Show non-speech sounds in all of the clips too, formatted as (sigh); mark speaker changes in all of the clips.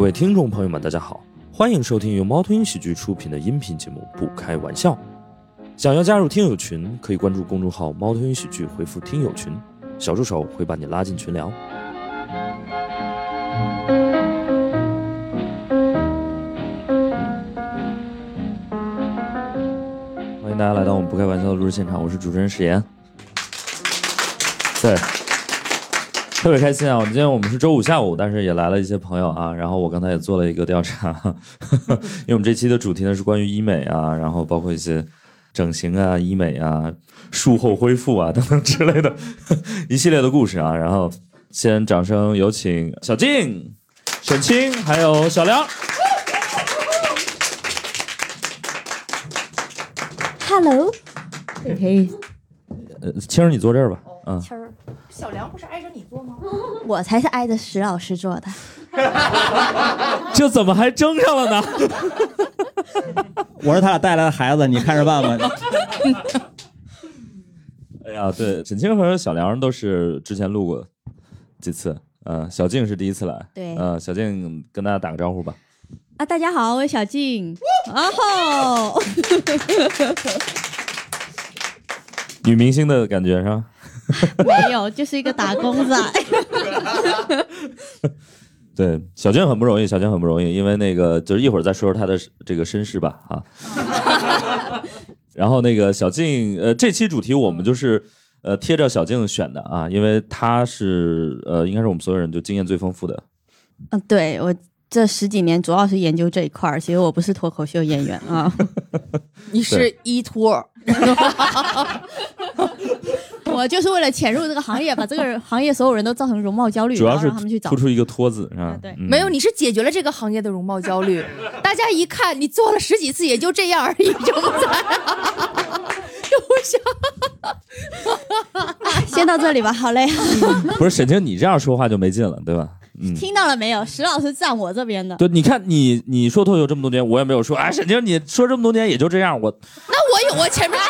Speaker 1: 位听众朋友们，大家好，欢迎收听由猫头鹰喜剧出品的音频节目《不开玩笑》。想要加入听友群，可以关注公众号“猫头鹰喜剧”，回复“听友群”，小助手会把你拉进群聊。欢迎大家来到我们不开玩笑的录制现场，我是主持人史岩。对，特别开心啊！我们今天我们是周五下午，但是也来了一些朋友啊。然后我刚才也做了一个调查， (laughs) 因为我们这期的主题呢是关于医美啊，然后包括一些整形啊、医美啊、术后恢复啊等等之类的 (laughs) 一系列的故事啊。然后先掌声有请小静、沈清还有小梁。
Speaker 2: Hello，你可以，
Speaker 1: 呃，青儿你坐这儿吧，嗯，
Speaker 2: 谦儿，
Speaker 3: 小梁不是挨着你坐吗？
Speaker 2: 我才是挨着石老师坐的。
Speaker 1: 这怎么还争上了呢？ (laughs)
Speaker 4: 我是他俩带来的孩子，你看着办吧。
Speaker 1: 哎呀，对，沈清和小梁都是之前录过几次，嗯、小静是第一次来，
Speaker 2: 对
Speaker 1: 嗯、小静跟大家打个招呼吧。
Speaker 5: 啊，大家好，我是小静。哦 (laughs) 吼，
Speaker 1: 女明星的感觉是吧？
Speaker 5: 没有，就是一个打工仔。 (laughs)
Speaker 1: 对，小静很不容易，小静很不容易，因为那个就是一会儿再说说她的这个身世吧啊。
Speaker 5: (laughs)
Speaker 1: 然后那个小静，呃，这期主题我们就是呃贴着小静选的啊，因为她是呃应该是我们所有人就经验最丰富的，
Speaker 5: 嗯，对我这十几年主要是研究这一块儿，其实我不是脱口秀演员 (laughs) 啊。
Speaker 3: 你是依 (laughs) 托，
Speaker 5: 我就是为了潜入这个行业，把这个行业所有人都造成容貌焦虑，
Speaker 1: 主
Speaker 5: 然
Speaker 1: 要
Speaker 5: 后
Speaker 1: 是
Speaker 5: 让他们去找
Speaker 1: 突。出一个“托”字啊
Speaker 5: 啊。对
Speaker 1: 嗯
Speaker 3: 没有，你是解决了这个行业的容貌焦虑。大家一看你做了十几次，也就这样而已，就不咋。 (laughs)
Speaker 5: 先到这里吧， (laughs) 好嘞。
Speaker 1: 不是沈清，你这样说话就没劲了，对吧？嗯。
Speaker 5: 听到了没有？石老师站我这边的。
Speaker 1: 对，你看你你说脱口秀这么多年，我也没有说，哎，沈清，你说这么多年也就这样，我 (laughs)
Speaker 3: 那我有我前面，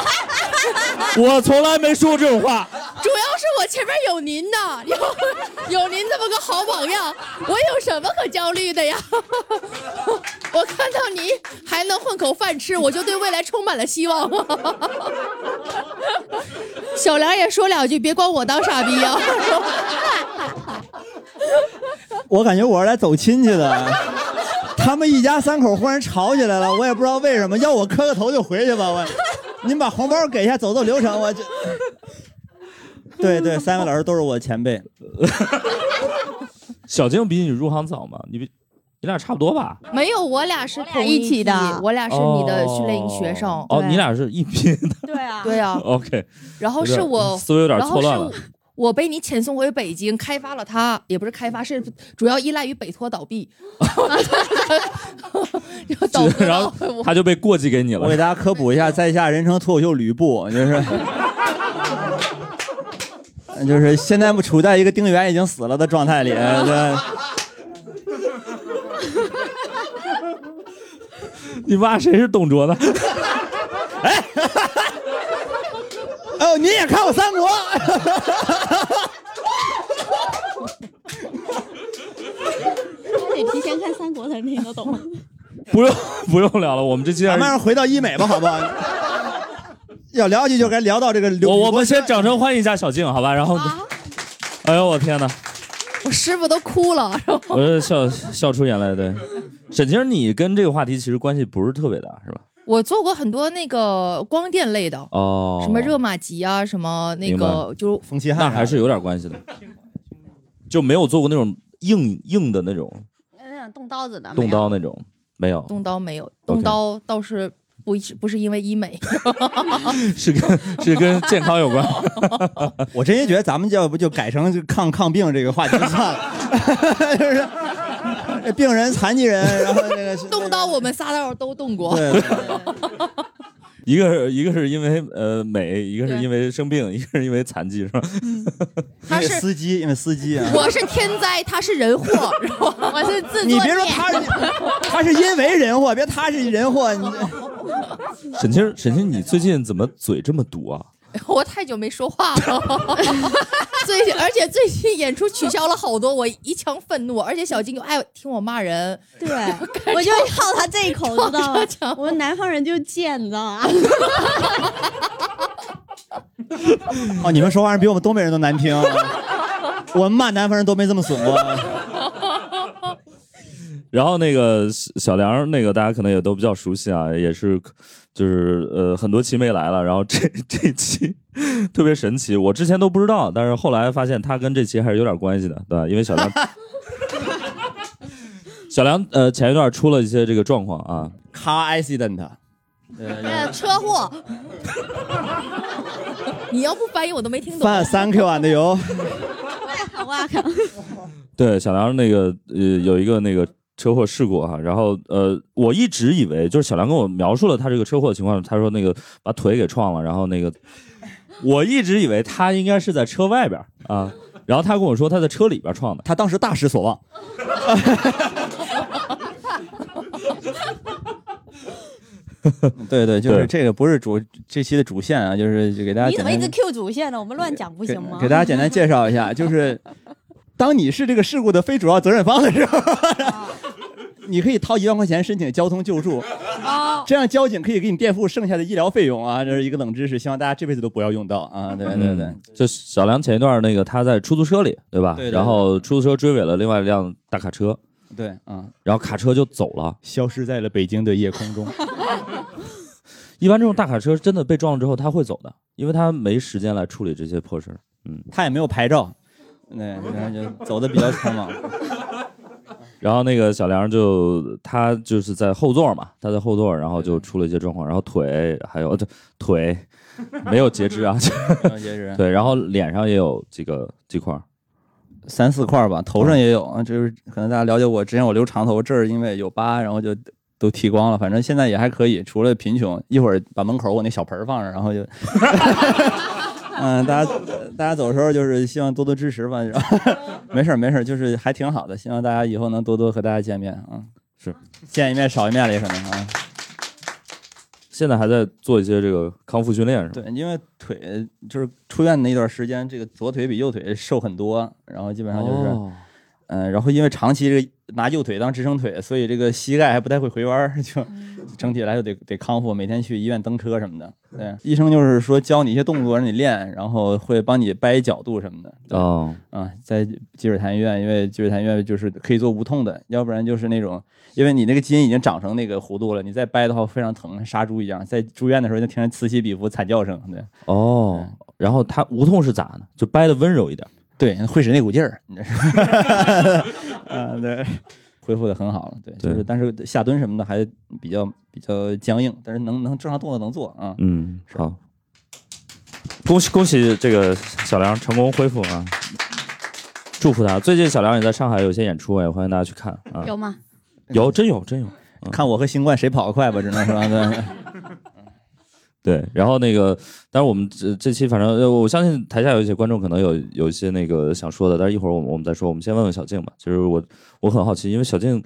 Speaker 1: 我从来没说过这种话。
Speaker 3: 主要是我前面有您呐，有有您这么个好榜样，我有什么可焦虑的呀？ (laughs) 我看到你还能混口饭吃，我就对未来充满了希望。 (laughs) 小梁也说两句，别光我当傻逼啊呀、
Speaker 4: 我感觉我是来走亲戚的。他们一家三口忽然吵起来了，我也不知道为什么。要我磕个头就回去吧，我。您把红包给一下，走走流程，我
Speaker 3: (laughs)
Speaker 4: 就。对对，三位老师都是我前辈。
Speaker 1: (laughs) 小静比你入行早嘛，你比你俩差不多吧？
Speaker 3: (laughs) 没有，我俩是同
Speaker 5: 一起的
Speaker 3: 批我俩是你的训练营学生。
Speaker 1: 哦，哦
Speaker 5: 对
Speaker 1: 你俩是一批的。
Speaker 5: 对啊，
Speaker 3: 对啊，
Speaker 1: (laughs) OK，
Speaker 3: 然后是我，
Speaker 1: 思维有点
Speaker 3: 然
Speaker 1: 错
Speaker 3: 后是
Speaker 1: 乱了
Speaker 3: 我。我被你遣送回北京，开发了他，也不是开发，是主要依赖于北托倒闭，然后倒闭
Speaker 1: 然后
Speaker 3: 了我
Speaker 1: 他就被过继给你
Speaker 4: 我给
Speaker 1: 了。
Speaker 4: 大家科普一下，在下人称脱口秀吕布，就是。就是现在处在一个丁原已经死了的状
Speaker 1: (laughs)
Speaker 4: 态里，呃对，
Speaker 1: 你骂谁是董
Speaker 3: (laughs)
Speaker 1: 卓呢？哎
Speaker 4: 哦，您也看过《三国》？
Speaker 5: 得提前看三国才听得懂。
Speaker 1: 不用不用聊了，我们这期还
Speaker 4: 咱
Speaker 1: 是
Speaker 4: 们还是回到医美吧，好不好？要聊起就该聊到这个刘。
Speaker 1: 我我们先掌声欢迎一下小静，好吧？然后， (laughs) 哎呦我天哪，
Speaker 3: 我师傅都哭了，然后
Speaker 1: 我这笑笑出眼来。对，沈清，你跟这个话题其实关系不是特别大，是吧？
Speaker 3: 我做过很多那个光电类的，
Speaker 1: 哦，
Speaker 3: 什么热玛吉啊，什么那
Speaker 1: 明
Speaker 3: 个
Speaker 1: 白
Speaker 3: 就是
Speaker 4: 冯其汉啊
Speaker 1: 那还是有点关系的，就没有做过那种硬硬的那种
Speaker 5: 嗯，动刀子
Speaker 3: 啊
Speaker 5: 的。
Speaker 1: 动。刀那种，没有，
Speaker 3: 动刀没有，动刀倒是不是不是因为医美，
Speaker 1: (laughs) 是跟是跟健康有关。
Speaker 4: (laughs) 我真心觉得咱们要不就改成就抗抗病这个话题算了， (laughs) 就是这病人、残疾人，哎然后那个是
Speaker 3: (laughs) 动刀我们仨倒是都动过。
Speaker 4: 对，对
Speaker 1: 一个是一个是因为呃美，一个是
Speaker 5: 对
Speaker 1: 因为生病，一个是因为残疾，是吧？
Speaker 3: 嗯
Speaker 1: (laughs)
Speaker 3: 他
Speaker 4: 因为
Speaker 3: 是
Speaker 4: 司机，因为司机啊。
Speaker 3: 我是天灾，他是人祸，然后
Speaker 5: 我是自作孽。
Speaker 4: 你别说他是，他是因为人祸，别他是人祸，你
Speaker 1: 沈清，沈清，你最近怎么嘴这么毒啊？
Speaker 6: 我太久没说话了， (laughs) 最近而且最近演出取消了好多，我一腔愤怒，而且小金又爱听我骂人， (laughs)
Speaker 5: 对，我就好他这一口，知道吗？我们南方人就贱，你知道吗？
Speaker 4: 哦，你们说话人比我们东北人都难听，我们骂南方人都没这么损过。
Speaker 1: 然后那个小小梁儿，那个大家可能也都比较熟悉啊，也是就是呃很多期没来了，然后这这一期 (laughs) 特别神奇，我之前都不知道，但是后来发现他跟这期还是有点关系的，对吧？因为小梁小梁呃前一段出了一些这个状况啊，
Speaker 4: car accident，
Speaker 6: 呃，车祸。 (laughs) 你要不翻译我都没听懂。
Speaker 4: 犯三 Q 碗的油，
Speaker 5: 哎好啊哇靠！
Speaker 1: 对，小梁那个呃有一个那个车祸事故哈、然后呃我一直以为就是小梁跟我描述了他这个车祸的情况，他说那个把腿给撞了，然后那
Speaker 4: (laughs)
Speaker 1: 个我一直以为他应该是在车外边儿啊，然后他跟我说他在车里边儿撞的，
Speaker 4: 他当时大失所望。对对，就是
Speaker 1: 对
Speaker 4: 这个不是主这期的主线啊，就是就给大家
Speaker 5: 你
Speaker 4: 简
Speaker 5: 怎么
Speaker 4: 单
Speaker 5: 一直 Q 主线呢？我们乱讲不行吗？
Speaker 4: 给大家简单介绍一下，
Speaker 5: (laughs)
Speaker 4: 就是当你是这个事故的非主要责任方的时候， (laughs) 你可以掏一万块钱申请交通救助，
Speaker 5: 哦，
Speaker 4: 这样交警可以给你垫付剩下的医疗费用啊，这是一个冷知识，希望大家这辈子都不要用到啊。对对对，
Speaker 1: 嗯，就小梁前一段那个他在出租车里对吧？
Speaker 4: 对对对
Speaker 1: 然后出租车追尾了另外一辆大卡车，
Speaker 4: 对啊、嗯
Speaker 1: 然后卡车就走了。
Speaker 4: 消失在了北京的夜空中。嗯
Speaker 1: 一般这种大卡车真的被撞了之后他会走的，因为他没时间来处理这些破事儿。嗯
Speaker 4: 他也没有牌照，对，然后就走的比较匆忙。
Speaker 1: 然后那个小梁就他就是在后座嘛，他在后座，然后就出了一些状况，然后腿还有 (laughs) 这腿没有截肢啊，
Speaker 4: 然后也
Speaker 1: (laughs)
Speaker 4: 是
Speaker 1: 对，然后脸上也有几个几块儿，
Speaker 4: 三四块儿吧，头上也有，啊就是可能大家了解我，之前我留长头，这儿因为有疤，然后就都剃光了，反正现在也还可以，除了贫穷，一会儿把门口我那小盆儿放上，然后就。嗯，大家大家走的时候就是希望多多支持吧，然后没事儿没事儿，就是还挺好的，希望大家以后能多多和大家见面啊，
Speaker 1: 是
Speaker 4: 见一面少一面了也可能啊。
Speaker 1: 现在还在做一些这个康复训练，是吧？
Speaker 4: 对，因为腿就是出院那段时间，这个左腿比右腿瘦很多，然后基本上就是，嗯、
Speaker 1: 哦，
Speaker 4: 然后因为长期这个拿右腿当支撑腿，所以这个膝盖还不太会回弯儿，就整体来说得得康复，每天去医院蹬车什么的。对， (laughs) 医生就是说教你一些动作让你练，然后会帮你掰角度什么的。对
Speaker 1: 哦，
Speaker 4: 啊，在积水潭医院，因为积水潭医院就是可以做无痛的，要不然就是那种，因为你那个筋已经长成那个弧度了，你再掰的话非常疼，杀猪一样。在住院的时候就听着此起彼伏惨叫声，对。
Speaker 1: 哦，然后他无痛是咋的？就掰的温柔一点。
Speaker 4: 对，会使那股劲儿，你这是， (laughs) 啊，对，恢复的很好了，对，就
Speaker 1: 对
Speaker 4: 是但是下蹲什么的还比较比较僵硬，但是能能正常动作能做啊。
Speaker 1: 嗯，好，恭喜恭喜这个小梁成功恢复啊！祝福他。最近小梁也在上海有一些演出，也欢迎大家去看啊。
Speaker 5: 有吗？
Speaker 1: 有，真有，真有。
Speaker 4: 看我和新冠谁跑得快吧，只能说对。
Speaker 1: (laughs) 对，然后那个，但是我们这这期反正呃我相信台下有一些观众可能有有一些那个想说的，但是一会儿我们我们再说，我们先问问小静吧。就是我我很好奇，因为小静，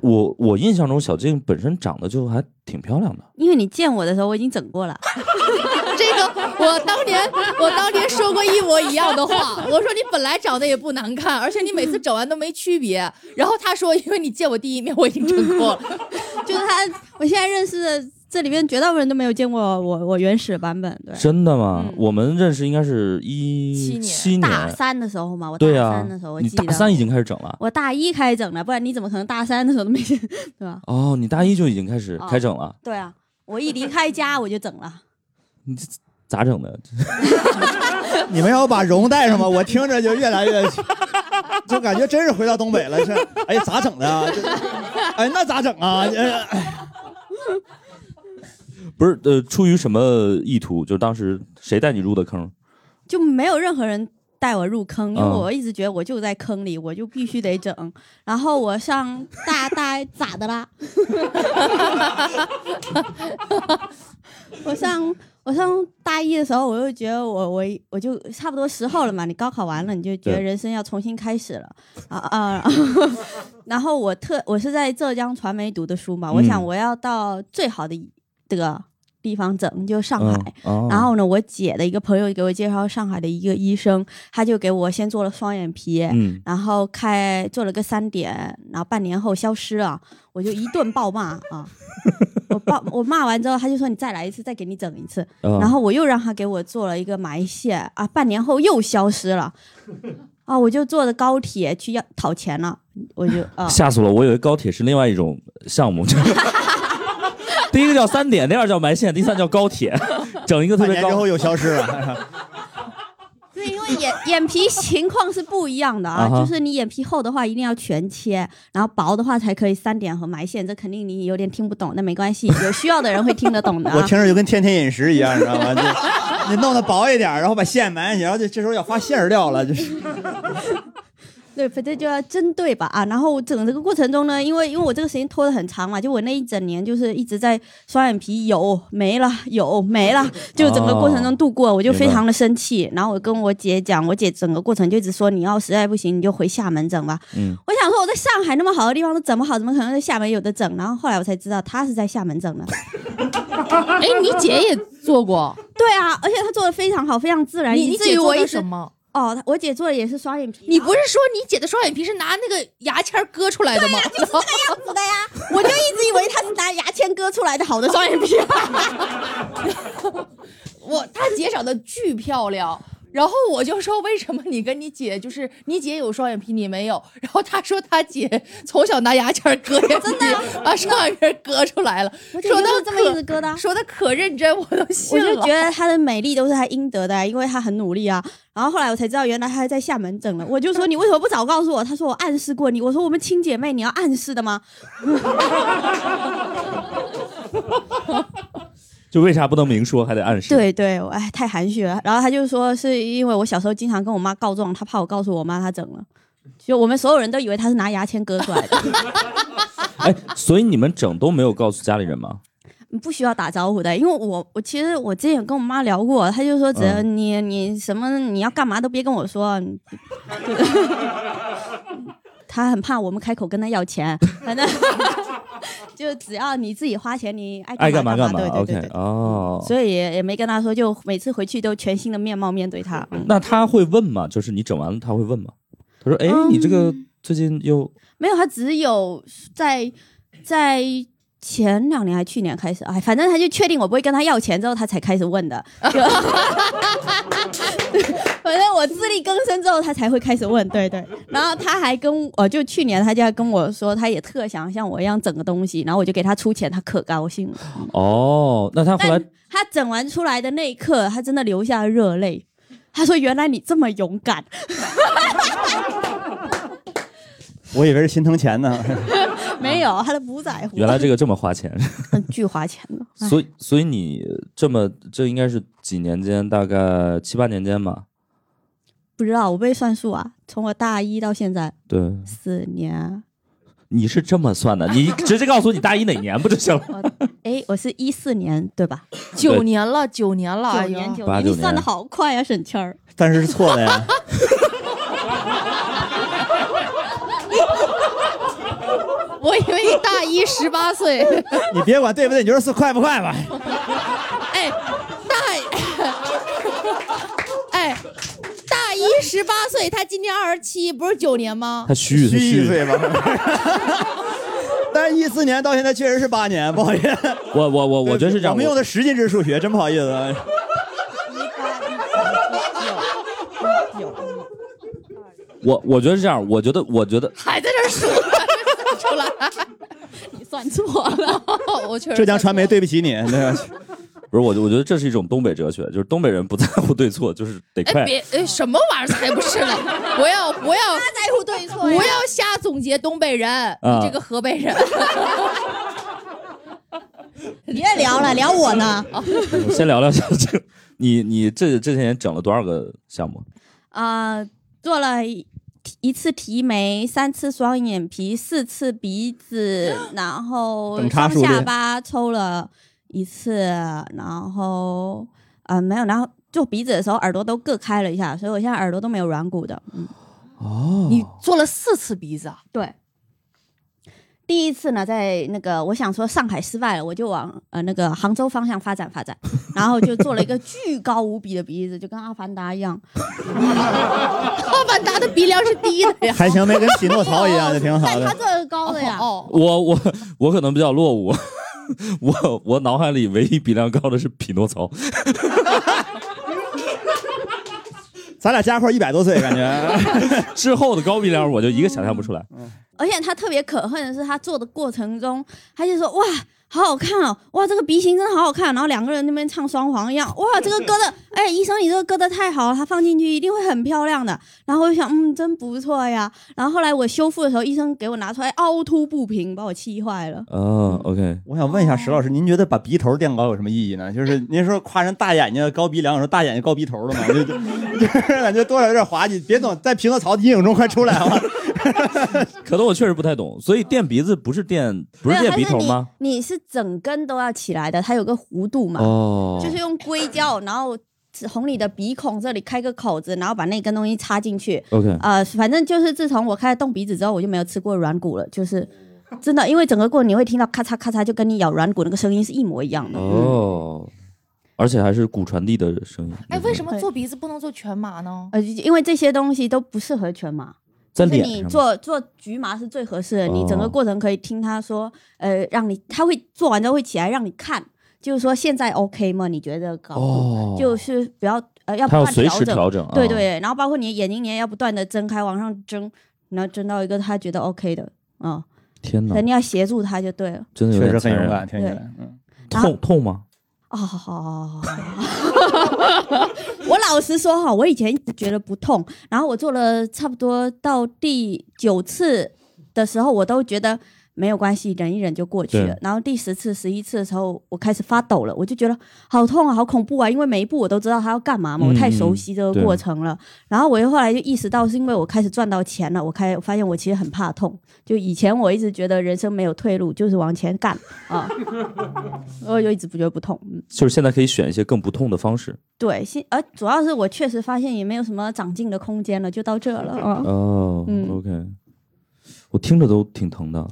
Speaker 1: 我我印象中小静本身长得就还挺漂亮的，
Speaker 5: 因为你见我的时候我已经整过 (laughs) 了，
Speaker 6: (laughs) 这个我当年我当年说过一模一样的
Speaker 5: (laughs)
Speaker 6: 话，我说你本来长得也不难看，而且你每次整完都没区别。然后他说，因为你见我第一面我已经整过了，
Speaker 5: 就是他，我现在认识的这里面绝大部分人都没有见过我我原始版本，对。
Speaker 1: 真的吗？
Speaker 5: 嗯
Speaker 1: 我们认识应该是一
Speaker 6: 七年
Speaker 1: 七年，
Speaker 5: 大三的时候嘛，我大
Speaker 1: 对呀、
Speaker 5: 三的时候，我
Speaker 1: 你
Speaker 5: 记得
Speaker 1: 大三已经开始整了。
Speaker 5: 我大一开始整的，不然你怎么可能大三的时候都没见，对吧？
Speaker 1: 哦，你大一就已经开始
Speaker 5: 哦
Speaker 1: 开整了，
Speaker 5: 对啊，我一离开家我就整了。
Speaker 1: 咋整的？
Speaker 4: (laughs) 你们要把绒带上吧，我听着就越来越，就感觉真是回到东北了。是，哎呀，咋整的啊？这哎，那咋整啊？哎
Speaker 1: 不是，呃，出于什么意图？就是当时谁带你入的坑？
Speaker 5: 就没有任何人带我入坑，因为
Speaker 1: 嗯
Speaker 5: 我一直觉得我就在坑里，我就必须得整。然后我上大大咋的啦？ (laughs) 我上我上大一的时候，我就觉得我我我就差不多时候了嘛，你高考完了，你就觉得
Speaker 1: 对
Speaker 5: 人生要重新开始了啊啊！ (laughs) 然后我特我是在浙江传媒读的书嘛，我
Speaker 1: 嗯
Speaker 5: 想我要到最好的这个。地方整，就上海。
Speaker 6: 哦
Speaker 1: 嗯
Speaker 5: 然后呢，我姐的一个朋友给我介绍上海的一个医生，他就给我先做了双眼皮，
Speaker 1: 嗯
Speaker 5: 然后开做了个三点，然后半年后消失了， (laughs) 我就一顿暴骂啊！我暴 (laughs) 我骂完之后，他就说你再来一次，再给你整一次。
Speaker 1: 嗯，
Speaker 5: 然后我又让他给我做了一个埋线啊，半年后又消失了，啊，我就坐着高铁去要讨钱了，我就
Speaker 1: (laughs)
Speaker 5: 啊
Speaker 1: 吓死我了！我以为高铁是另外一种项
Speaker 5: (laughs)
Speaker 1: 目，第一个叫三点，第二叫埋线，第三叫高
Speaker 5: (laughs)
Speaker 1: 铁，整一个特
Speaker 4: 半
Speaker 1: 别
Speaker 4: 年之
Speaker 1: 高
Speaker 4: 后。又消失了。
Speaker 5: 是因为眼眼皮情况是不一样的
Speaker 1: 啊
Speaker 5: 啊，
Speaker 1: 哈
Speaker 5: 就是你眼皮厚的话一定要全切，然后薄的话才可以三点和埋线，这肯定你有点听不懂，那没关系，有需要的人会听得懂的
Speaker 4: (laughs) 我
Speaker 5: 啊。
Speaker 4: 听着就跟天天饮食一样，你知道吗？就 (laughs) 你弄得薄一点，然后把线埋进去，然后就这时候要发线儿掉了，就是
Speaker 5: 对，反正就要针对吧啊。然后整这个过程中呢，因为因为我这个时间拖得很长嘛，就我那一整年就是一直在双眼皮有没了有没
Speaker 4: 哦
Speaker 5: 了，就整个过程中度过，我就非常的生气。然后我跟我姐讲，我姐整个过程就一直说，你要实在不行你就回厦门整吧。
Speaker 1: 嗯
Speaker 5: 我想说我在上海那么好的地方都整不好，怎么可能在厦门有的整？然后后来我才知道她是在厦门整的。
Speaker 6: (laughs) 哎，你姐也做过，
Speaker 5: (laughs) 对啊，而且她做的非常好，非常自然，
Speaker 6: 你
Speaker 5: 以
Speaker 6: 你
Speaker 5: 至
Speaker 6: 姐
Speaker 5: 于
Speaker 6: 做
Speaker 5: 我一
Speaker 6: 的
Speaker 5: 直
Speaker 6: 什么？
Speaker 5: 哦，她我姐做的也是双眼皮，啊
Speaker 6: 你不是说你姐的双眼皮是拿那个牙签儿割出来的吗？
Speaker 5: 死的呀！
Speaker 6: (laughs)
Speaker 5: 我就一直以为他是拿牙签割出来的好的双眼 (laughs) 皮、
Speaker 6: 我她姐长得巨漂亮。然后我就说，为什么你跟你姐就是你姐有双眼皮，你没有？然后她说她姐从小拿牙签儿割眼皮，真 (laughs) 的把双眼皮儿割出来了。
Speaker 5: 啊我姐
Speaker 6: 说
Speaker 5: 就
Speaker 6: 的
Speaker 5: 是这么一直割的啊。
Speaker 6: 说的可认真，我都
Speaker 5: 我
Speaker 6: 信
Speaker 5: 就
Speaker 6: 了。
Speaker 5: 觉得她的美丽都是她应得的啊，因为她很努力啊。然后后来我才知道，原来她还在厦门整了。我就说你为什么不早告诉我？她说我暗示过你。我说我们亲姐妹，你要暗示的吗？
Speaker 1: (laughs) 就为啥不能明说，还得暗
Speaker 5: (laughs)
Speaker 1: 示？，
Speaker 5: 对对，我哎，太含蓄了。然后她就说是因为我小时候经常跟我妈告状，她怕我告诉我妈她整了。就我们所有人都以为她是拿牙签割出来的， (laughs)
Speaker 1: 哎，所以你们整都没有告诉家里人吗？
Speaker 5: 嗯不需要打招呼的，因为我我其实我之前有跟我妈聊过，她就说只要
Speaker 1: 嗯
Speaker 5: 你、你什么你要干嘛都别跟我说，啊你 (laughs) 她很怕我们开口跟她
Speaker 7: (laughs)
Speaker 5: 要钱，反正就只要你自己花钱，你爱
Speaker 1: 爱
Speaker 5: 干
Speaker 1: 干
Speaker 5: 嘛
Speaker 1: 干嘛
Speaker 5: 对对对对
Speaker 1: ？OK，哦。
Speaker 5: 所以也也没跟她说，就每次回去都全新的面貌面对她。嗯
Speaker 1: 那他会问吗？就是你整完了，他会问吗？他说：“哎，你这个最近又……
Speaker 5: 没有，他只有在在前两年还去年开始，哎，反正他就确定我不会跟他要钱之后，他才开始问的。 (laughs) 就反正我自力更生之后，他才会开始问，对对。然后他还跟呃，就去年他就还跟我说，他也特想像我一样整个东西，然后我就给他出钱，他可高兴了。
Speaker 1: 哦，那他后来
Speaker 5: 嗯但他整完出来的那一刻，他真的流下热泪。他说：“原来你这么勇敢。” (laughs)
Speaker 4: 我以为是心疼钱呢。 (laughs)
Speaker 5: 没有，他都不在乎。
Speaker 1: 原来这个这么花钱，
Speaker 5: 很巨花钱的。哎
Speaker 1: 所以所以你这么这应该是几年间，大概七八年间吧？
Speaker 5: 不知道，我不会算数啊，从我大一到现在
Speaker 1: 对，
Speaker 5: 四
Speaker 6: (laughs)
Speaker 5: 年，
Speaker 1: 你是这么算的？
Speaker 5: (laughs)
Speaker 1: 你直接告诉我你大一哪年不就行了？
Speaker 5: 哎，我是一四年对吧？
Speaker 1: 对
Speaker 6: 九年了，九年了，
Speaker 5: 九
Speaker 6: 哎呀
Speaker 5: 年九
Speaker 1: 八
Speaker 5: 年，
Speaker 1: 九
Speaker 5: 你
Speaker 1: 年
Speaker 5: 算的好快呀、沈
Speaker 6: (laughs)
Speaker 5: 谦儿。
Speaker 4: 但是是错的呀。
Speaker 6: (laughs) 我以为你大一十八岁，
Speaker 4: (laughs) 你别管对不对，你就说是快不快吧。
Speaker 6: 哎，
Speaker 3: (laughs)
Speaker 6: 大，哎，大一十八岁，他今年二十七，不是九年吗
Speaker 1: 他？虚，他
Speaker 4: 虚一
Speaker 1: 虚。
Speaker 4: 岁吧。但是，一四年到现在确实是八年，不好意思。
Speaker 1: (laughs) 我我我我觉得是这样。
Speaker 4: 我们用的十进制数学，真不好意思啊。
Speaker 1: 我我觉得是这样。我觉得我觉
Speaker 5: (laughs)
Speaker 1: 得
Speaker 6: 还在这儿数，算出来，
Speaker 5: 你算错了，
Speaker 6: 我确实
Speaker 4: 浙江传媒，对不起你，对吧？
Speaker 1: 不是我，我觉得这是一种东北哲学，就是东北人不在乎对错，就是得
Speaker 6: 哎
Speaker 1: 快。
Speaker 6: 别哎什么玩意儿才不是呢？不要不要
Speaker 5: 在乎对
Speaker 6: 不
Speaker 5: 错呀。
Speaker 6: 要瞎总结东北
Speaker 1: 啊
Speaker 6: 人，你这个河北
Speaker 3: (laughs)
Speaker 6: 人，
Speaker 5: 别聊了，聊我呢。
Speaker 1: (laughs) 我先聊聊下这个，你你这这些年整了多少个项目？
Speaker 5: 啊、做了一一次提眉，三次双眼皮，四次
Speaker 4: (gasps)
Speaker 5: 鼻子，然后
Speaker 4: 等差
Speaker 5: 双
Speaker 4: 数列
Speaker 5: 下巴抽了一次，然后啊、呃没有，然后做鼻子的时候耳朵都各开了一下，所以我现在耳朵都没有软骨的。嗯，
Speaker 1: 哦
Speaker 6: 你做了四次鼻子啊，
Speaker 5: 对。第一次呢，在那个我想说上海失败了，我就往呃那个杭州方向发展发展，然后就做了一个 (laughs) 巨高无比的鼻子，就跟阿凡达一样。
Speaker 6: 阿
Speaker 5: (laughs)
Speaker 6: 凡达的鼻梁是低
Speaker 1: (laughs)
Speaker 6: 的呀，
Speaker 4: (laughs) 还行，没跟匹诺曹一样，就挺好
Speaker 5: (laughs) 但他
Speaker 4: 的。
Speaker 5: 这儿高的呀，
Speaker 6: 哦，
Speaker 1: 我我我可能比较落伍， (laughs) 我我脑海里唯一鼻梁高的是匹诺曹， (laughs)
Speaker 4: 咱俩加块一百多岁，感觉
Speaker 1: (laughs)
Speaker 4: 嗯
Speaker 1: 之后的高鼻梁我就一个想象不出来。
Speaker 5: 而且他特别可恨的是，他做的过程中，他就说哇，好好看哦，哇，这个鼻型真的好好看。然后两个人那边唱双簧一样，哇，这个歌的，哎，医生，你这个歌的太好了，他放进去一定会很漂亮的。然后我就想，嗯，真不错呀。然后后来我修复的时候，医生给我拿出来凹凸不平，把我气坏了。
Speaker 1: (laughs) 哦，OK，
Speaker 4: 我想问一下石老师，您觉得把鼻头垫高有什么意义呢？就是您说夸人大眼睛、高鼻梁，有时候大眼睛、高鼻头的
Speaker 1: (laughs)
Speaker 4: 嘛，就就就是感觉多少有点滑稽。别总在匹诺曹的阴影中快出来啊！嗯
Speaker 1: 可能我确实不太懂，所以垫鼻子不是垫不是
Speaker 5: 没有
Speaker 1: 垫鼻头吗？？
Speaker 5: 还是你你是整根都要起来的，它有个弧度嘛，
Speaker 1: 哦
Speaker 5: 就是用硅胶，然后从你的鼻孔这里开个口子，然后把那根东西插进去。
Speaker 1: ，OK，
Speaker 5: 呃，反正就是自从我开始动鼻子之后，我就没有吃过软骨了，就是真的，因为整个过程你会听到咔嚓咔嚓，就跟你咬软骨那个声音是一模一样的。
Speaker 1: 哦，而且还是骨传递的声音。
Speaker 3: 哎，为什么
Speaker 5: 对
Speaker 3: 做鼻子不能做全麻呢？
Speaker 5: 呃，因为这些东西都不适合全麻，
Speaker 1: 在
Speaker 5: 就是
Speaker 1: 脸
Speaker 5: 你
Speaker 1: 上
Speaker 5: 做做局麻是最合适的。你整
Speaker 1: 哦
Speaker 5: 个过程可以听他说，呃，让你他会做完之后会起来让你看，就是说现在 OK 吗？你觉得高度？
Speaker 1: 哦，
Speaker 5: 就是不要呃要不
Speaker 1: 它要
Speaker 5: 断
Speaker 1: 随时
Speaker 5: 整，
Speaker 1: 调整啊。
Speaker 5: 对对，然后包括你的眼睛你也要不断的睁开往上睁，然后睁到一个他觉得 OK 的，嗯，
Speaker 1: 天哪
Speaker 5: 肯，定要协助他就对了。
Speaker 1: 真的有
Speaker 4: 确实
Speaker 1: 点
Speaker 4: 很
Speaker 1: 残
Speaker 4: 勇
Speaker 1: 忍。
Speaker 4: 敢，听起来。嗯，
Speaker 5: 啊
Speaker 1: 痛痛吗？
Speaker 5: 哦，好好好好好。 (laughs) 我老实说哈，我以前一直觉得不痛，然后我做了差不多到第九次的时候，我都觉得没有关系，忍一忍就过去了
Speaker 1: 对。
Speaker 5: 然后第十次、十一次的时候，我开始发抖了，我就觉得好痛啊，好恐怖啊，因为每一步我都知道他要干嘛嘛，
Speaker 1: 嗯
Speaker 5: 我太熟悉这
Speaker 1: 对
Speaker 5: 个过程了。然后我又后来就意识到，是因为我开始赚到钱了，我开我发现我其实很怕痛。就以前我一直觉得人生没有退路，就是往前干啊， (laughs) 我就一直不觉得不痛，嗯。
Speaker 1: 就是现在可以选一些更不痛的方式。
Speaker 5: 对，现而主要是我确实发现也没有什么长进的空间了，就到这了啊。
Speaker 1: 哦
Speaker 5: 嗯
Speaker 1: ，OK，我听着都挺疼的。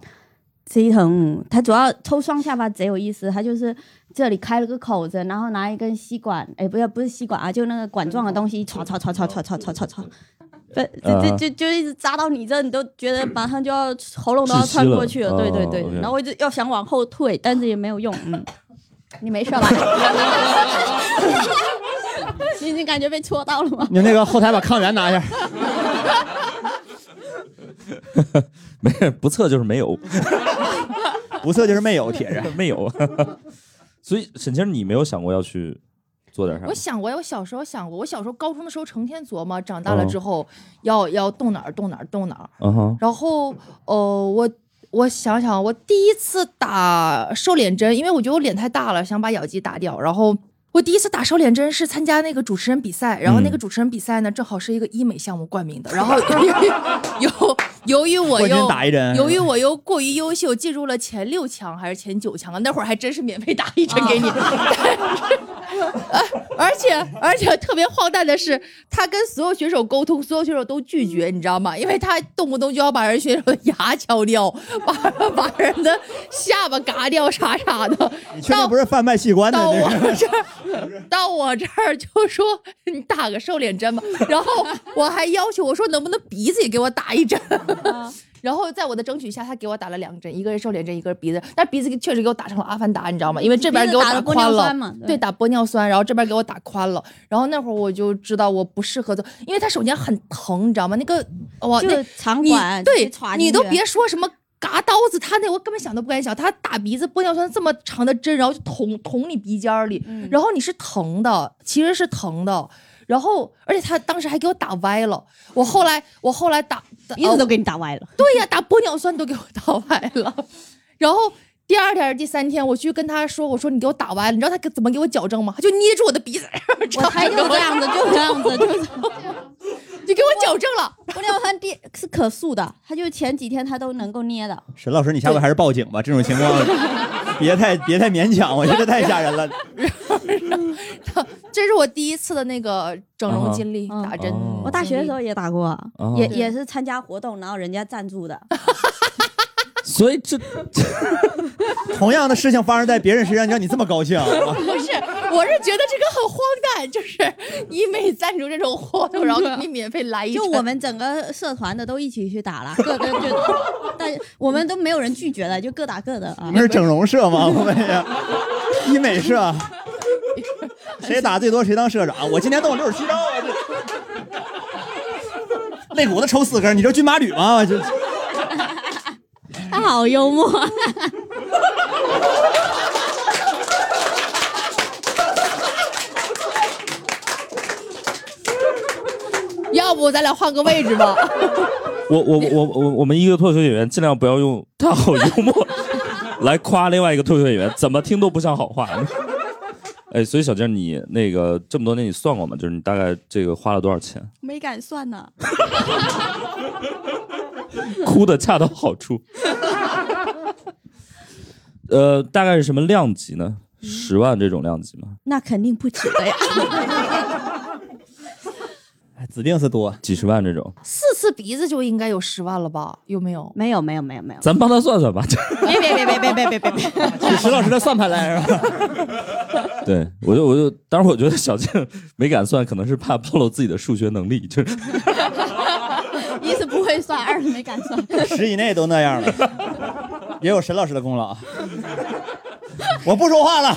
Speaker 5: 这一层，它主要抽双下巴贼有意思，它就是这里开了个口子，然后拿一根吸管，哎，不要不是吸管啊，就那个管状的东西，唰唰唰唰唰唰唰唰唰，不，
Speaker 1: 啊
Speaker 8: 呃嗯
Speaker 5: 这这就就一直扎到你这，你都觉得马上就要喉咙都要
Speaker 1: 窒息
Speaker 5: 穿
Speaker 1: 了
Speaker 5: 过去了，对对对
Speaker 1: 哦，，OK
Speaker 5: 然后我就要想往后退，但是也没有用，嗯， (laughs) 你没事吧？ (laughs) 你你感觉被戳到了吗？
Speaker 4: 你那个后台把抗原拿一下。
Speaker 1: (laughs) 没事，不测就是没
Speaker 5: (laughs)
Speaker 1: 有，
Speaker 4: 不测就是没有，铁人。
Speaker 1: (laughs) 没有。所以沈清，你没有想过要去做点啥
Speaker 3: 我？想过呀，我小时候想过，我小时候高中的时候成天琢磨，长大了
Speaker 1: 哦
Speaker 3: 之后、要要动哪儿动哪儿动哪儿。
Speaker 1: 嗯哼，
Speaker 3: 然后，呃，我我想想，我第一次打瘦脸针，因为我觉得我脸太大了，想把咬肌打掉。然后我第一次打瘦脸针是参加那个主持人比赛，然后那个主持人比赛呢，正好是一个医美项目冠名的。然后由由于我
Speaker 4: 冠军
Speaker 3: 又
Speaker 4: 打一针
Speaker 3: 由于我又过于优秀，进入了前六强还是前九强啊？那会儿还真是免费打一针
Speaker 4: (laughs)
Speaker 3: 给你。而且而且特别荒诞的是，他跟所有选手沟通，所有选手都拒绝，你知道吗？因为他动不动就要把人选手的牙敲掉，把把人的下巴嘎掉，啥啥的。
Speaker 4: 你确定不是贩卖器官的？
Speaker 3: 到
Speaker 4: 这 (laughs) 是
Speaker 3: 我这儿，到我这儿就说你打个瘦脸针吧，然后我还要求我说能不能鼻子也给我打一针。
Speaker 5: 啊
Speaker 3: (laughs) 然后在我的争取下，他给我打了两针，一个是瘦脸针，一个是鼻子。但鼻子确实给我打成了阿凡达，你知道吗？因为这边给我
Speaker 5: 打了玻
Speaker 3: 宽
Speaker 5: 尿
Speaker 3: 了
Speaker 5: 酸，嘛，
Speaker 3: 对，打玻尿酸，然后这边给我打宽了，然后那会儿我就知道我不适合做，因为它首先很疼，你知道吗？那个哇，
Speaker 5: 就
Speaker 3: 那
Speaker 5: 是场
Speaker 3: 你
Speaker 5: 馆
Speaker 3: 对
Speaker 5: 直接插，进
Speaker 3: 你都
Speaker 5: 去
Speaker 3: 别说什么嘎刀子，他那我根本想都不敢想，他打鼻子玻尿酸这么长的针，然后就捅捅你鼻尖儿里，
Speaker 5: 嗯
Speaker 3: 然后你是疼的，其实是疼的。然后，而且他当时还给我打歪了。我后来，我后来打，打哦
Speaker 5: 一直都给你打歪了。
Speaker 3: 对呀，打玻尿酸都给我打歪了。然后第二天、第三天，我去跟他说，我说你给我打歪了，你知道他给怎么给我矫正吗？他就捏住我的鼻子，
Speaker 5: 我猜就是这样子，就是这样子，就是
Speaker 3: 就给我矫正
Speaker 5: (laughs)
Speaker 3: 了。
Speaker 5: 玻尿酸第是可塑的，它就前几天它都能够捏的。
Speaker 4: 沈老师，你下回还是报警吧，这种情况
Speaker 1: (laughs)
Speaker 4: 别太别太勉强，我觉得太吓人了。
Speaker 3: (laughs) 这是我第一次的那个整容经历，
Speaker 5: 嗯
Speaker 3: 打针
Speaker 1: 哦。
Speaker 5: 我大学的时候也打过啊，
Speaker 1: (laughs) 哦
Speaker 3: (laughs)
Speaker 5: 也也是参加活动，然后人家赞助的。
Speaker 1: 所以这
Speaker 4: (laughs) 同样的事情发生在别人身上，你让你这么高兴、
Speaker 6: (laughs)
Speaker 4: 啊？
Speaker 6: 不是，我是觉得这个很荒诞，就是医美赞助这种活
Speaker 5: 嗯
Speaker 6: 动，
Speaker 5: 啊
Speaker 6: 然后给你免费来一针
Speaker 5: 就我们整个社团的都一起去打了，各个 (laughs) 就，但我们都没有人拒绝了，就各打各的啊
Speaker 4: (laughs) 你。们是整容社吗？我问一下，
Speaker 5: (laughs)
Speaker 4: 医美社，谁打最多谁当社长。我今天动了六十七刀啊！这肋骨子抽四根，你这军马吕吗？我这
Speaker 5: 他好幽默，
Speaker 6: 要不咱俩换个位置
Speaker 5: (laughs)
Speaker 6: 吧？
Speaker 1: 我我我我我们一个脱口秀演员尽量不要用他好幽默来夸另外一个脱口秀演员，怎么听都不像好话。哎，所以小静，你那个这么多年你算过吗？就是你大概这个花了多少钱？
Speaker 5: 没敢算 (laughs) 呢。
Speaker 1: 哭的恰到好处。呃，大概是什么量级呢？十万这种量级吗？
Speaker 5: (laughs) 那肯定不止的呀。
Speaker 3: (laughs)
Speaker 4: 哎指定是多。
Speaker 1: 几十万这种？
Speaker 3: 四次鼻子就应该有十万了吧？有没有？
Speaker 5: 没有没有没有没有，
Speaker 1: 咱帮他算算吧。
Speaker 5: 别别别别别别别别别，
Speaker 4: 是石老师的算盘来是吧？
Speaker 1: (laughs) 对，我就我就，当然我觉得小静没敢算，可能是怕暴露自己的数学能力，就是
Speaker 5: (laughs) 一是不会算，二是没敢
Speaker 1: (laughs)
Speaker 5: 算。
Speaker 4: 十以内都那
Speaker 5: (laughs)
Speaker 4: 样了， (laughs) 也有沈老师的功劳啊。我不说话了，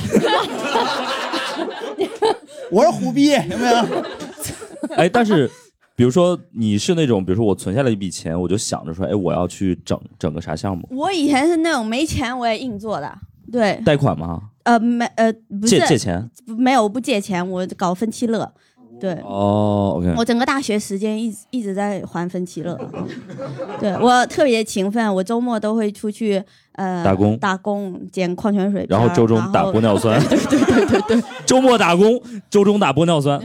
Speaker 4: 我是虎逼，有
Speaker 1: 啊
Speaker 4: 没有？
Speaker 1: (laughs) 哎，但是比如说你是那种，比如说我存下了一笔钱，我就想着说，哎，我要去整整个啥项 (laughs) 目，
Speaker 5: 我以前是那种没钱我也硬做的，对，
Speaker 1: 贷款吗？
Speaker 5: 呃没呃不是
Speaker 1: 借借钱？
Speaker 5: 没有我不借钱，我搞分期乐，对。
Speaker 1: 哦，OK，
Speaker 5: 我整个大学时间一直一直在还分期乐，对我特别勤奋，我周末都会出去呃
Speaker 1: 打工
Speaker 5: 打工捡矿泉水瓶儿，
Speaker 1: 然后周中打玻尿酸， (laughs) 对对对对对， (laughs) 周末打工，周中打玻尿酸。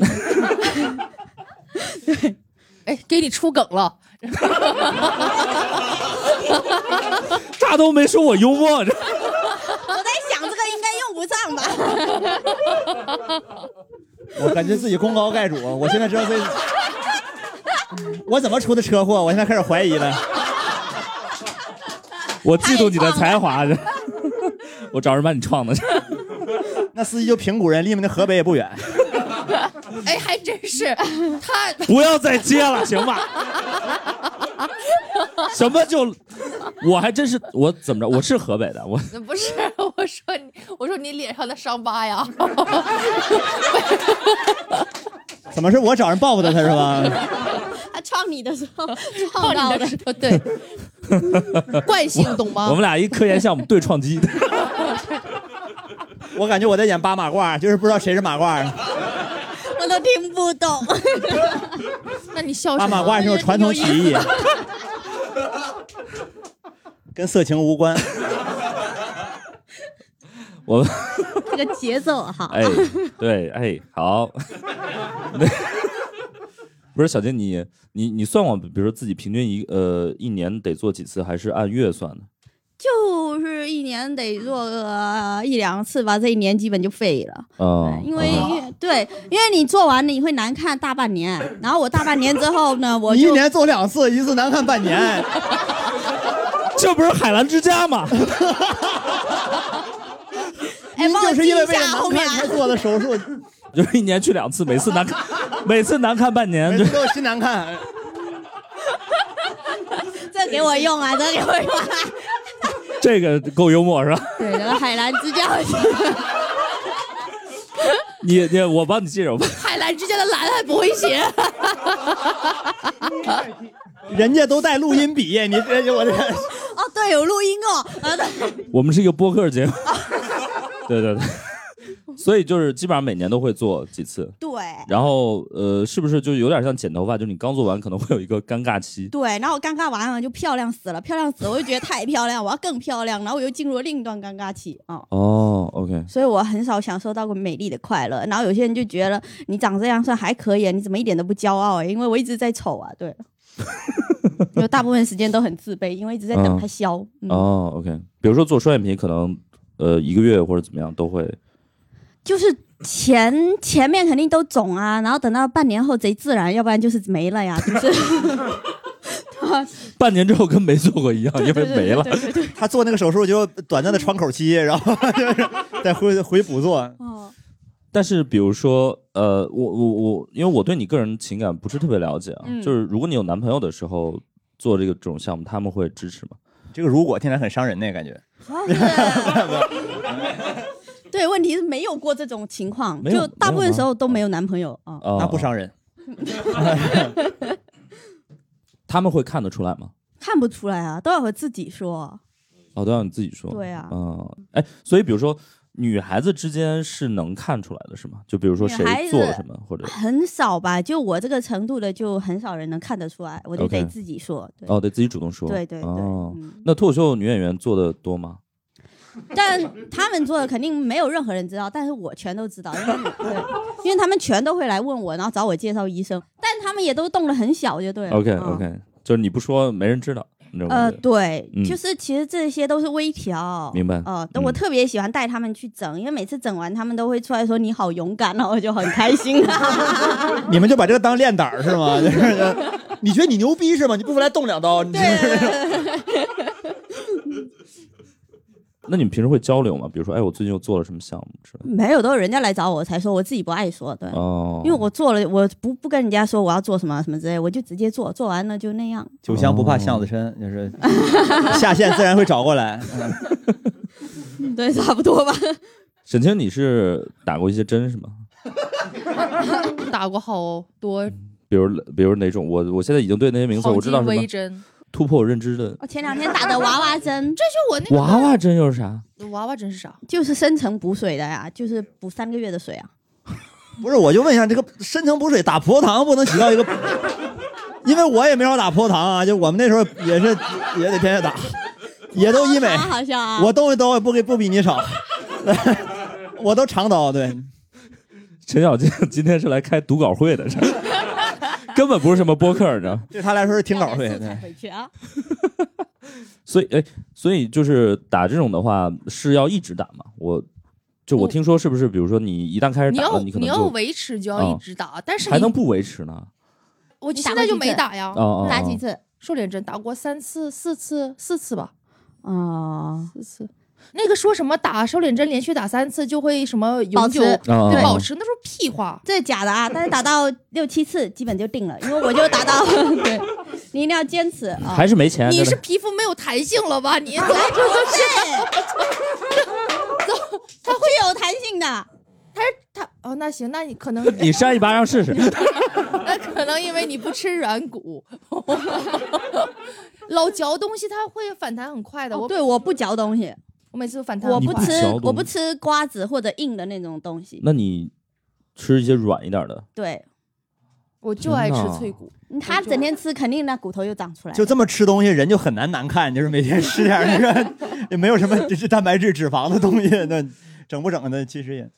Speaker 6: 哎，给你出梗了，
Speaker 1: 大都没说我幽默，这
Speaker 5: (laughs) 我在想这个应该用不上吧？
Speaker 4: 我感觉自己功高盖主，啊我现在知道自己，我怎么出的车祸？我现在开始怀疑了。
Speaker 1: 我嫉妒你的才华，这 (laughs) 我找人把你创的。
Speaker 4: (laughs) 那司机就平谷人，离我们的河北也不远。
Speaker 6: 哎，还真是他
Speaker 1: (laughs) 不要再接了，行吧？
Speaker 5: (laughs)
Speaker 1: 什么就，我还真是我怎么着？我是河北 (laughs) 的，我
Speaker 6: (laughs) 不是我说你，我说你脸上的伤疤呀，
Speaker 4: 怎么是我找人报复的他是吧？ (laughs)
Speaker 6: (laughs)
Speaker 5: 他撞你的时候
Speaker 6: 碰
Speaker 5: 撞到
Speaker 6: 你
Speaker 5: 的
Speaker 6: 的，石头，对，惯性懂吗？
Speaker 1: 我们俩一科研项目对创机，
Speaker 4: (laughs) 我感觉我在演八马褂，就是不知道谁是马褂。
Speaker 5: (laughs) 我都听不懂。
Speaker 6: (laughs) 那你笑
Speaker 4: 八
Speaker 6: 什
Speaker 4: 马
Speaker 6: 么？
Speaker 4: 褂是种传统曲艺，跟色情无关。
Speaker 1: (laughs) 我们
Speaker 5: 这个节奏哈，
Speaker 1: 哎对哎好， (laughs) 不是小金你你你算过，比如说自己平均一呃一年得做几次，还是按月算的？
Speaker 5: (laughs) 就是一年得做个一两次吧，这一年基本就废了。
Speaker 1: 啊，
Speaker 5: 因为因为对，因为你做完了你会难看大半年，然后我大半年之后呢，我
Speaker 4: 你一
Speaker 5: 就
Speaker 4: 年做两次，一次难看半年。
Speaker 1: (laughs) 这不是海澜之家吗？
Speaker 5: (laughs) 哎，
Speaker 4: 您
Speaker 5: 帮我
Speaker 4: 就是
Speaker 5: 记
Speaker 4: 因为为
Speaker 5: 一
Speaker 4: 了
Speaker 5: 下后
Speaker 4: 难
Speaker 5: 面
Speaker 4: 看
Speaker 5: (laughs)
Speaker 4: 才做的手术，
Speaker 1: 就是一年去两次，每次难
Speaker 5: (laughs)
Speaker 1: 看，每次难看半年
Speaker 4: 每
Speaker 1: 就
Speaker 4: 次。都有新难看。
Speaker 5: 这给我用啊，这给我用啊，
Speaker 1: 这个够幽默是吧？
Speaker 5: 对，然后海澜之家，
Speaker 1: 你你我帮你记着吧。
Speaker 6: (laughs) 海澜之间的澜还不会写，
Speaker 4: 人家都带录音笔，你这我这
Speaker 5: (laughs) 哦，对，有录音哦，啊，对
Speaker 1: 我们是一个播客
Speaker 5: (laughs)
Speaker 1: 节目，对对对，所以就是基本上每年都会做几次。
Speaker 5: 对。
Speaker 1: 然后呃，是不是就有点像剪头发？就是你刚做完可能会有一个尴尬期。
Speaker 5: 对，然后我尴尬完了就漂亮死了，漂亮死了，我就觉得太漂亮，我要更漂亮，然后我又进入了另一段尴尬期啊、
Speaker 1: 哦，OK，
Speaker 5: 所以我很少享受到过美丽的快乐。然后有些人就觉得你长这样算还可以，你怎么一点都不骄傲、啊？因为我一直在丑啊，
Speaker 1: (laughs)
Speaker 5: 对，有大部分时间都很自卑，因为一直在等它消。嗯
Speaker 1: 哦，OK，比如说做双眼皮，可能呃一个月或者怎么样都会。
Speaker 5: 就是前前面肯定都肿啊，然后等到半年后贼自然，要不然就是没了呀，就是。
Speaker 1: 半年之后跟没做过一样，因为没了。
Speaker 5: 对对，
Speaker 4: 他做那个手术就短暂的窗口期，然后就是 (laughs) 再回回补做。
Speaker 5: 哦，
Speaker 1: 但是比如说，呃，我我我，因为我对你个人情感不是特别了解啊，
Speaker 5: 嗯
Speaker 1: 就是如果你有男朋友的时候做这个这种项目，他们会支持吗？
Speaker 4: 这个如果听起来很伤人那感觉，
Speaker 5: (laughs) 对，问题是没有过这种情况，
Speaker 1: 没有
Speaker 5: 就大部
Speaker 1: 没有
Speaker 5: 分
Speaker 1: 吗
Speaker 5: 时候都没有男朋友啊。
Speaker 1: 啊、
Speaker 4: (laughs) 那不伤人。
Speaker 1: 他们会看得出来吗？
Speaker 5: (laughs) 看不出来啊，都要和自己说。
Speaker 1: 哦，都让你自己说。
Speaker 5: 对啊
Speaker 1: 嗯，哎，所以比如说女孩子之间是能看出来的，是吗？就比如说谁
Speaker 5: 女孩子
Speaker 1: 做了什么，或者
Speaker 5: 很少吧，就我这个程度的，就很少人能看得出来，我就
Speaker 1: OK
Speaker 5: 得自己说。对
Speaker 1: 哦，得自己主动说。
Speaker 5: 对对对，
Speaker 1: 哦，
Speaker 5: 嗯，
Speaker 1: 那脱口秀女演员做的多吗？
Speaker 5: 但他们做的肯定没有任何人知道，但是我全都知道，因为对，因为他们全都会来问我，然后找我介绍医生，但他们也都动得很小，就对了。
Speaker 1: OK
Speaker 5: 嗯
Speaker 1: OK，、就是你不说，没人知道，你知道吗？
Speaker 5: 呃，对，
Speaker 1: 嗯
Speaker 5: 就是其实这些都是微调，
Speaker 1: 明白
Speaker 5: 呃，
Speaker 1: 嗯
Speaker 5: 但我特别喜欢带他们去整，因为每次整完，他们都会出来说你好勇敢哦，我就很开心。啊
Speaker 1: (laughs)
Speaker 4: 你们就把这个当练胆儿是吗？ (laughs) 就是你觉得你牛逼是吗？你不服来动两刀，你就是那种
Speaker 1: 那你们平时会交流吗？比如说，哎，我最近又做了什么项目之类的？
Speaker 5: (laughs) 没有，都是人家来找我才说，我自己不爱说，对，
Speaker 1: 哦，
Speaker 5: 呃因为我做了，我不不跟人家说我要做什么什么之类，我就直接做，做完了就那样。
Speaker 4: 酒香不怕巷子深，就是 (laughs) 下线自然会找过来。嗯
Speaker 5: 嗯 (laughs) 对，差
Speaker 6: (laughs)
Speaker 5: 不 (laughs) 多吧。
Speaker 1: 沈清，你是打过一些针是吗？
Speaker 3: 打过好多
Speaker 1: 比如，比如哪种？我我现在已经对那些名词
Speaker 3: 黄
Speaker 1: 我知道
Speaker 3: 金
Speaker 1: 什么
Speaker 3: 微针，
Speaker 1: 突破我认知的
Speaker 5: 我哦前两天打的娃
Speaker 1: (laughs)
Speaker 5: 娃针，
Speaker 3: 这是我那
Speaker 1: 娃娃针又是啥？
Speaker 3: 个娃娃针是啥？
Speaker 5: 就是深层补水的呀，就是补三个月的水啊。
Speaker 4: 不是，我就问一下，这个深层补水打葡萄糖不能起到
Speaker 5: (laughs)
Speaker 4: 一个，因为我也没少打葡萄糖啊，就我们那时候也是也得天天打，也都医美
Speaker 5: 啊，，好像啊，
Speaker 4: 我动一刀也不给不比你
Speaker 5: (laughs)
Speaker 4: 少，我都长刀，对，
Speaker 1: 陈小静今天是来开读稿会的，这 (laughs) 根本不是什么播客，你知道吗？
Speaker 4: 对他来说是听稿费，
Speaker 5: 素材
Speaker 4: 对。
Speaker 5: 回去啊。
Speaker 1: 所以，哎，所以就是打这种的话是要一直打吗？我就我
Speaker 3: 不
Speaker 1: 听说是不是，比如说你一旦开始
Speaker 3: 你
Speaker 1: 打
Speaker 3: 要
Speaker 1: 了，可能
Speaker 3: 要
Speaker 1: 就
Speaker 3: 维持就
Speaker 1: 啊
Speaker 3: 要一直打，但是
Speaker 1: 还能
Speaker 3: 你啊
Speaker 1: 不维持呢？
Speaker 3: 我
Speaker 5: 你打
Speaker 3: 现
Speaker 5: 过
Speaker 3: 在就
Speaker 5: 几
Speaker 3: 没
Speaker 5: 次
Speaker 3: 打呀
Speaker 1: 啊。啊，
Speaker 2: 打
Speaker 1: 啊
Speaker 2: 几？次？
Speaker 3: 瘦脸针打过三次、四次、四次吧，
Speaker 5: 哦，
Speaker 3: 四次。那个说什么打瘦脸针连续打三次就会什么
Speaker 5: 保
Speaker 3: 永
Speaker 5: 持
Speaker 3: 久
Speaker 1: 啊啊
Speaker 3: 对
Speaker 1: 啊
Speaker 3: 保持，那是屁话。
Speaker 5: 这是假的啊，但是打到六七次基本就定了，因为我就打到， (laughs) 对，你一定要坚持啊。
Speaker 1: 还是没钱？
Speaker 3: 你
Speaker 1: 真的
Speaker 3: 是 (laughs) 皮肤没有弹性了吧？你 (laughs)
Speaker 5: 它会有弹性的，
Speaker 3: 他哦，那行，那你可能
Speaker 1: (laughs) 你扇一巴掌
Speaker 3: (laughs)
Speaker 1: 试试。
Speaker 3: 那 (laughs) 可能因为你不吃软骨， (laughs) 老嚼东西它会反弹很快的。我
Speaker 5: 哦对，我不嚼东西，
Speaker 3: 我每次都反弹
Speaker 5: 我
Speaker 3: 很
Speaker 1: 你
Speaker 3: 快，
Speaker 5: 不
Speaker 1: 不
Speaker 5: 吃
Speaker 1: 嚼东西
Speaker 5: 我不吃瓜子或者硬的那种东西。
Speaker 1: 那你吃一些软一点的，
Speaker 5: 对嗯
Speaker 3: 我就爱吃
Speaker 1: 天哪
Speaker 3: 脆骨。
Speaker 5: 他整天吃，肯定那骨头又长出来了。
Speaker 4: 就这么吃东西，人就很难难看，就是每天吃点那
Speaker 5: (laughs)
Speaker 4: 个也没有什么就是蛋白质、脂肪的东西，那整不整的其实也，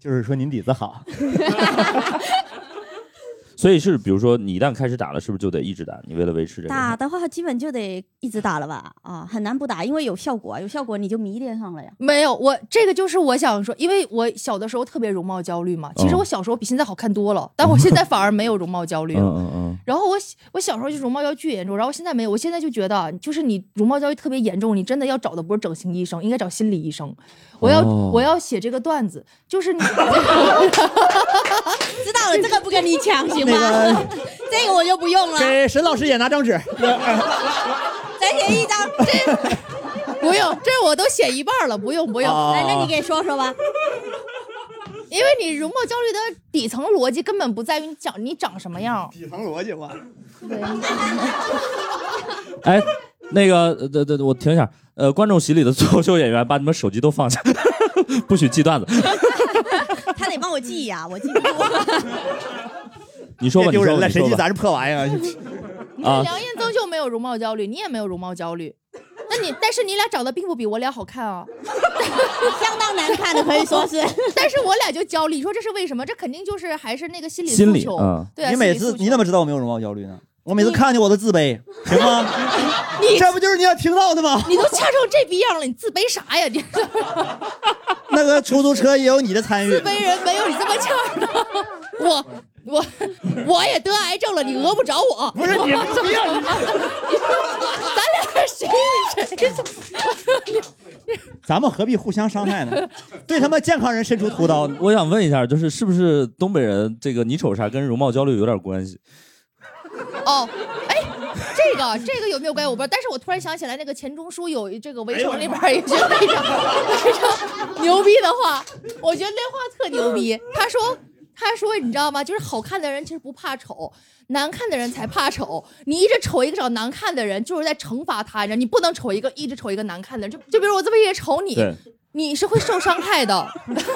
Speaker 4: 就是说您底子好，
Speaker 1: (laughs) 所以是比如说你一旦开始打了，是不是就得一直打？你为了维持这个
Speaker 5: 打的话，基本就得一直打了吧？啊，很难不打，因为有效果，有效果你就迷恋上了呀。
Speaker 3: 没有，我这个就是我想说，因为我小的时候特别容貌焦虑嘛。其实
Speaker 1: 嗯
Speaker 3: 我小时候比现在好看多了，但我现在反而没有容貌焦虑
Speaker 1: (laughs) 嗯
Speaker 3: 了。
Speaker 1: 嗯
Speaker 5: (laughs)
Speaker 1: 嗯，
Speaker 3: (laughs) 然后我小我小时候就容貌焦虑巨严重，然后现在没有，我现在就觉得，就是你容貌焦虑特别严重，你真的要找的不是整形医生，应该找心理医生。我要、
Speaker 1: 哦
Speaker 3: 我要写这个段子，就是
Speaker 5: (laughs)
Speaker 3: 你 (laughs)
Speaker 5: 知道了，这个不跟你抢行吗？
Speaker 4: 那个
Speaker 5: (laughs) 这个我就不用了，
Speaker 4: 给沈老师也拿张纸，
Speaker 5: 再写一张。这
Speaker 3: 不用，这我都写一半了，不用不用，
Speaker 4: 啊
Speaker 5: 来，那你给说说吧。
Speaker 3: 因为你容貌焦虑的底层逻辑根本不在于你长你长什么样，
Speaker 4: 底层逻辑嘛。
Speaker 1: 哎，那个，呃对对，对我停一下。呃，观众席里的脱口秀演员，把你们手机都放下， (laughs) 不许记段子。
Speaker 5: (laughs) 他得帮我记呀、我记不住。
Speaker 1: 你说吧，
Speaker 4: 别丢
Speaker 1: 你说
Speaker 4: 人
Speaker 1: 吧，
Speaker 4: 了，
Speaker 1: 你
Speaker 4: 谁
Speaker 1: 说
Speaker 4: 记
Speaker 1: 吧。
Speaker 4: 咱这破玩意儿？
Speaker 1: 啊，
Speaker 3: 梁彦增就没有容貌焦虑，你也没有容貌焦虑。那你但是你俩长得并不比我俩好看啊， (laughs)
Speaker 5: 相当难看的，可以说是。
Speaker 3: 但是我俩就焦虑，你说这是为什么？这肯定就是还是那个心理
Speaker 1: 心
Speaker 3: 诉
Speaker 1: 理
Speaker 3: 求，
Speaker 1: 嗯
Speaker 3: 对啊，
Speaker 4: 你每
Speaker 3: 心理
Speaker 4: 次
Speaker 3: 诉求
Speaker 4: 你怎么知道我没有容貌焦虑呢？我每次看见我都自卑，行吗？这不就是你要听到的吗？
Speaker 3: 你都掐成这逼样了，你自卑啥呀？你
Speaker 4: 那个出租车也有你的参与，
Speaker 3: 卑人没有你这么欠儿的。我
Speaker 6: 我我也得癌症了，你讹不着我。
Speaker 8: 不是你们不要你
Speaker 3: 啊
Speaker 6: 咱俩谁比谁惨？
Speaker 4: 咱们何必互相伤害呢？ (laughs) 对他妈健康人伸出屠刀，
Speaker 1: 我想问一下，就是是不是东北人这个你瞅啥跟容貌焦虑有点关系？
Speaker 6: 哦，哎，这个这个有没有关系我不知道，但是我突然想起来，那个钱钟书有这个《围城》里边儿有一句非常非常牛逼的话，我觉得那话特牛逼。他说他说你知道吗？就是好看的人其实不怕丑，难看的人才怕丑。你一直瞅一个找难看的人，就是在惩罚他，你知道你不能瞅一个一直瞅一个难看的人。就就比如我这么一直瞅你，
Speaker 1: 对，
Speaker 6: 你是会受伤害的，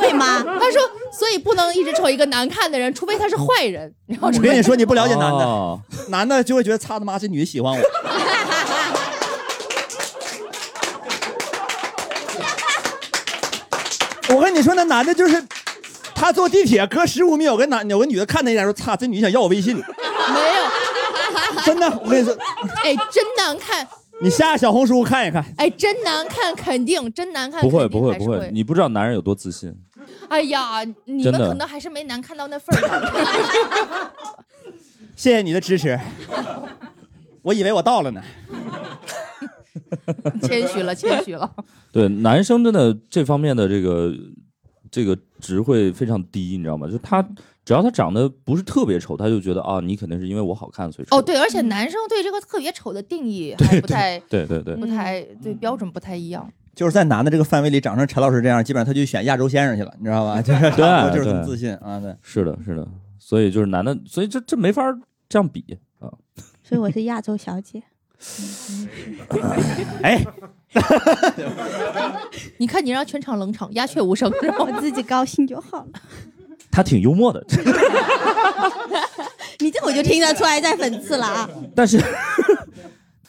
Speaker 6: 会吗？他说，所以不能一直瞅一个难看的人，除非他是坏人。然后
Speaker 4: 我跟你说，你不了解男的，
Speaker 1: 哦
Speaker 4: (laughs) 男的就会觉得操他妈这女的喜欢我。 (laughs) 我跟你说，那男的就是他坐地铁隔十五米有个男有个女的看他一眼说：“操，这女的想要我微信。
Speaker 6: 没有，”
Speaker 4: 真的，我跟你说，
Speaker 6: 哎，真难看，
Speaker 4: 你下小红书看一看。
Speaker 6: 哎，真难看，肯定真难看，
Speaker 1: 不会
Speaker 6: 肯定
Speaker 1: 不会
Speaker 6: 还是
Speaker 1: 不会，你不知道男人有多自信。
Speaker 6: 哎呀，你
Speaker 1: 真
Speaker 6: 们
Speaker 1: 的
Speaker 6: 可能还是没难看到那份儿上。
Speaker 1: (laughs)
Speaker 4: 谢谢你的支持，我以为我到了呢。
Speaker 3: 谦虚了，谦虚了。
Speaker 1: 对，男生真的这方面的这个这个值会非常低，你知道吗？就他只要他长得不是特别丑，他就觉得啊，你肯定是因为我好看所以丑。
Speaker 3: 哦，对，而且男生对这个特别丑的定义还不太、
Speaker 1: (laughs) 对对
Speaker 4: (laughs)
Speaker 1: 对，
Speaker 3: 不太
Speaker 5: 嗯
Speaker 3: 对标准不太一样。
Speaker 4: 就是在男的这个范围里，长成陈老师这样，基本上他就选亚洲先生去了，你知道吧？就是差不多就是这么自信啊，对。
Speaker 1: 是的，是的。所以就是男的，所以这这没法这样比啊。
Speaker 5: 所以我是亚洲小姐。
Speaker 4: 哎，
Speaker 3: 你看，你让全场冷场，鸦雀无
Speaker 5: (laughs)
Speaker 3: 声，然后
Speaker 5: 我自己高兴就好了。
Speaker 1: 他挺幽默的，
Speaker 5: 你这我就听得出来在讽刺了啊！
Speaker 1: 但是，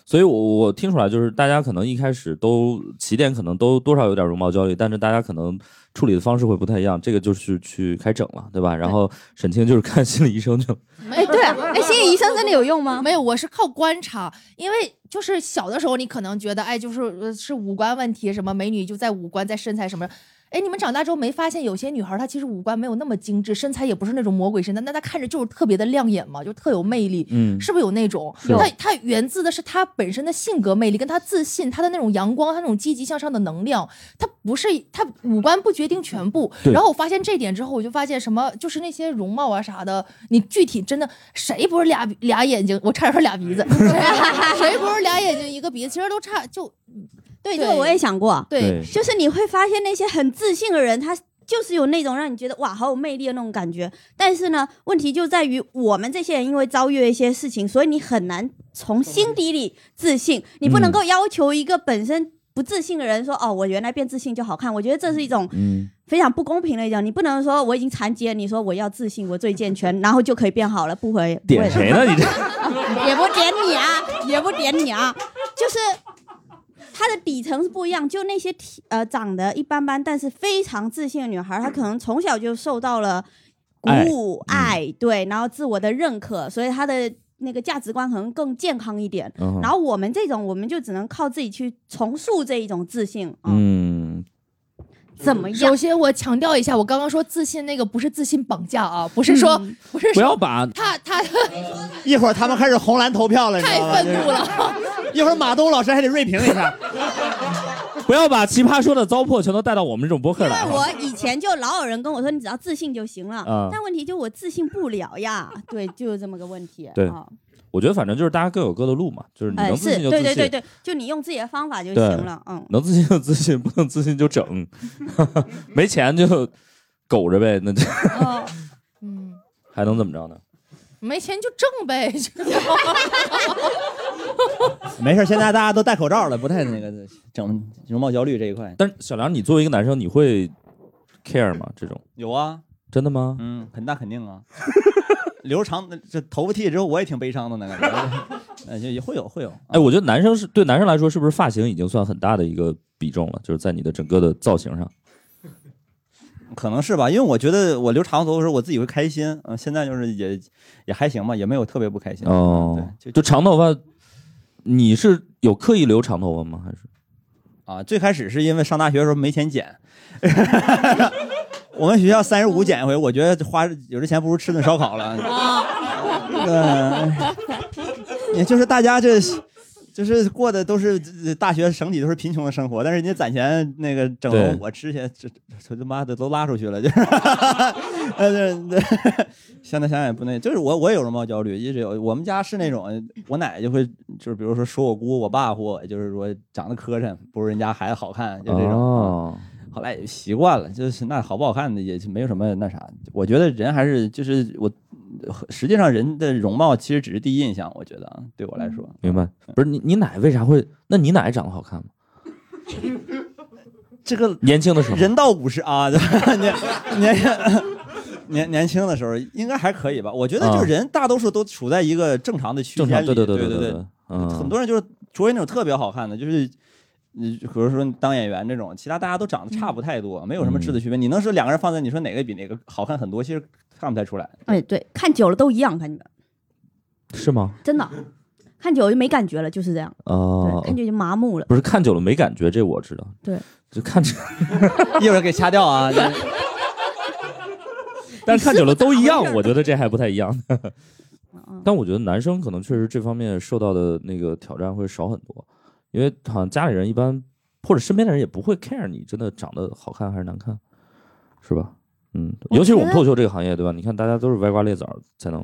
Speaker 1: 所以我我听出来，就是大家可能一开始都起点可能都多少有点容貌焦虑，但是大家可能处理的方式会不太一样，这个就是去开整了，对吧？然后沈清就是看心理医生就，
Speaker 5: 哎，对啊，哎，心理医生真的有用吗？
Speaker 3: 没有，我是靠观察，因为就是小的时候你可能觉得，哎，就是呃是五官问题，什么美女就在五官在身材什么。哎，你们长大之后没发现有些女孩她其实五官没有那么精致，身材也不是那种魔鬼身材，但她看着就是特别的亮眼嘛，就特有魅力。
Speaker 1: 嗯
Speaker 3: 是不是有那种？
Speaker 1: 有
Speaker 3: 她她源自的是她本身的性格魅力，跟她自信，她的那种阳光，她那种积极向上的能量。她不是她五官不决定全部。
Speaker 1: 对
Speaker 3: 然后我发现这点之后，我就发现什么就是那些容貌啊啥的，你具体真的谁不是俩鼻俩眼睛？我差点说俩鼻子，谁不是俩眼睛一个鼻子？其实都差就
Speaker 5: 对，这
Speaker 3: 对
Speaker 5: 个我也想过，
Speaker 3: 对。
Speaker 5: 就是你会发现那些很自信的人，他就是有那种让你觉得哇好有魅力的那种感觉。但是呢，问题就在于我们这些人因为遭遇了一些事情，所以你很难从心底里自信。你不能够要求一个本身不自信的人说、哦，我原来变自信就好看。我觉得这是一种
Speaker 1: 嗯，
Speaker 5: 非常不公平的一种，你不能说我已经残疾了，你说我要自信，我最健全，然后就可以变好了，不会不会 (laughs)
Speaker 1: 点谁呢？你这
Speaker 5: 也不点你啊，也不点你啊，就是它的底层是不一样。就那些体呃长得一般般，但是非常自信的女孩，她可能从小就受到了鼓舞、
Speaker 1: 哎
Speaker 5: 爱
Speaker 1: 嗯
Speaker 5: 对，然后自我的认可，所以她的那个价值观可能更健康一点。
Speaker 1: 嗯
Speaker 5: 然后我们这种，我们就只能靠自己去重塑这一种自信啊、
Speaker 1: 嗯，
Speaker 5: 怎么样
Speaker 3: 首？先，我强调一下，我刚刚说自信那个不是自信绑架啊，不是说、不是
Speaker 1: 不
Speaker 3: 说
Speaker 1: 要把
Speaker 3: 他他
Speaker 4: 一会儿他们开始红蓝投票了，你知
Speaker 6: 太
Speaker 4: 道吧？
Speaker 6: 愤怒了，
Speaker 4: (laughs) 一会儿马东老师还得锐评一下。
Speaker 1: 不要把奇葩说的糟粕全都带到我们这种播客
Speaker 5: 因为
Speaker 1: 来。啊
Speaker 5: 我以前就老有人跟我说，你只要自信就行了。
Speaker 1: 嗯
Speaker 5: 但问题就我自信不了呀，对，就是这么个问题。
Speaker 1: 对
Speaker 5: 啊
Speaker 1: 我觉得反正就是大家各有各的路嘛，就是你
Speaker 5: 哎，
Speaker 1: 能自
Speaker 5: 是
Speaker 1: 信就自
Speaker 5: 对
Speaker 1: 信，
Speaker 5: 对对对，就你用自己的方法就
Speaker 1: 对
Speaker 5: 行了，嗯。
Speaker 1: 能自信就自信，不能自信就
Speaker 5: (laughs)
Speaker 1: 整，没钱就苟着呗，那就
Speaker 5: 哦，
Speaker 3: 嗯，
Speaker 1: 还能怎么着呢？
Speaker 3: 没钱就挣呗， (laughs) 就
Speaker 4: 没 (laughs) 事，现在大家都戴口罩了，不太那个整容貌焦虑这一块。
Speaker 1: 但是小梁，你作为一个男生，你会 care 吗？这种
Speaker 4: 有啊，
Speaker 1: 真的吗？
Speaker 4: 嗯，很大肯定 (laughs) 啊。留着长这头发剃了之后，我也挺悲伤的呢，感 (laughs) 觉。呃，也也会有会有。
Speaker 1: 哎，我觉得男生是对男生来说，是不是发型已经算很大的一个比重了？就是在你的整个的造型上，
Speaker 4: 可能是吧，因为我觉得我留长头发的时候，我自己会开心。嗯、现在就是也也还行吧，也没有特别不开心。
Speaker 1: 哦，
Speaker 4: 对，就
Speaker 1: 就长头发，你是有刻意留长头发吗？还是
Speaker 4: 啊，最开始是因为上大学的时候没钱剪，我们学校三十五减一回，我觉得花有这钱不如吃顿烧烤了。
Speaker 5: 啊 (laughs)
Speaker 4: 嗯，也就是大家这，就是过的都是呃大学整体都是贫穷的生活，但是人家攒钱那个整
Speaker 1: 对
Speaker 4: 容，我之前这这他妈的都拉出去了，就是，呃，这这现在想想也不那，就是我我也有容貌焦虑，一直有。我们家是那种，我奶奶就会就是比如说说我姑我爸或我就是说长得磕碜，不如人家孩子好看，就这种。嗯
Speaker 1: 哦，
Speaker 4: 后来也习惯了，就是那好不好看的也就没有什么那啥。我觉得人还是就是我，实际上人的容貌其实只是第一印象，我觉得啊，对我来说，
Speaker 1: 明白。不是你你奶为啥会？那你奶长得好看吗？
Speaker 4: 这个
Speaker 1: 年轻的时候，
Speaker 4: 人到五十啊， (laughs) 年年 (laughs) 年年轻的时候应该还可以吧？我觉得就是人大多数都处在一个正常的区
Speaker 1: 啊正
Speaker 4: 间
Speaker 1: 常，
Speaker 4: 里，
Speaker 1: 对
Speaker 4: 对
Speaker 1: 对
Speaker 4: 对
Speaker 1: 对对，嗯，
Speaker 4: 很多人就是除非那种特别好看的，就是。你比如说当演员这种，其他大家都长得差不太
Speaker 1: 嗯
Speaker 4: 多，没有什么质的区别。你能说两个人放在你说哪个比哪个好看很多，其实看不太出来。
Speaker 5: 哎，对，看久了都一样，看你们
Speaker 1: 是吗？
Speaker 5: 真的，看久了就没感觉了，就是这样，
Speaker 1: 哦
Speaker 5: 对，，看久就麻木了。
Speaker 1: 不是看久了没感觉，这我知道。
Speaker 5: 对，
Speaker 1: 就看
Speaker 5: (laughs)
Speaker 1: 着，
Speaker 4: 一会儿给掐掉啊！这
Speaker 1: 但是看久了都一样，我觉得这还不太一样。
Speaker 5: 嗯，
Speaker 1: 但我觉得男生可能确实这方面受到的那个挑战会少很多，因为好像家里人一般或者身边的人也不会 care 你真的长得好看还是难看，是吧？嗯，
Speaker 5: 我
Speaker 1: 尤其是我
Speaker 5: 觉
Speaker 1: 们
Speaker 5: 得
Speaker 1: 脱口秀这个行业，对吧？你看大家都是歪瓜裂枣才能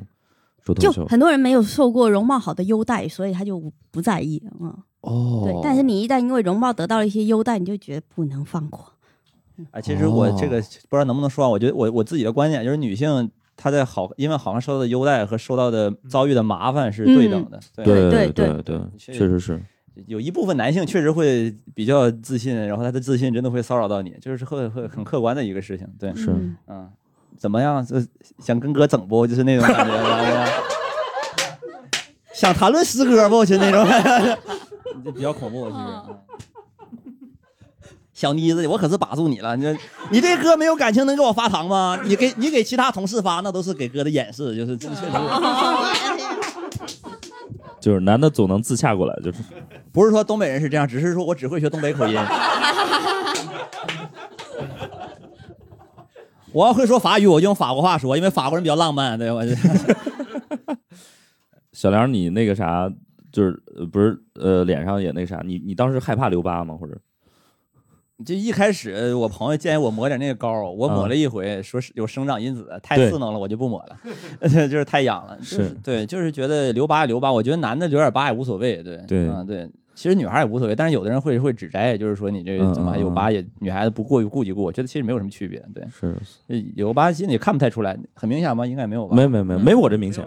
Speaker 1: 说脱
Speaker 5: 就
Speaker 1: 口秀
Speaker 5: 很多人没有受过容貌好的优待，所以他就不不在意，嗯，
Speaker 1: 哦。
Speaker 5: 对。但是你一旦因为容貌得到了一些优待，你就觉得不能放过。嗯
Speaker 4: 啊，其实
Speaker 1: 哦
Speaker 4: 我这个不知道能不能说完。我觉得我我自己的观点就是，女性她在好，因为好像受到的优待和受到的遭遇的麻烦是对等的。对，
Speaker 1: 对
Speaker 5: 嗯对
Speaker 1: 嗯对
Speaker 5: 对
Speaker 1: 对，
Speaker 4: 确
Speaker 1: 确实是，
Speaker 4: 有一部分男性确实会比较自信，然后他的自信真的会骚扰到你，就是会会很客观的一个事情。对，
Speaker 1: 是
Speaker 5: 嗯
Speaker 4: 嗯，怎么样？就想跟哥整不？就是那种感觉然后。想谈论诗歌不？就那种， (laughs) 这比较恐怖，其实。
Speaker 5: 嗯
Speaker 4: 嗯小妮子，我可是把住你了！你这你这歌没有感情，能给我发糖吗？你给你给其他同事发，那都是给哥的掩饰，就是这确实
Speaker 1: 就是男的总能自洽过来，就是
Speaker 4: 不是说东北人是这样，只是说我只会学东北口音。我要会说法语，我就用法国话说，因为法国人比较浪漫，对吧？ (laughs)
Speaker 1: 小梁，你那个啥，就是呃不是呃脸上也那啥，你你当时害怕留疤吗？或者
Speaker 4: 就一开始我朋友建议我抹点那个膏儿，我抹了一回，说是有生长因子，太
Speaker 1: 对
Speaker 4: 刺挠了，我就不抹了， (laughs) 就是太痒了。就是对，就是觉得留疤留疤，我觉得男的留点疤也无所谓，对
Speaker 1: 对
Speaker 4: 嗯对。其实女孩也无所谓，但是有的人会会指摘，就是说你这
Speaker 1: 嗯嗯
Speaker 4: 怎么还有
Speaker 1: 嗯
Speaker 4: 疤也，女孩子不过于顾及顾，我觉得其实没有什么区别。对，呃
Speaker 1: 是
Speaker 4: 有疤其实也看不太出来，很明显吗？应该没有吧？
Speaker 1: 没没没没我这明显，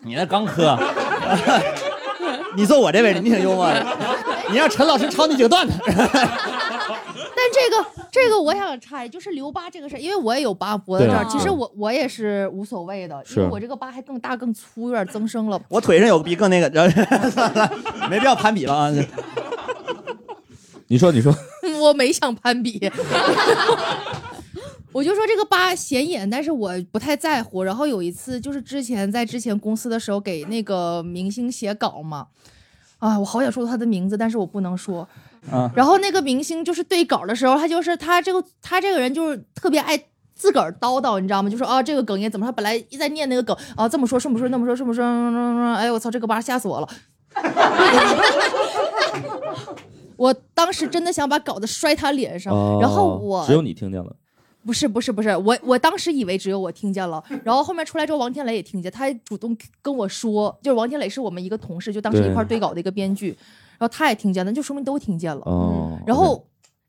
Speaker 4: 你那刚磕，
Speaker 1: (laughs)
Speaker 4: 你坐我这位置，你挺幽默的。你让陈老师抄你几个段子， (laughs)
Speaker 3: 但这个这个我想插一句，就是留疤这个事儿，因为我也有疤脖子这儿，
Speaker 1: 对
Speaker 3: 其实
Speaker 1: 对
Speaker 3: 我我也是无所谓的，因
Speaker 1: 是
Speaker 3: 为我这个疤还更大更粗，有点增生了。
Speaker 4: 我腿上有个比更那个， (laughs) 然后算了，没必要攀比了啊。
Speaker 1: (laughs) 你说你说，
Speaker 3: (laughs) 我没想攀比， (laughs) 我就说这个疤显眼，但是我不太在乎。然后有一次就是之前在之前公司的时候给那个明星写稿嘛，啊，我好想说他的名字，但是我不能说。 (laughs)
Speaker 4: 啊
Speaker 3: 然后那个明星就是对稿的时候，他就是他这个他这个人就是特别爱。自个儿叨叨，你知道吗？就说啊，这个梗也怎么说？他本来一在念那个梗啊，这么说，这么说，那么说，这么说，嗯嗯嗯哎呦，我操，这个疤吓死我了！我当时真的想把稿子摔他脸上，然后
Speaker 1: 哦
Speaker 3: 我
Speaker 1: 只有你听见了，
Speaker 3: 不是不是不是，我我当时以为只有我听见了，然后后面出来之后，王天磊也听见，他还主动跟我说，就是王天磊是我们一个同事，就当时
Speaker 1: 对
Speaker 3: 一块儿对稿的一个编剧，然后他也听见了，就说明都听见了。
Speaker 1: 哦，
Speaker 3: 嗯然后，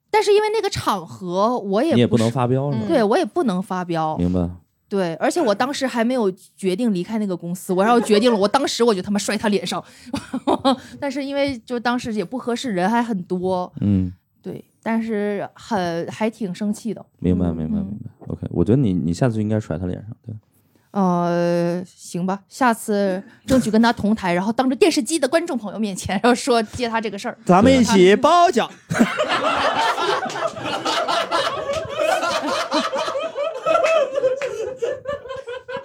Speaker 3: 但是因为那个场合，我也
Speaker 1: 你也不
Speaker 3: 不
Speaker 1: 能
Speaker 3: 是，嗯
Speaker 1: 发飙是吧？
Speaker 3: 对我嗯也不能发飙，
Speaker 1: 明白。
Speaker 3: 对，而且我当时还没有决定离开那个公司，我要决定了，我当时我就他妈摔他脸上， (laughs) 但是因为就当时也不合适，人还很多，
Speaker 1: 嗯，
Speaker 3: 对，但是很还挺生气的。
Speaker 1: 明白明白
Speaker 3: 嗯
Speaker 1: 明白。OK，我觉得你你下次应该甩他脸上，对，
Speaker 3: 呃，行吧，下次争取跟他同台，然后当着电视机的观众朋友面前，然后说接他这个事儿。
Speaker 4: (laughs) 咱们一起包
Speaker 1: (laughs)
Speaker 4: 饺。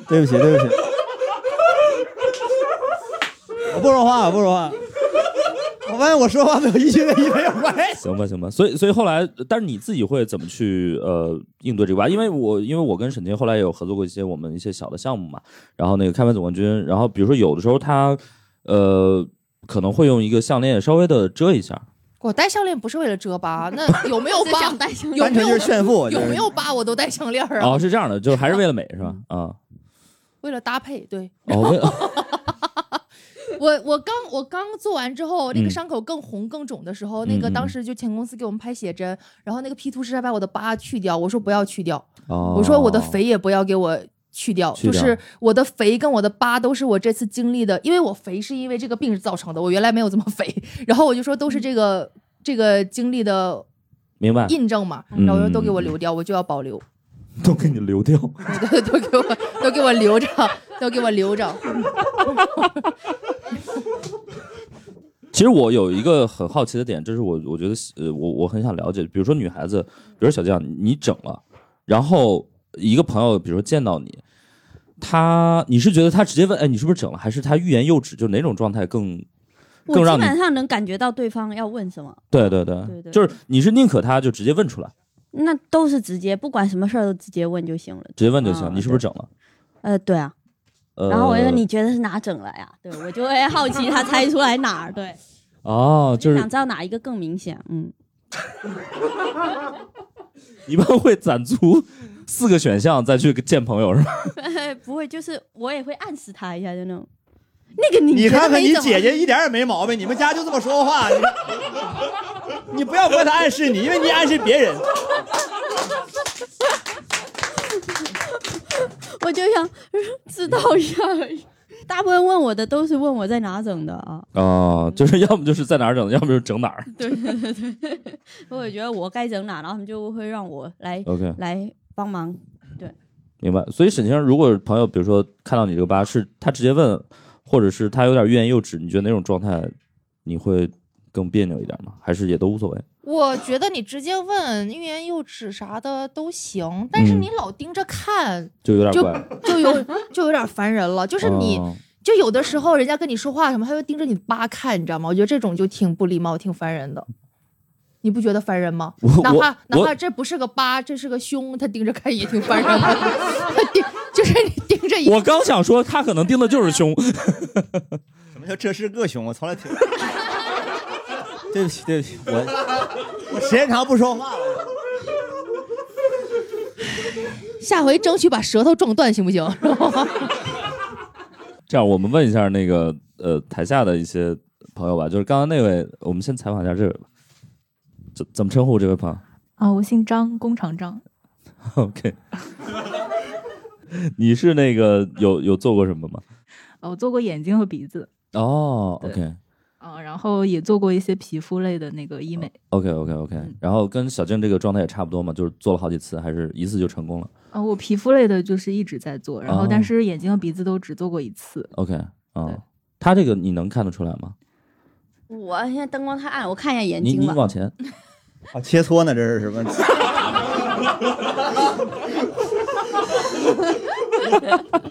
Speaker 4: 对不起，对 (laughs) 不起，我不说话，我不说话，我发现我说话没有一句跟一没有关系。
Speaker 1: 行吧，行吧。所以，所以后来，但是你自己会怎么去呃应对这个吧？因为我因为我跟沈婷后来也有合作过一些我们一些小的项目嘛，然后那个开门总冠军，然后比如说有的时候他呃可能会用一个项链稍微的遮一下，
Speaker 3: 我戴项链不是为了
Speaker 1: (laughs)
Speaker 3: 遮疤，那有没有疤？
Speaker 2: 想戴项
Speaker 3: 有
Speaker 4: 单
Speaker 3: 没
Speaker 4: 纯就
Speaker 3: 有
Speaker 4: 是炫富，
Speaker 3: 有
Speaker 4: 就是
Speaker 3: 没有疤我都戴项链儿啊，
Speaker 1: 哦，是这样的，就是还是为了美是吧？
Speaker 3: (laughs)
Speaker 1: 啊，
Speaker 3: 为了搭配。对
Speaker 1: 哦，为
Speaker 3: 我，我刚我刚做完之后，那
Speaker 1: 嗯
Speaker 3: 个伤口更红更肿的时候，那
Speaker 1: 嗯
Speaker 3: 个
Speaker 1: 嗯嗯
Speaker 3: 当时就前公司给我们拍写真，然后那个 P 图师还把我的疤去掉，我说不要去掉，
Speaker 1: 哦，
Speaker 3: 我说我的肥也不要给我去掉，
Speaker 1: 去掉
Speaker 3: 就是我的肥跟我的疤都是我这次经历的，因为我肥是因为这个病造成的，我原来没有这么肥，然后我就说都是这个、这个经历的
Speaker 1: (laughs) 明白，
Speaker 3: 印证嘛，
Speaker 1: 嗯
Speaker 3: 然后我说都给我留掉，我就要保留，
Speaker 1: 都给你留掉。
Speaker 3: 都都给我 (laughs) 都给我留着，都给我留着。
Speaker 1: 其实我有一个很好奇的点，这是我我觉得呃，我我很想了解，比如说女孩子，比如小将，你整了，然后一个朋友，比如说见到你，他你是觉得他直接问，哎，你是不是整了，还是他欲言又止，就哪种状态更
Speaker 5: 我
Speaker 1: 更让
Speaker 5: 基
Speaker 1: 你
Speaker 5: 本上能感觉到对方要问什么，
Speaker 1: 对对对，
Speaker 5: 对对
Speaker 1: 就是你是宁可他就直接问出来，
Speaker 5: 那都是直接，不管什么事儿都直接问就行了。
Speaker 1: 直接问就行，
Speaker 5: 啊
Speaker 1: 你是不是整了？
Speaker 5: 呃，对啊，
Speaker 1: 呃，
Speaker 5: 然后我就说你觉得是哪整了呀？对我就会好奇他猜出来哪儿，对，
Speaker 1: 哦， (laughs) 就
Speaker 5: 就是想知道哪一个更明显。嗯， (laughs)
Speaker 1: 一般会攒足四个选项再去见朋友是吧？
Speaker 5: 不会，就是我也会暗示他一下，就那种。那个你
Speaker 4: 你
Speaker 5: 觉得
Speaker 4: 看看
Speaker 5: 没
Speaker 4: 你
Speaker 5: 怎么
Speaker 4: 姐姐一点也没毛病，你们家就这么说话。你 (laughs) 看你不要怪她暗示你，因为你暗示别人。
Speaker 5: 我就想 (laughs) 知道一下而已。大部分问我的都是问我在哪整的啊， (laughs)
Speaker 1: 哦，就是要么就是在哪儿整，要么就是整哪儿。
Speaker 5: 对对对对， (laughs) 我觉得我该整哪，然后他们就会让我来
Speaker 1: OK，
Speaker 5: 来帮忙。
Speaker 1: 明白。所以沈先生，如果朋友比如说看到你这个疤，是他直接问，或者是他有点欲言又止，你觉得哪种状态你会更别扭一点吗？还是也都无所谓？
Speaker 3: 我觉得你直接问欲言又止啥的都行，但是
Speaker 1: 嗯
Speaker 3: 你老盯着看，
Speaker 1: 就有点怪。
Speaker 3: 就有就有点烦人了。就是你， (laughs)
Speaker 1: 哦
Speaker 3: 就有的时候人家跟你说话什么，他会盯着你的疤看，你知道吗？我觉得这种就挺不礼貌，挺烦人的。你不觉得烦人吗？
Speaker 1: 我
Speaker 3: 哪
Speaker 1: 我
Speaker 3: 怕哪
Speaker 1: 我
Speaker 3: 怕这不是个疤，这是个胸，他盯着看也挺烦人的。 (laughs) 他盯就是你盯着一
Speaker 1: 我刚想说，他可能盯的就是胸。 (laughs)
Speaker 4: 什么叫这是个熊？我从来听。对不起，对不起，我我时间长不说话了。
Speaker 3: (laughs) 下回争取把舌头撞断行不 (laughs) 行？
Speaker 1: 这样，我们问一下那个呃台下的一些朋友吧，就是刚刚那位，我们先采访一下这位吧。怎怎么称呼这位朋友？
Speaker 8: 啊，我姓张，工厂张。
Speaker 1: (laughs) OK，你是那个有有做过什么吗？
Speaker 8: 呃，我做过眼睛和鼻子，
Speaker 1: 哦
Speaker 8: 对
Speaker 1: ，OK
Speaker 8: 啊，然后也做过一些皮肤类的那个医美。
Speaker 1: OK OK OK，
Speaker 8: 嗯
Speaker 1: 然后跟小静这个状态也差不多嘛，就是做了好几次，还是一次就成功了。
Speaker 8: 啊，我皮肤类的就是一直在做，然后
Speaker 1: 哦
Speaker 8: 但是眼睛和鼻子都只做过一次。
Speaker 1: OK，
Speaker 8: 对
Speaker 1: 嗯，他这个你能看得出来吗？
Speaker 5: 我现在灯光太暗，我看一下眼
Speaker 1: 你
Speaker 5: 睛
Speaker 1: 你
Speaker 5: 吧。
Speaker 1: 往前，
Speaker 4: (laughs) 啊，切磋呢，这是什么？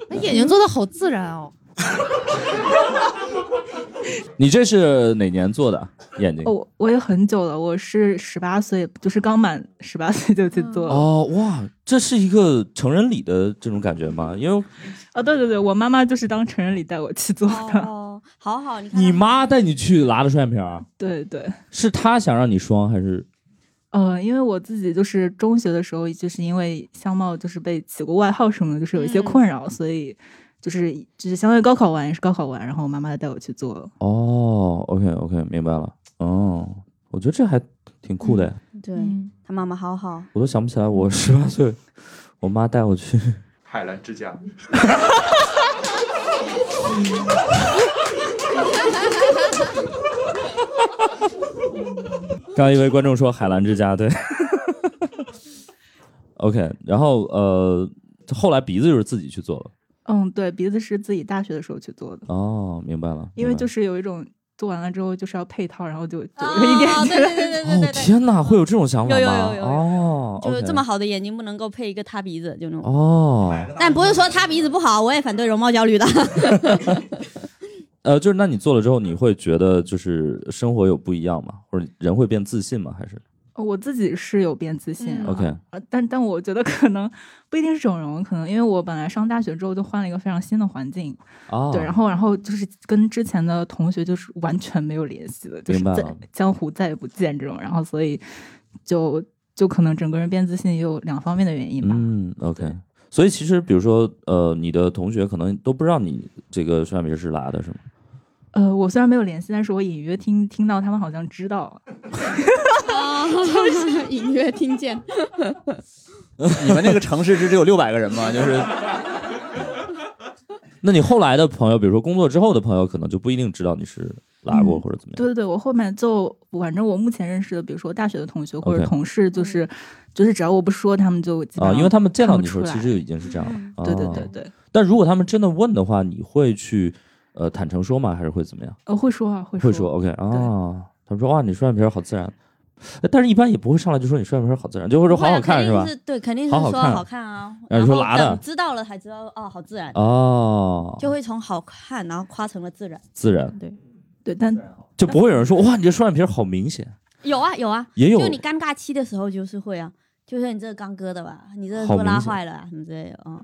Speaker 3: 那眼睛做的好自然哦。
Speaker 1: 你这是哪年做的啊眼睛？
Speaker 8: 哦，我也很久了，我是十八岁，就是刚满十八岁就去做
Speaker 5: 嗯
Speaker 8: 了。
Speaker 1: 哦哇，这是一个成人礼的这种感觉吗？因为
Speaker 8: 哦，对对对，我妈妈就是当成人礼带我去做的。
Speaker 5: 哦，好好，你看
Speaker 1: 你
Speaker 5: 他
Speaker 1: 妈带你去拉的双眼皮儿，
Speaker 8: (laughs)
Speaker 1: 啊
Speaker 8: 对对，
Speaker 1: 是她想让你双还是？
Speaker 8: 呃，因为我自己就是中学的时候，就是因为相貌就是被起过外号什么的，就是有一些
Speaker 3: 嗯
Speaker 8: 困扰，所以就是就是相当于高考完也是高考完，然后我妈妈带我去做了。
Speaker 1: 哦，OK OK，明白了。哦，我觉得这还挺酷
Speaker 5: 嗯
Speaker 1: 的，
Speaker 5: 对他妈妈好好，
Speaker 1: 我都想不起来我十八岁，我妈带我去。
Speaker 7: 海澜
Speaker 4: (laughs)
Speaker 7: 之家。
Speaker 1: 刚刚一位观众说海澜之家，对。OK，然后呃，后来鼻子就是自己去做了。
Speaker 8: 嗯，对，鼻子是自己大学的时候去做的，
Speaker 1: 哦，明白了。
Speaker 8: 因为就是是有一种做完了之后就是要配套，然后就就有一点觉得
Speaker 1: 哦，天哪，会有这种想法吗？
Speaker 5: 有有有有有
Speaker 1: 哦，
Speaker 5: 就是
Speaker 1: OK
Speaker 5: 这么好的眼睛不能够配一个塌鼻子，就那种。
Speaker 1: 哦。 (laughs)
Speaker 5: 但不是说塌鼻子不好，我也反对容貌焦虑的。
Speaker 1: 呃，就是那你做了之后，你会觉得就是生活有不一样吗？或者人会变自信吗？还是
Speaker 8: 我自己是有变自信
Speaker 3: 嗯
Speaker 8: 了、
Speaker 1: OK
Speaker 8: 呃但但我觉得可能不一定是整容，可能因为我本来上大学之后就换了一个非常新的环境，
Speaker 1: 啊？
Speaker 8: 对，然后然后就是跟之前的同学就是完全没有联系了，就是
Speaker 1: 明白
Speaker 8: 在
Speaker 1: 了
Speaker 8: 江湖再也不见这种，然后所以就就可能整个人变自信也有两方面的原因吧。
Speaker 1: 嗯，OK。所以其实，比如说，呃，你的同学可能都不知道你这个双眼皮是拉的，是吗？
Speaker 8: 呃，我虽然没有联系，但是我隐约听听到他们好像知道， (laughs)
Speaker 6: 哦 (laughs) 隐约听见。
Speaker 4: 你们那个城市是只有六百个人吗？就是
Speaker 1: 那你后来的朋友，比如说工作之后的朋友，可能就不一定知道你是拉过
Speaker 8: 嗯
Speaker 1: 或者怎么样。
Speaker 8: 对对对，我后面就反正我目前认识的，比如说大学的同学或者
Speaker 1: OK
Speaker 8: 同事，就是就是只要我不说，他们就基本
Speaker 1: 啊，
Speaker 8: 上
Speaker 1: 因为他们见到
Speaker 8: 看
Speaker 1: 你
Speaker 8: 不
Speaker 1: 的时候，
Speaker 8: 出
Speaker 1: 其
Speaker 8: 来
Speaker 1: 实就已经是这样了。
Speaker 8: 对对
Speaker 1: 啊
Speaker 8: 对。对，
Speaker 1: 但如果他们真的问的话，你会去呃坦诚说吗？还是会怎么样？
Speaker 8: 呃会说啊会
Speaker 1: 会
Speaker 8: 说
Speaker 1: 说 OK 啊？他们说哇，你双眼皮儿好自然，呃但是一般也不会上来就说你双眼皮儿好自然，就会说好好看是吧？
Speaker 5: 对，啊肯定是
Speaker 1: 好好
Speaker 5: 说
Speaker 1: 看
Speaker 5: 好看啊。
Speaker 1: 然后
Speaker 5: 然
Speaker 1: 你说
Speaker 5: 后
Speaker 1: 拉的
Speaker 5: 等知道了才知道哦，好自然，
Speaker 1: 哦，
Speaker 5: 就会从好看然后夸成了自然。
Speaker 1: 自然
Speaker 8: 对，但
Speaker 1: 就不会有人说哇，你这双眼皮儿好明显，
Speaker 5: 有啊有啊，
Speaker 1: 也有
Speaker 5: 就你尴尬期的时候就是会啊，就是你这个刚割的吧，你这个
Speaker 1: 好
Speaker 5: 是不是拉
Speaker 1: 明显
Speaker 5: 坏了啊什么之类的，嗯，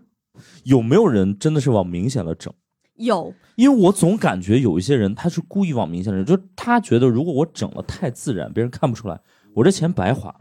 Speaker 1: 有没有人真的是往明显了整？
Speaker 5: 有
Speaker 1: 因为我总感觉有一些人他是故意往明显了整，就是他觉得如果我整了太自然，别人看不出来，我这钱白花了。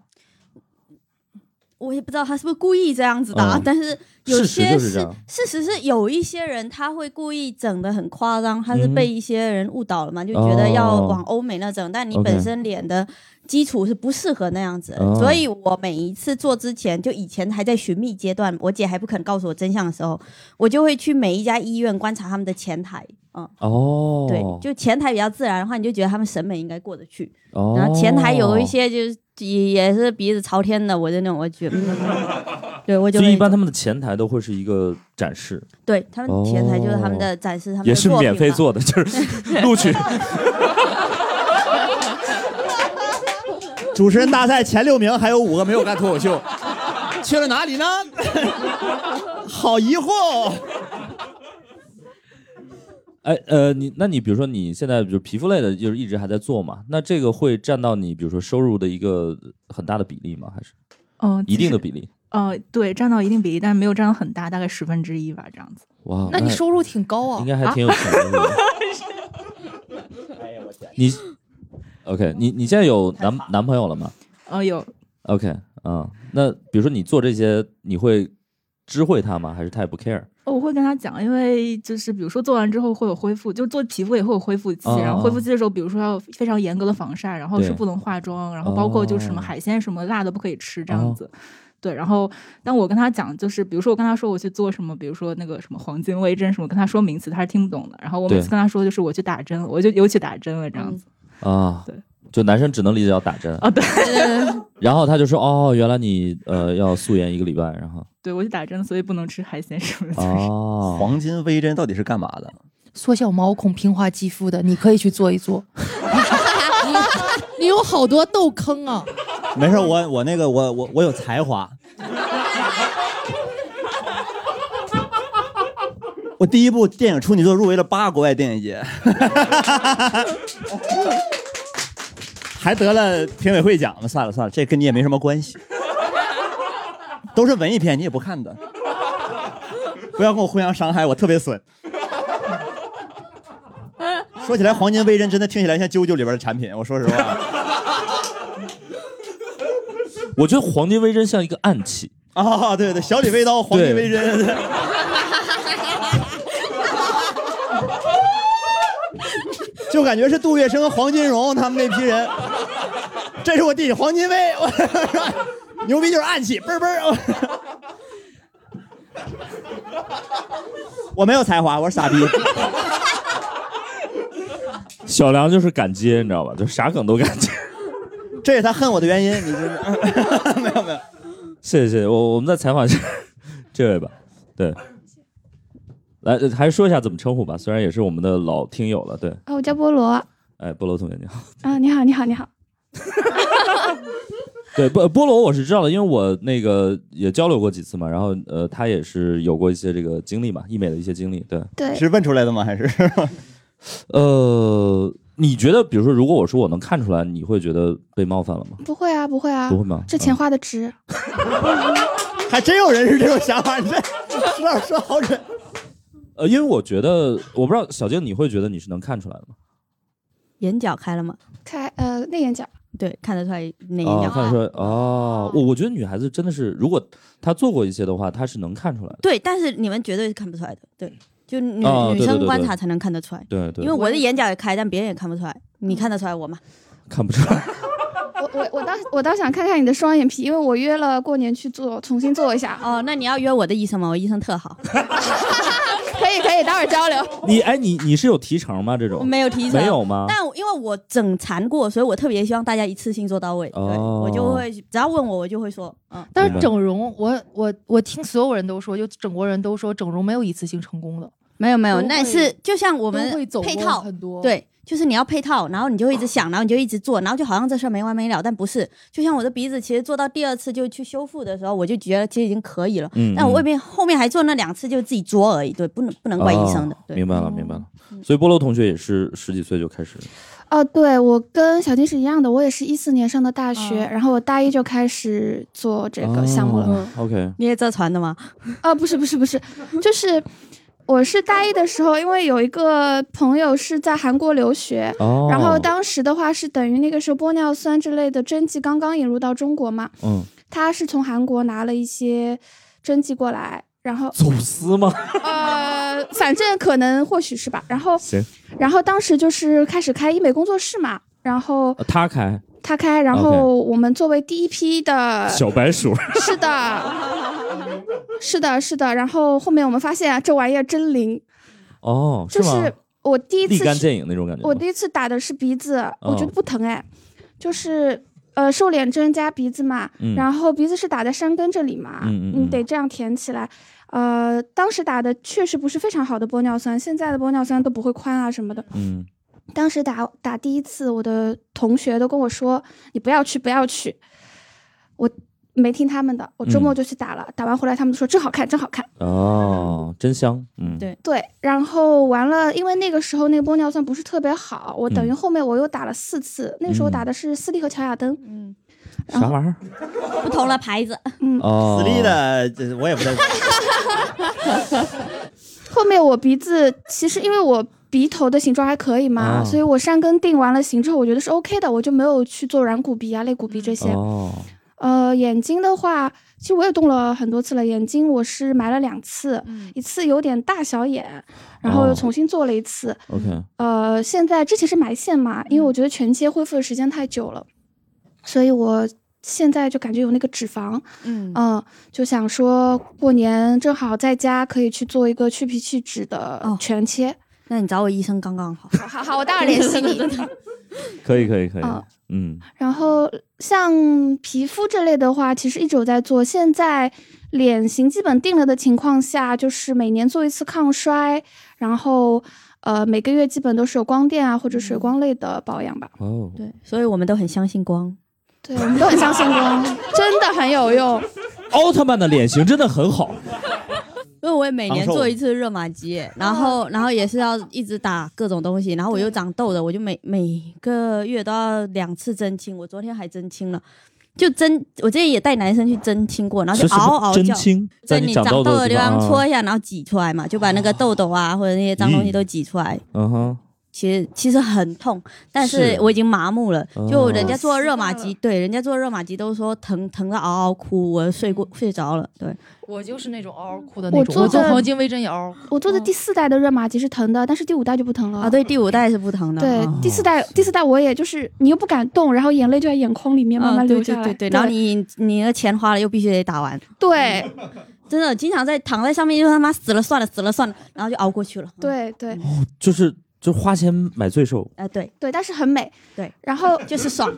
Speaker 5: 我也不知道他是不是故意这样子的啊，
Speaker 1: 嗯
Speaker 5: 但是有
Speaker 1: 事实
Speaker 5: 些
Speaker 1: 就是这
Speaker 5: 是
Speaker 1: 样
Speaker 5: 事实是有一些人他会故意整的很夸张，他是
Speaker 1: 嗯
Speaker 5: 被一些人误导了嘛，就觉得要
Speaker 1: 哦
Speaker 5: 往欧美那整，但你
Speaker 1: OK
Speaker 5: 本身脸的基础是不适合那样子的，
Speaker 1: 哦
Speaker 5: 所以我每一次做之前，就以前还在寻觅阶段，我姐还不肯告诉我真相的时候，我就会去每一家医院观察他们的前台，嗯。
Speaker 1: 哦，
Speaker 5: 对，就前台比较自然的话，你就觉得他们审美应该过得去。
Speaker 1: 哦
Speaker 5: 然后前台有一些就是也也是鼻子朝天的，我就那种，我觉得，嗯
Speaker 7: (laughs)
Speaker 5: 对我就
Speaker 1: 所以
Speaker 5: 会
Speaker 1: 一般他们的前台都会是一个展示，哦
Speaker 5: 对他们前台就是他们的展示他们的
Speaker 1: 也是
Speaker 5: 作品
Speaker 1: 免费
Speaker 5: 嘛，
Speaker 1: 做的，就是录取。
Speaker 4: 主持人大赛前六名还有五个没有干脱口秀， (laughs) 去了哪里呢？好疑惑哦。
Speaker 1: 哎呃，你那你比如说你现在就是皮肤类的，就是一直还在做嘛？那这个会占到你比如说收入的一个很大的比例吗？还是
Speaker 8: 嗯、
Speaker 1: 一定的
Speaker 8: 比
Speaker 1: 比例？
Speaker 8: 呃对占到一定比例，但没有占到很大，大概十分之一吧这样子。
Speaker 1: 哇，
Speaker 3: 那你收入挺高啊
Speaker 1: 应，该还挺有潜力哎的。
Speaker 4: (laughs)
Speaker 1: 你 OK，你你现在有
Speaker 5: (laughs)
Speaker 1: 男男朋友了吗
Speaker 8: 呃有
Speaker 1: ？OK，嗯，那比如说你做这些，你会知会他吗？还是他也不 care？
Speaker 8: 哦，我会跟他讲，因为就是比如说做完之后会有恢复，就是做皮肤也会有恢复期，
Speaker 1: 哦
Speaker 8: 然后恢复期的时候，比如说要非常严格的防晒，然后是
Speaker 1: 对
Speaker 8: 不能化妆，然后包括就是什么
Speaker 1: 哦
Speaker 8: 海鲜什么辣的不可以吃这
Speaker 1: 哦
Speaker 8: 样子。对，然后但我跟他讲，就是比如说我跟他说我去做什么，比如说那个什么黄金微针什么，跟他说名词他是听不懂的。然后我每
Speaker 1: 对
Speaker 8: 次跟他说就是我去打针，我就又去打针了这样子。
Speaker 1: 啊，
Speaker 8: 对，
Speaker 1: 就男生只能理解要打针
Speaker 8: 啊对，
Speaker 4: 嗯
Speaker 8: (laughs)
Speaker 1: 然后他就说哦，原来你呃要素颜一个礼拜，然后
Speaker 8: 对我去打针，所以不能吃海鲜什么的。
Speaker 1: (laughs) 哦，
Speaker 4: 黄金微针到底是干嘛的？
Speaker 3: 缩小毛孔、平滑肌肤的，你可以去做一做。 (laughs) 你有好多痘坑啊！
Speaker 4: 没事，我我那个我我我有才华。我第一部电影处女作入围了八个国外电影节，还得了评委会奖嘛。算了算了，这跟你也没什么关系，都是文艺片，你也不看的。不要跟我互相伤害，我特别损。说起来，黄金微针真的听起来像啾啾里边的产品。我说实话。
Speaker 1: 我觉得黄金微针像一个暗器，
Speaker 4: 啊，对对，小李微刀，黄金微
Speaker 1: 哦
Speaker 4: 针，就感觉是杜月笙和黄金荣他们那批人。这是我弟弟黄金威，我 (laughs) 牛逼就是暗器，嘣儿嘣儿。我没有才华，我是傻逼。
Speaker 1: 小梁就是敢接，你知道吧？就啥梗都敢接。
Speaker 4: 这也是他恨我的原因，你知道 (laughs) 吗？没有没有，
Speaker 1: 谢谢谢谢，我我们再采访一下这位吧。对，来呃还是说一下怎么称呼吧，虽然也是我们的老听友了。对，
Speaker 7: 啊，我叫菠萝
Speaker 1: 哎，菠萝同学你好。
Speaker 7: 啊，你好，你好，你好，
Speaker 1: 对，菠菠萝我是知道的，因为我那个也交流过几次嘛，然后呃，他也是有过一些这个经历嘛，医美的一些经历。对，
Speaker 7: 对，
Speaker 4: 是问出来的吗？还是
Speaker 1: (laughs) 呃，你觉得，比如说，如果我说我能看出来，你会觉得被冒犯了吗？
Speaker 7: 不会啊，不会啊，
Speaker 1: 不会吗
Speaker 7: 这钱花
Speaker 1: (laughs)
Speaker 7: 的值。
Speaker 4: 还真有人是这种想法，你这石老师说好准。
Speaker 1: 呃，因为我觉得，我不知道小静，你会觉得你是能看出来的吗？
Speaker 5: 眼角开了吗？
Speaker 7: 开呃内眼角，
Speaker 5: 对，看得出来那眼
Speaker 1: 啊，
Speaker 5: 角。
Speaker 1: 看得出来哦，
Speaker 5: 嗯
Speaker 1: 我我觉得女孩子真的是，如果她做过一些的话，她是能看出来的。
Speaker 5: 对，但是你们绝对是看不出来的，对，就女、
Speaker 1: 啊对对
Speaker 5: 女
Speaker 1: 对
Speaker 5: 生
Speaker 1: 对
Speaker 5: 观察才能看得出来。
Speaker 1: 对对，
Speaker 5: 因为我的眼角也开，但别人也看不出来，你看得出来我吗？
Speaker 1: 看不出来。 (laughs)
Speaker 7: 我我我倒我倒想看看你的双眼皮，因为我约了过年去做重新做一下。
Speaker 5: 哦，那你要约我的医生吗？我医生特好， (laughs)
Speaker 7: (laughs) 可以可以，待会儿交流。
Speaker 1: 你哎，你你是有提成吗？这种
Speaker 5: 没有提成，
Speaker 1: 哦没有吗？
Speaker 5: 但我因为我整残过，所以我特别希望大家一次性做到位。对，
Speaker 1: 哦
Speaker 5: 我就会只要问我，我就会说，嗯，
Speaker 3: 但
Speaker 1: 明
Speaker 3: 是
Speaker 1: 白
Speaker 3: 整容，我我我听所有人都说，就整国人都说整容没有一次性成功的，
Speaker 5: 没有没有，
Speaker 3: 都会
Speaker 5: 那是就像我
Speaker 3: 我
Speaker 5: 们
Speaker 3: 会走
Speaker 5: 配
Speaker 3: 过
Speaker 5: 套，
Speaker 3: 很多，，
Speaker 5: 对，就是你要配套，然后你就会一直想，然后你就一直做，然后就好像这事儿没完没了，但不是。就像我的鼻子，其实做到第二次就去修复的时候，我就觉得其实已经可以了。
Speaker 1: 嗯
Speaker 5: 但我
Speaker 1: 嗯
Speaker 5: 外面后面还做那两次，就自己作而已，对，不能不能怪医生的
Speaker 1: 哦，
Speaker 5: 对
Speaker 1: 明。白了，明白了。
Speaker 5: 嗯
Speaker 1: 所以菠萝同学也是十几岁就开始，
Speaker 7: 哦，对我跟小金是一样的，我也是一四年上的大学，
Speaker 5: 哦
Speaker 7: 然后我大一就开始做这个项目了。
Speaker 5: 嗯
Speaker 1: 哦 OK，
Speaker 5: 你也这传的吗？
Speaker 7: 啊，不是不是不是，就是我是大一的时候，因为有一个朋友是在韩国留学，
Speaker 1: 哦，
Speaker 7: 然后当时的话是等于那个时候玻尿酸之类的针剂刚刚引入到中国嘛，
Speaker 1: 嗯，
Speaker 7: 他是从韩国拿了一些针剂过来，然后
Speaker 1: 走私吗？
Speaker 7: 呃，反正可能或许是吧，然后
Speaker 1: 行，
Speaker 7: 然后当时就是开始开医美工作室嘛，然后
Speaker 1: 呃他开
Speaker 7: 他开，然
Speaker 1: OK
Speaker 7: 后我们作为第一批
Speaker 5: 呃
Speaker 7: 的
Speaker 1: 小白鼠，
Speaker 7: 是的，是的，是的。然后后面我们发现啊，这玩意儿真灵，
Speaker 1: 哦，
Speaker 7: 就
Speaker 1: 吗？
Speaker 7: 是我第一
Speaker 1: 立
Speaker 7: 次
Speaker 1: 竿
Speaker 7: 是，
Speaker 1: 见影那种感觉吗。
Speaker 7: 我第一次打的是鼻子，我觉得
Speaker 1: 哦
Speaker 7: 不疼哎，就是呃瘦脸针加鼻子嘛，
Speaker 1: 嗯
Speaker 7: 然后鼻子是打在山根这里嘛，
Speaker 1: 嗯嗯
Speaker 7: 你
Speaker 1: 嗯
Speaker 7: 得这样填起来。呃，当时打的确实不是非常好的玻尿酸，现在的玻尿酸都不会宽啊什么的。
Speaker 1: 嗯，
Speaker 7: 当时打打第一次，我的同学都跟我说：“你不要去，不要去。”我没听他们的，我周
Speaker 1: 嗯
Speaker 7: 末就去打了。打完回来，他们说：“真好看，真好看。
Speaker 1: 哦，真香，嗯，
Speaker 5: 对”
Speaker 7: 对，然后完了，因为那个时候那个玻尿酸不是特别好，我等于
Speaker 1: 嗯
Speaker 7: 后面我又打了四次。那时
Speaker 1: 嗯
Speaker 7: 候打的是斯利和乔雅登，
Speaker 5: 嗯，
Speaker 7: 然
Speaker 1: 啥
Speaker 7: 后
Speaker 1: 玩意儿？
Speaker 5: 不同了牌子，
Speaker 1: 哦，
Speaker 4: 死力的，这我也不太懂。
Speaker 7: 后面我鼻子其实因为我鼻头的形状还可以嘛，
Speaker 1: 哦
Speaker 7: 所以我山根定完了型之后，我觉得是 OK 的，我就没有去做软骨鼻啊、肋骨鼻这些。
Speaker 1: 哦，
Speaker 7: 呃，眼睛的话，其实我也动了很多次了。眼睛我是埋了两次，一次有点大小眼，然后
Speaker 1: 嗯哦
Speaker 7: 又重新做了一次。
Speaker 1: OK，
Speaker 7: 呃，现在之前是埋线嘛，因为
Speaker 5: 嗯
Speaker 7: 我觉得全切恢复的时间太久了，所以我现在就感觉有那个脂肪，
Speaker 6: 嗯
Speaker 7: 嗯、就想说过年正好在家可以去做一个去皮去脂的
Speaker 5: 哦
Speaker 7: 全切。
Speaker 5: 那你找我医生刚刚好。
Speaker 7: 好好好，我待会儿联系你。
Speaker 1: 可以，可以，可以
Speaker 7: 啊，
Speaker 1: 嗯，
Speaker 7: (laughs) 然后像皮肤这类的话，其实一直有在做。现在脸型基本定了的情况下，就是每年做一次抗衰，然后呃每个月基本都是有光电啊或者
Speaker 5: 嗯
Speaker 7: 水光类的保养吧。
Speaker 1: 哦，
Speaker 5: 对，所以我们都很相信光。
Speaker 7: 对，我们都很相信
Speaker 5: (laughs)
Speaker 7: 光，真的很有用。
Speaker 1: 奥特曼的脸型真的很好，
Speaker 5: 因为我也每年
Speaker 4: 长寿
Speaker 5: 做一次热玛吉，然
Speaker 7: 嗯
Speaker 5: 后然后也是要一直打各种东西，然后我又长痘的，我就每每个月都要两次针清，我昨天还针清了。就针，我之前也带男生去针清过，然后
Speaker 1: 是
Speaker 5: 就
Speaker 1: 什
Speaker 5: 嗷
Speaker 1: 么
Speaker 5: 嗷
Speaker 1: 真
Speaker 5: 叫，
Speaker 1: 青，在
Speaker 5: 在你
Speaker 1: 长
Speaker 5: 长痘
Speaker 1: 的
Speaker 5: 的地方
Speaker 1: 啊
Speaker 5: 搓一下，然后挤出来嘛，就把那个痘痘啊或者那些脏东西都挤出来。
Speaker 1: 嗯哼，
Speaker 5: 其实其实很痛，但是
Speaker 1: 是
Speaker 5: 我已经麻木了。
Speaker 1: 哦
Speaker 5: 就人家做热玛
Speaker 3: 习惯
Speaker 5: 吉，对，人家做热玛吉都说疼疼的嗷嗷哭，我睡过睡着了。对，
Speaker 3: (laughs) 我就是那种嗷嗷哭的
Speaker 7: 我
Speaker 3: 那种，
Speaker 7: 做
Speaker 3: 我做
Speaker 7: 的
Speaker 3: 黄金微针也嗷嗷哭。
Speaker 7: 我做的第四代的热玛吉是疼的，但是第五代就不疼了。
Speaker 5: 哦啊，。对，第五代是不疼的。
Speaker 7: 对
Speaker 5: 啊，
Speaker 7: 第四代第四代我也就是你又不敢动，然后眼泪就在眼眶里面慢慢
Speaker 5: 嗯，
Speaker 7: 流
Speaker 5: 对
Speaker 7: 下
Speaker 5: 对
Speaker 7: 来。
Speaker 5: 对对，然后你你的钱花了又必须得打完，
Speaker 7: 对
Speaker 5: 真的经常在躺在上面就他妈死了算了死了算了，然后就熬过去了。，嗯
Speaker 7: 对对
Speaker 1: 哦就是就花钱买罪受，
Speaker 5: 哎、对，
Speaker 7: 对，但是很美。
Speaker 5: 对，
Speaker 7: 然后
Speaker 5: 就是爽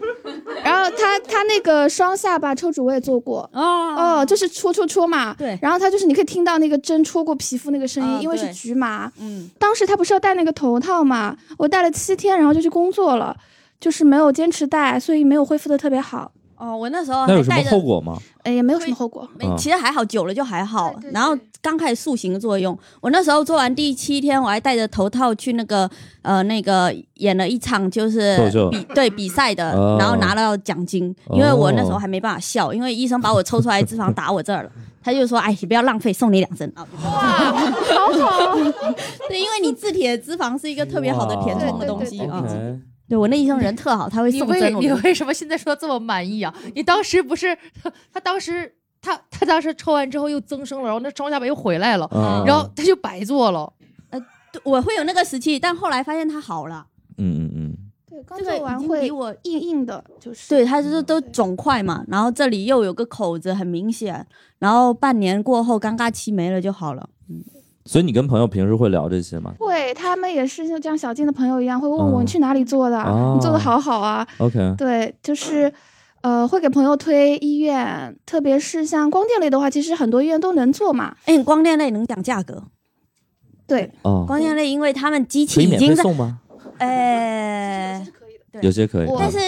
Speaker 7: 然后他他那个双下巴抽脂我也做过，
Speaker 5: 哦
Speaker 7: 哦，就是戳戳戳嘛。
Speaker 5: 对
Speaker 7: 然后他就是你可以听到那个针戳过皮肤那个声音，
Speaker 5: 啊
Speaker 7: 因为是
Speaker 5: 对
Speaker 7: 局麻。
Speaker 5: 嗯，
Speaker 7: 当时他不是要戴那个头套嘛，我戴了七天，然后就去工作了，就是没有坚持戴，所以没有恢复的特别好。
Speaker 5: 哦，我那时候
Speaker 1: 那有
Speaker 5: 还
Speaker 1: 什么
Speaker 5: 带着
Speaker 1: 后果吗？
Speaker 7: 哎，也没有什么后果。
Speaker 5: 没
Speaker 1: 嗯
Speaker 5: 其实还好，久了就还好
Speaker 7: 对。对
Speaker 5: 然后
Speaker 7: 对
Speaker 5: 刚开始塑形作用，我那时候做完第七天，我还戴着头套去那个呃那个演了一场就是
Speaker 1: 脱口秀
Speaker 5: 比对比赛的
Speaker 1: 哦，
Speaker 5: 然后拿到奖金。因为我那时
Speaker 1: 哦
Speaker 5: 候还没办法笑，因为医生把我抽出来脂肪打我
Speaker 1: (laughs)
Speaker 5: 这儿了，他就说：“哎，你不要浪费，送你两针。”
Speaker 1: 哦
Speaker 5: 啊， (laughs) 对，因为你自体的脂肪是一个特别好的填充的东西
Speaker 7: 哇
Speaker 5: 啊。
Speaker 1: OK，
Speaker 7: 嗯
Speaker 5: 对我那医生人特好，他会
Speaker 3: 你
Speaker 5: 送针
Speaker 3: 为
Speaker 5: 我
Speaker 3: 你
Speaker 5: 就。
Speaker 3: 为什么现在说这么满意啊？你当时不是 (laughs) 他当时他他当时抽完之后又增生了，然后那双下巴又回来了，
Speaker 1: 嗯
Speaker 3: 然后他就白做了。
Speaker 5: 呃对我会有那个时期，但后来发现他好了。
Speaker 1: 嗯嗯嗯，
Speaker 7: 对，刚
Speaker 5: 这个
Speaker 7: 做完
Speaker 5: 已经
Speaker 7: 会
Speaker 5: 比我
Speaker 7: 硬硬的，就是
Speaker 5: 对，它就是都
Speaker 7: 对
Speaker 5: 肿块嘛，然后这里又有个口子，很明显。然后半年过后，尴尬期没了就好了。
Speaker 1: 所以你跟朋友平时会聊这些吗
Speaker 7: 会，他们也是就像小静的朋友一样，会问我
Speaker 1: 嗯
Speaker 7: 你去哪里做的，
Speaker 1: 哦嗯
Speaker 7: 你做的好好啊。
Speaker 1: ？OK，
Speaker 7: (laughs) 对，就是，呃，会给朋友推医院，特别是像光电类的话，其实很多医院都能做嘛。
Speaker 5: 哎，你光电类能讲价格？
Speaker 7: 对，
Speaker 1: 哦，
Speaker 5: 光电类因为他们机器
Speaker 1: 可以
Speaker 5: 已
Speaker 1: 免
Speaker 5: 经
Speaker 1: 费
Speaker 5: 在，
Speaker 1: 送吗？
Speaker 5: 呃，对
Speaker 1: 有些可以，嗯
Speaker 3: 我
Speaker 5: 但是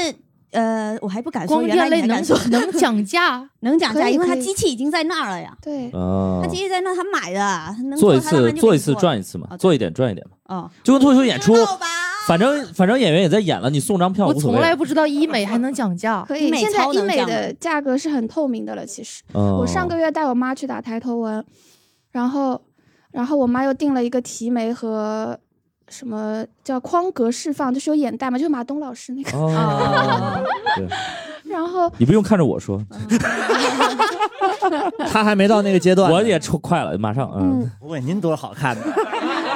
Speaker 5: 呃，我还不敢说，
Speaker 3: 光
Speaker 5: 原
Speaker 3: 电
Speaker 5: 来
Speaker 3: 类
Speaker 5: 你还
Speaker 3: 能
Speaker 5: 敢说
Speaker 3: (laughs) 能讲价，
Speaker 5: (laughs) 能讲
Speaker 7: 可
Speaker 5: 价，
Speaker 7: 以
Speaker 5: 因为它
Speaker 7: 可以
Speaker 5: 机器已经在那儿了呀。
Speaker 7: 对，
Speaker 1: 啊
Speaker 5: 它，机器在那，他买的啊，能
Speaker 1: 做一
Speaker 5: 它当
Speaker 1: 次
Speaker 5: 然就
Speaker 1: 做
Speaker 5: 给
Speaker 1: 一
Speaker 5: 你
Speaker 1: 次
Speaker 5: 了
Speaker 1: 赚一次嘛
Speaker 5: 哦，对
Speaker 1: 做一点赚一点嘛，
Speaker 5: 哦，
Speaker 1: 就跟脱口秀演出，
Speaker 5: 知道吧？
Speaker 1: 反正反正演员也在演了，你送张票
Speaker 3: 我
Speaker 1: 无所
Speaker 3: 从来
Speaker 1: 谓。
Speaker 3: 不知道医
Speaker 5: (laughs)
Speaker 3: 美还能讲价。
Speaker 7: 可
Speaker 5: 医
Speaker 7: 以。
Speaker 5: 美
Speaker 7: 现在
Speaker 5: 超
Speaker 7: 医
Speaker 5: 能
Speaker 7: 美
Speaker 5: 讲
Speaker 7: 的价格是很透明的了，其实。
Speaker 1: 我
Speaker 7: 我上个月带我妈去打抬头纹，然后，然后我妈又订了一个提眉和什么叫框格释放，就是有眼袋嘛，就是马东老师那个。
Speaker 1: 哦，对，
Speaker 7: (laughs) 然后 (laughs)
Speaker 1: 你不用看着我
Speaker 5: 嗯
Speaker 1: 说， (laughs)
Speaker 4: 他还没到那个阶段呢。
Speaker 1: 我也出快了，马上，嗯，
Speaker 4: 问您多好看呢，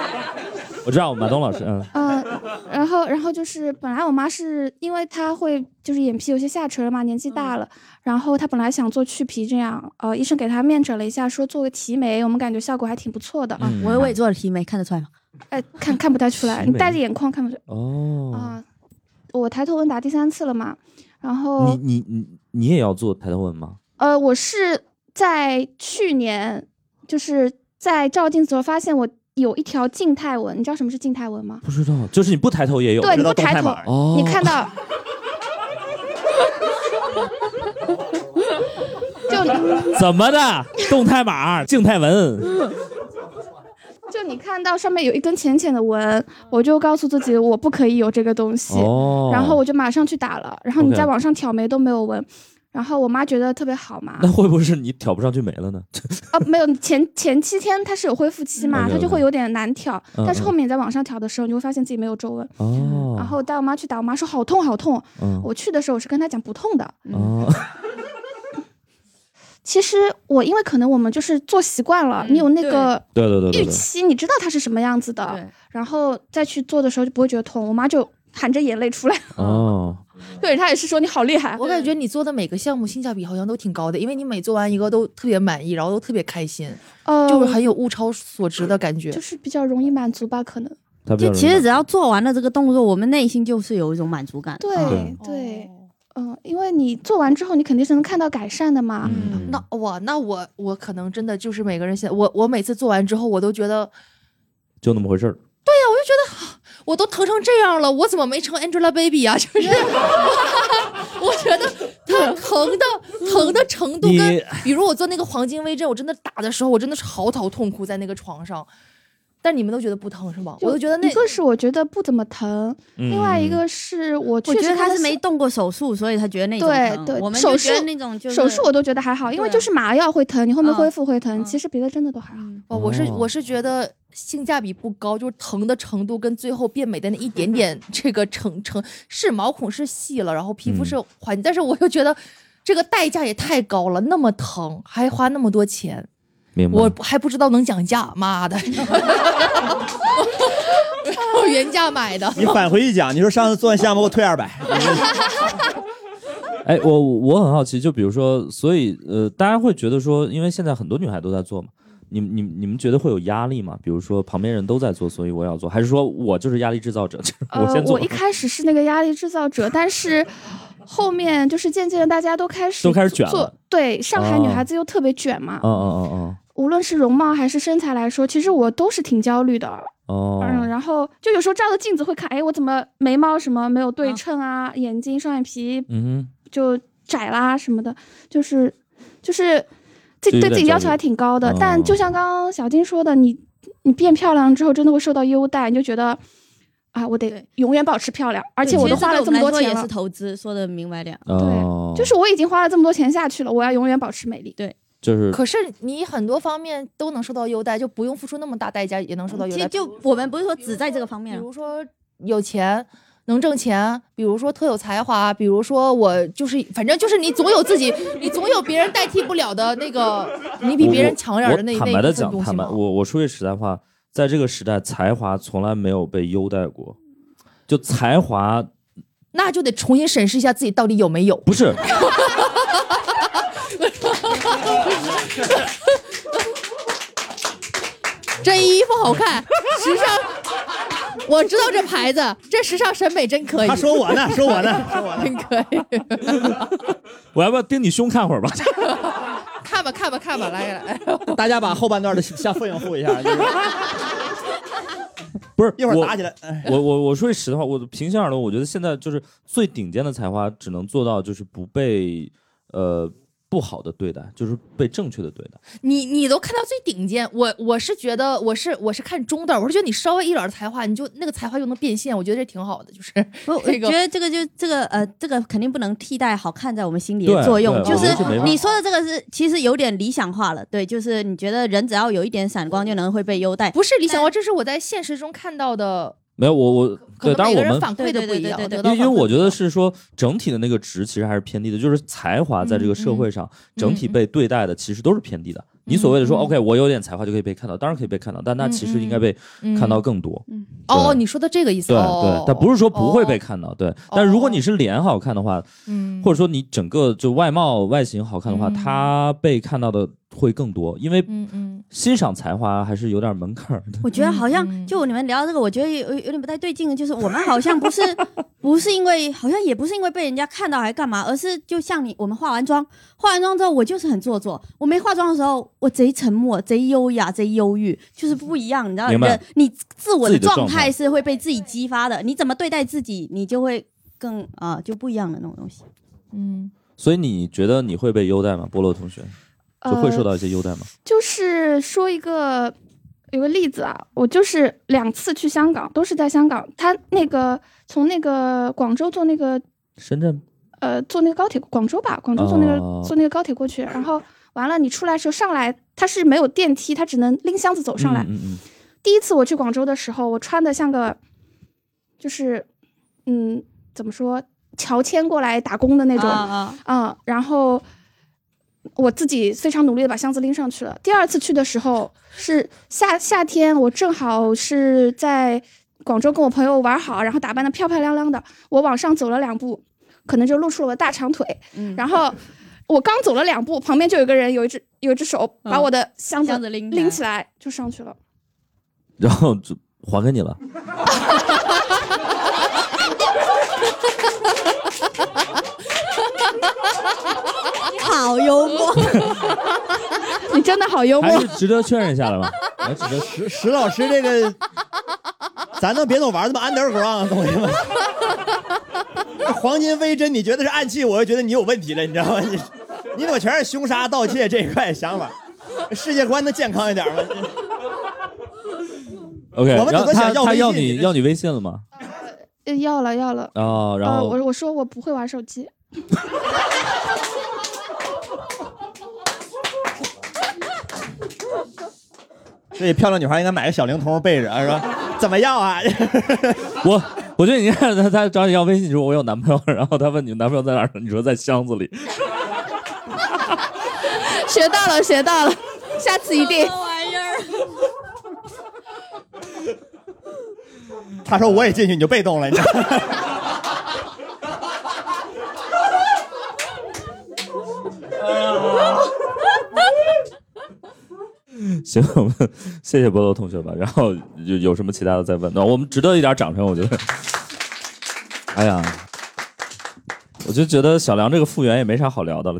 Speaker 1: (laughs) 我知道马东老师，嗯，
Speaker 7: 嗯，然后然后就是本来我妈是因为她会就是眼皮有些下垂了嘛，年纪
Speaker 5: 嗯
Speaker 7: 大了，然后她本来想做去皮这样，呃，医生给她面诊了一下，说做个提眉，我们感觉效果还挺不错的，
Speaker 1: 嗯
Speaker 5: 我我也做了提眉，看得出来吗？
Speaker 7: 哎，看看不太出来，
Speaker 1: 提
Speaker 7: 你
Speaker 1: 眉
Speaker 7: 戴着眼眶看不出来
Speaker 1: 哦，
Speaker 7: 啊、我抬头纹打第三次了嘛，然
Speaker 1: 你
Speaker 7: 后
Speaker 1: 你你你也要做抬头纹吗？
Speaker 7: 呃，我是在去年就是在照镜子的时候发现我有一条静态纹，你知道什么是静态纹吗？
Speaker 1: 不知道，就是你不抬头也有，
Speaker 7: 对，你
Speaker 4: 知道
Speaker 7: 不
Speaker 4: 动
Speaker 7: 抬
Speaker 4: 态
Speaker 7: 头，
Speaker 4: 码
Speaker 1: 哦，
Speaker 7: 你看到，
Speaker 1: 哦
Speaker 7: (laughs) 就你
Speaker 1: (laughs) 怎么的？动态码、静态纹，
Speaker 7: 就你看到上面有一根浅浅的纹，我就告诉自己我不可以有这个东西，
Speaker 1: 哦
Speaker 7: 然后我就马上去打了，然后你
Speaker 1: OK
Speaker 7: 在网上挑眉都没有纹。然后我妈觉得特别好嘛，
Speaker 1: 那会不会是你挑不上去眉了呢？ (laughs)
Speaker 7: 啊没有前前七天它是有恢复期嘛，
Speaker 1: OK，OK
Speaker 7: 它就会有点难挑，
Speaker 1: 嗯
Speaker 7: 但是
Speaker 1: 嗯
Speaker 7: 后面你在网上挑的时候，你会发现自己没有皱纹。
Speaker 1: 哦，
Speaker 7: 然后带我妈去打，我妈说好痛好痛。
Speaker 1: 嗯
Speaker 7: 我嗯去的时候我是跟她讲不痛的，
Speaker 1: 哦，
Speaker 7: 其实我因为可能我们就是做习惯了，你有那个
Speaker 1: 对对对对
Speaker 7: 预
Speaker 1: 对，
Speaker 7: 期，你知道它是什么样子的，然后再去做的时候就不会觉得痛。我妈就含着眼泪出来，
Speaker 1: 哦，
Speaker 7: 对她也是说你好厉害。
Speaker 3: 我感觉你做的每个项目性价比好像都挺高的，因为你每做完一个都特别满意，然后都特别开心，
Speaker 7: 呃，
Speaker 3: 就是很有物超所值的感觉
Speaker 7: 就。是比较容易满足吧，可能。
Speaker 1: 他比较
Speaker 5: 就
Speaker 1: 容易
Speaker 5: 其实只要做完了这个动作，我们内心就是有一种满足感。
Speaker 7: 对
Speaker 1: 嗯对
Speaker 7: 对，嗯、因为你做完之后，你肯定是能看到改善的嘛。
Speaker 1: 嗯
Speaker 3: 那我那我我可能真的就是每个人现在我我每次做完之后，我都觉得
Speaker 1: 就那么回事儿。
Speaker 3: 我都疼成这样了，我怎么没成 Angelababy 啊？ (laughs) 就是我觉得他疼的疼的程度
Speaker 1: 你
Speaker 3: 跟，比如我做那个黄金微针，我真的打的时候，我真的是嚎啕痛哭在那个床上。但你们都觉得不疼是吗？
Speaker 7: 就
Speaker 3: 我都觉得那
Speaker 7: 一个是我觉得不怎么疼，另外
Speaker 1: 嗯
Speaker 7: 一个是我
Speaker 5: 我
Speaker 7: 确
Speaker 5: 觉
Speaker 7: 实
Speaker 5: 得他
Speaker 7: 看
Speaker 5: 是
Speaker 7: 到
Speaker 5: 没动过手术，所以他觉得那种
Speaker 7: 对
Speaker 5: 疼
Speaker 7: 对
Speaker 5: 我们
Speaker 7: 手
Speaker 5: 就觉得
Speaker 7: 术
Speaker 5: 那种就是
Speaker 7: 手术我都觉得还好，因为
Speaker 5: 对啊
Speaker 7: 就是麻药会疼，你后面
Speaker 5: 嗯
Speaker 7: 恢复会疼，
Speaker 5: 嗯
Speaker 7: 其实别的真的都还好。
Speaker 3: 哦，我是
Speaker 1: 哦
Speaker 3: 我是觉得性价比不高，就是疼的程度跟最后变美的那一
Speaker 1: (laughs)
Speaker 3: 点点这个成成是毛孔是细了，然后皮肤
Speaker 1: 嗯
Speaker 3: 是缓，但是我又觉得这个代价也太高了，那么疼还花那么多钱，
Speaker 1: 明白。
Speaker 3: 我还不知道能讲价，
Speaker 1: (laughs)
Speaker 3: 妈的，我原价买的。
Speaker 4: 你返回一讲，你说上次做完项目给我退二百，
Speaker 1: 哎，我我很好奇，就比如说，所以呃，大家会觉得说，因为现在很多女孩都在做嘛，你们你们你们觉得会有压力吗？比如说旁边人都在做，所以我也要做，还是说我就是压力制造者， (laughs) 就是我
Speaker 7: 呃
Speaker 1: 先，做
Speaker 7: 我一，开始是那个压力制造者，但是后面就是渐渐的大家都开始
Speaker 1: 都开始卷
Speaker 7: 做
Speaker 1: 了。
Speaker 7: 对，上海女
Speaker 1: 哦
Speaker 7: 孩子又特别卷嘛，
Speaker 1: 嗯嗯嗯
Speaker 7: 无论是容貌还是身材来说，其实我都是挺焦虑的。
Speaker 1: 嗯，哦，
Speaker 7: 嗯，然后就有时候照着啊镜子会看，哎，我怎么眉毛什么没有对称啊，眼睛、双眼皮
Speaker 1: 嗯哼，
Speaker 7: 就窄啦什么的，就是就是自
Speaker 1: 就有
Speaker 7: 对
Speaker 1: 点
Speaker 7: 自己要
Speaker 1: 焦
Speaker 7: 求
Speaker 1: 虑
Speaker 7: 还挺高的
Speaker 1: 哦。
Speaker 7: 但就像刚刚小金说的，你你变漂亮之后，真的会受到优待，你就觉得啊，我得
Speaker 5: 对
Speaker 7: 永远保持漂亮，而
Speaker 5: 而
Speaker 7: 且我都花了这么多钱
Speaker 5: 也
Speaker 7: 了
Speaker 5: 是，投资，说的明白点。
Speaker 1: 哦，
Speaker 7: 就是我已经花了这么多钱下去了，我要永远保持美丽。
Speaker 1: 就是
Speaker 9: 可是你很多方面都能受到优待，就不用付出那么大代价也能受到优
Speaker 5: 嗯其
Speaker 9: 待。
Speaker 5: 实就我们不是说只在这个方
Speaker 9: 比
Speaker 5: 面了，
Speaker 9: 如说有钱。能挣钱，比如说特有才华，啊比如说我就是，反正就是你总有自己，你总有别人代替不了的那个，你比别人强点儿的那那
Speaker 1: 我我坦
Speaker 9: 那
Speaker 1: 白的
Speaker 9: 一份
Speaker 1: 讲，
Speaker 9: 东西
Speaker 1: 坦白，
Speaker 9: 嘛。
Speaker 1: 我我说句实在话，在这个时代，才华从来没有被优待过。就才华
Speaker 9: 那就得重新审视一下自己到底有没有。
Speaker 1: 不是，
Speaker 6: 这衣服好看，时尚。我知道这牌子，这时尚审美真可以
Speaker 4: 他，说我呢，说我呢，说我呢。
Speaker 6: 真可以。
Speaker 1: 我要不要盯你胸看会儿吧？
Speaker 6: 看吧，看吧，看吧，来来，
Speaker 4: 大家把后半段的下复影复一下，就是
Speaker 1: 不是，
Speaker 4: 一会儿
Speaker 1: 我
Speaker 4: 打起来。哎
Speaker 1: 我我我说句实话，我平心而论，我觉得现在就是最顶尖的才华，只能做到就是不被呃不好的对待，就是被正确的对待。
Speaker 9: 你你都看到最顶尖，我我是觉得我是我是看中段，我是觉得你稍微一点儿才华，你就那个才华就能变现，我觉得这挺好的，就是
Speaker 5: 我我
Speaker 9: 这个
Speaker 5: 觉得这个就这个呃，这个肯定不能替代好看在我们心里
Speaker 1: 对
Speaker 5: 的作用。
Speaker 1: 对
Speaker 5: 就
Speaker 1: 我
Speaker 5: 是
Speaker 1: 觉得这没办法
Speaker 5: 你说的这个是其实有点理想化了，对，就是你觉得人只要有一点闪光就能会被优待。
Speaker 9: 不是理想化，这是我在现实中看到的，
Speaker 1: 没有我我
Speaker 9: 可
Speaker 1: 对，
Speaker 9: 能
Speaker 1: 当
Speaker 9: 每
Speaker 1: 然
Speaker 9: 个
Speaker 1: 我
Speaker 9: 人
Speaker 1: 们
Speaker 9: 反馈的不一样，
Speaker 5: 对对
Speaker 9: 得
Speaker 1: 因
Speaker 5: 对对对
Speaker 9: 到
Speaker 1: 为因为
Speaker 9: 反馈
Speaker 1: 我觉得是说整体的那个值其实还是偏低的，就是才华在这个社
Speaker 9: 嗯
Speaker 1: 会上、整体被对待的其实都是偏低的。你所谓
Speaker 9: 嗯
Speaker 1: 的说、OK，我有点才华就可以被看到，当然可以被看到，但那其实应该被
Speaker 9: 嗯
Speaker 1: 看到更多。
Speaker 9: 哦，
Speaker 1: 对
Speaker 9: 你说的这个意思，
Speaker 1: 对
Speaker 9: 哦
Speaker 1: 对，但不是说不会被看到，对。但如果你是脸好看的话，
Speaker 9: 嗯
Speaker 1: 或者说你整个就外貌外形好看的话，
Speaker 9: 嗯
Speaker 1: 它被看到的会更多，因为
Speaker 9: 嗯嗯，
Speaker 1: 欣赏才华还是有点门槛儿的。
Speaker 5: 我觉得好
Speaker 9: 嗯嗯
Speaker 5: 像就你们聊到这个，我觉得有有有点不太对劲，就是我们好像 (laughs) 不是不是因为好像也不是因为被人家看到还干嘛，而是就像你我们化完妆，化完妆之后我就是很做作，我没化妆的时候我贼沉默、贼优雅、贼忧郁，就是不一样，你知道
Speaker 1: 明白
Speaker 5: 人你自我
Speaker 1: 自己的
Speaker 5: 的
Speaker 1: 状
Speaker 5: 状
Speaker 1: 态
Speaker 5: 态是会被自己激发的，你怎么对待自己，你就会更啊、就不一样的那种东西。嗯
Speaker 1: 所以你觉得你会被优待吗，菠萝同学？就
Speaker 9: 呃
Speaker 1: 会受到一些优待吗？
Speaker 7: 就是说一个有个例子啊，我就是两次去香港，都是在香港。他那个从那个广州坐那个
Speaker 1: 深圳
Speaker 7: 呃坐那个高铁，广州吧，广州坐那个、
Speaker 1: 哦
Speaker 7: 坐那个高铁过去，然后完了你出来的时候上来，他是没有电梯，他只能拎箱子走上来。
Speaker 1: 嗯嗯嗯，
Speaker 7: 第一次我去广州的时候，我穿的像个就是嗯怎么说乔迁过来打工的那种。
Speaker 5: 啊啊，
Speaker 7: 嗯，然后我自己非常努力的把箱子拎上去了。第二次去的时候是夏夏天，我正好是在广州跟我朋友玩好，然后打扮的漂漂亮亮的，我往上走了两步，可能就露出了我的大长腿，
Speaker 5: 嗯
Speaker 7: 然后。我刚走了两步，旁边就有一个人有一只有一只手把
Speaker 5: 嗯
Speaker 7: 我的箱
Speaker 5: 箱
Speaker 7: 子
Speaker 5: 子拎
Speaker 7: 拎起来就上去了。
Speaker 1: 然后就还给你了。
Speaker 5: 好幽默，
Speaker 7: 你真的好幽默
Speaker 1: 还，是值得确认一下的吧。还值得
Speaker 4: 石石老师这个，咱能别总玩那么 underground 的东西吗？这黄金微针，你觉得是暗器，我就觉得你有问题了，你知道吗？你你怎么全是凶杀、盗窃这一块想法？世界观能健康一点吗？
Speaker 1: OK，
Speaker 4: 我们
Speaker 1: 然
Speaker 4: 怎
Speaker 1: 后
Speaker 4: 么
Speaker 1: 他
Speaker 4: 想要
Speaker 1: 他
Speaker 4: 微
Speaker 1: 要
Speaker 4: 信
Speaker 1: 你
Speaker 4: 这
Speaker 1: 要你微信了吗？
Speaker 7: 呃要了要了。
Speaker 1: 哦，然
Speaker 7: 呃，
Speaker 1: 后
Speaker 7: 我我说我不会玩手机，
Speaker 4: 所以漂亮女孩应该买个小灵通备着，是吧？怎么要啊？
Speaker 1: 我我觉得你 (laughs) 看他他找你要微信，你说我有男朋友，然后他问你男朋友在哪儿，你说在箱子里。
Speaker 6: 学到了，学到了，下次一定。
Speaker 4: 哎他说我也进去，你就被动了，你知道吗？
Speaker 1: 行，我们谢谢菠萝同学吧。然后有有什么其他的再问？那我们值得一点掌声，我觉得。哎呀，我就觉得小梁这个复原也没啥好聊的了。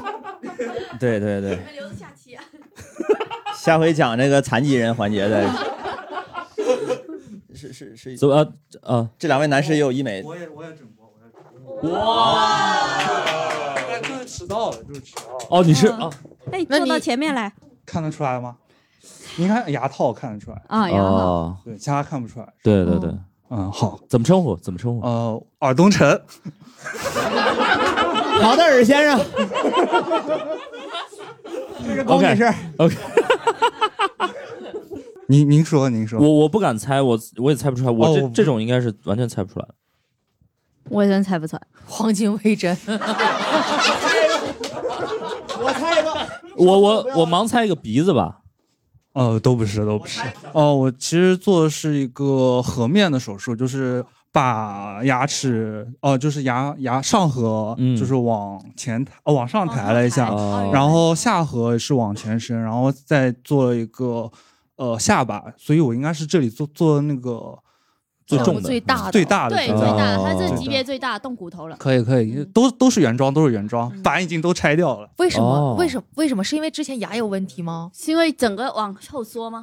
Speaker 1: (laughs)
Speaker 4: 对对对，下回讲这个残疾人环节的。是是是，
Speaker 1: 怎么啊啊？
Speaker 4: 这两位男士也有医美，
Speaker 10: 我也我也整过，我也整过。
Speaker 1: 哇！
Speaker 10: 迟到了，就是迟到了。
Speaker 1: 哦，你是
Speaker 5: 嗯
Speaker 1: 哦，
Speaker 5: 那你坐到前面来
Speaker 10: 看得出来吗？你看牙套看得出来，
Speaker 5: 啊，然后
Speaker 1: 哦，
Speaker 10: 对，其他看不出来。
Speaker 1: 对对对，
Speaker 10: 嗯，好，
Speaker 1: 怎么称呼？怎么称呼？
Speaker 10: 呃，尔东城，
Speaker 4: 好的，尔
Speaker 1: (laughs)
Speaker 4: 先生，哎这是公理事。
Speaker 10: 您您说您说，
Speaker 1: 我我不敢猜，我我也猜不出来，我
Speaker 10: 哦
Speaker 1: 这
Speaker 10: 我不
Speaker 1: 这种应该是完全猜不出来。
Speaker 2: 我真猜不出来。
Speaker 9: 黄金微针，
Speaker 4: 我猜一个，
Speaker 1: 我我我盲猜一个鼻子吧，
Speaker 10: 呃，都不是，都不是。哦，我其实做的是一个颌面的手术，就是把牙齿，哦，就是牙牙上颌，
Speaker 1: 嗯
Speaker 10: 就是往前抬，哦，往上抬了一下，
Speaker 1: 哦
Speaker 10: 然后下颌是往前伸，然后再做一个，呃，下巴，所以我应该是这里做做那个
Speaker 1: 最重的
Speaker 5: (laughs)
Speaker 9: 最大的
Speaker 10: 最大的
Speaker 5: 对
Speaker 10: 这
Speaker 5: 最
Speaker 10: 个。
Speaker 5: 大，
Speaker 1: 哦
Speaker 5: 他这级别最大，动骨头了。
Speaker 10: 可以可以，都都是原装，都是原装，板已经都拆掉了。
Speaker 9: 为什么？
Speaker 1: 哦
Speaker 9: 为什么？为什么？是因为之前牙有问题吗？
Speaker 5: 是因为整个往后缩吗？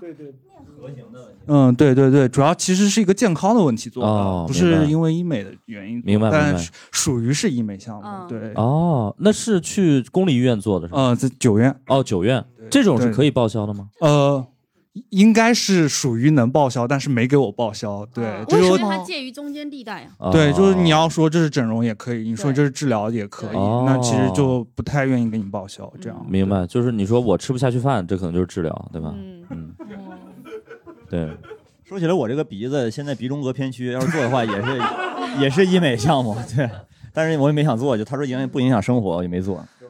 Speaker 10: 嗯，对对对，主要其实是一个健康的问题做的，
Speaker 1: 哦
Speaker 10: 不
Speaker 1: 明白
Speaker 10: 是因为医美的原因做的，
Speaker 1: 明白明
Speaker 10: 但
Speaker 1: 白
Speaker 10: 是属于是医美项目，
Speaker 5: 嗯
Speaker 10: 对，
Speaker 1: 哦，那是去公立医院做的是吗？
Speaker 10: 呃，在九院，
Speaker 1: 哦，九院这种是
Speaker 10: 对
Speaker 1: 可以报销的吗？
Speaker 10: 呃，应该是属于能报销，但是没给我报销，对，只
Speaker 5: 因
Speaker 10: 有
Speaker 5: 嗯为它介于中间地带啊。
Speaker 1: 哦
Speaker 10: 对，就是你要说这是整容也可以，你说
Speaker 5: 对
Speaker 10: 这是治疗也可以，
Speaker 1: 对
Speaker 10: 那其实就不太愿意给你报销，这样，
Speaker 1: 明白，就是你说我吃不下去饭，这可能就是治疗，对吧？
Speaker 5: 嗯，
Speaker 1: 嗯，
Speaker 9: 嗯
Speaker 1: 对，
Speaker 4: 说起来，我这个鼻子现在鼻中隔偏曲，要是做的话也
Speaker 1: (laughs)
Speaker 4: 是也是医美项目，对。但是我也没想做，就他说影不影响生活，我就没做。
Speaker 3: 嗯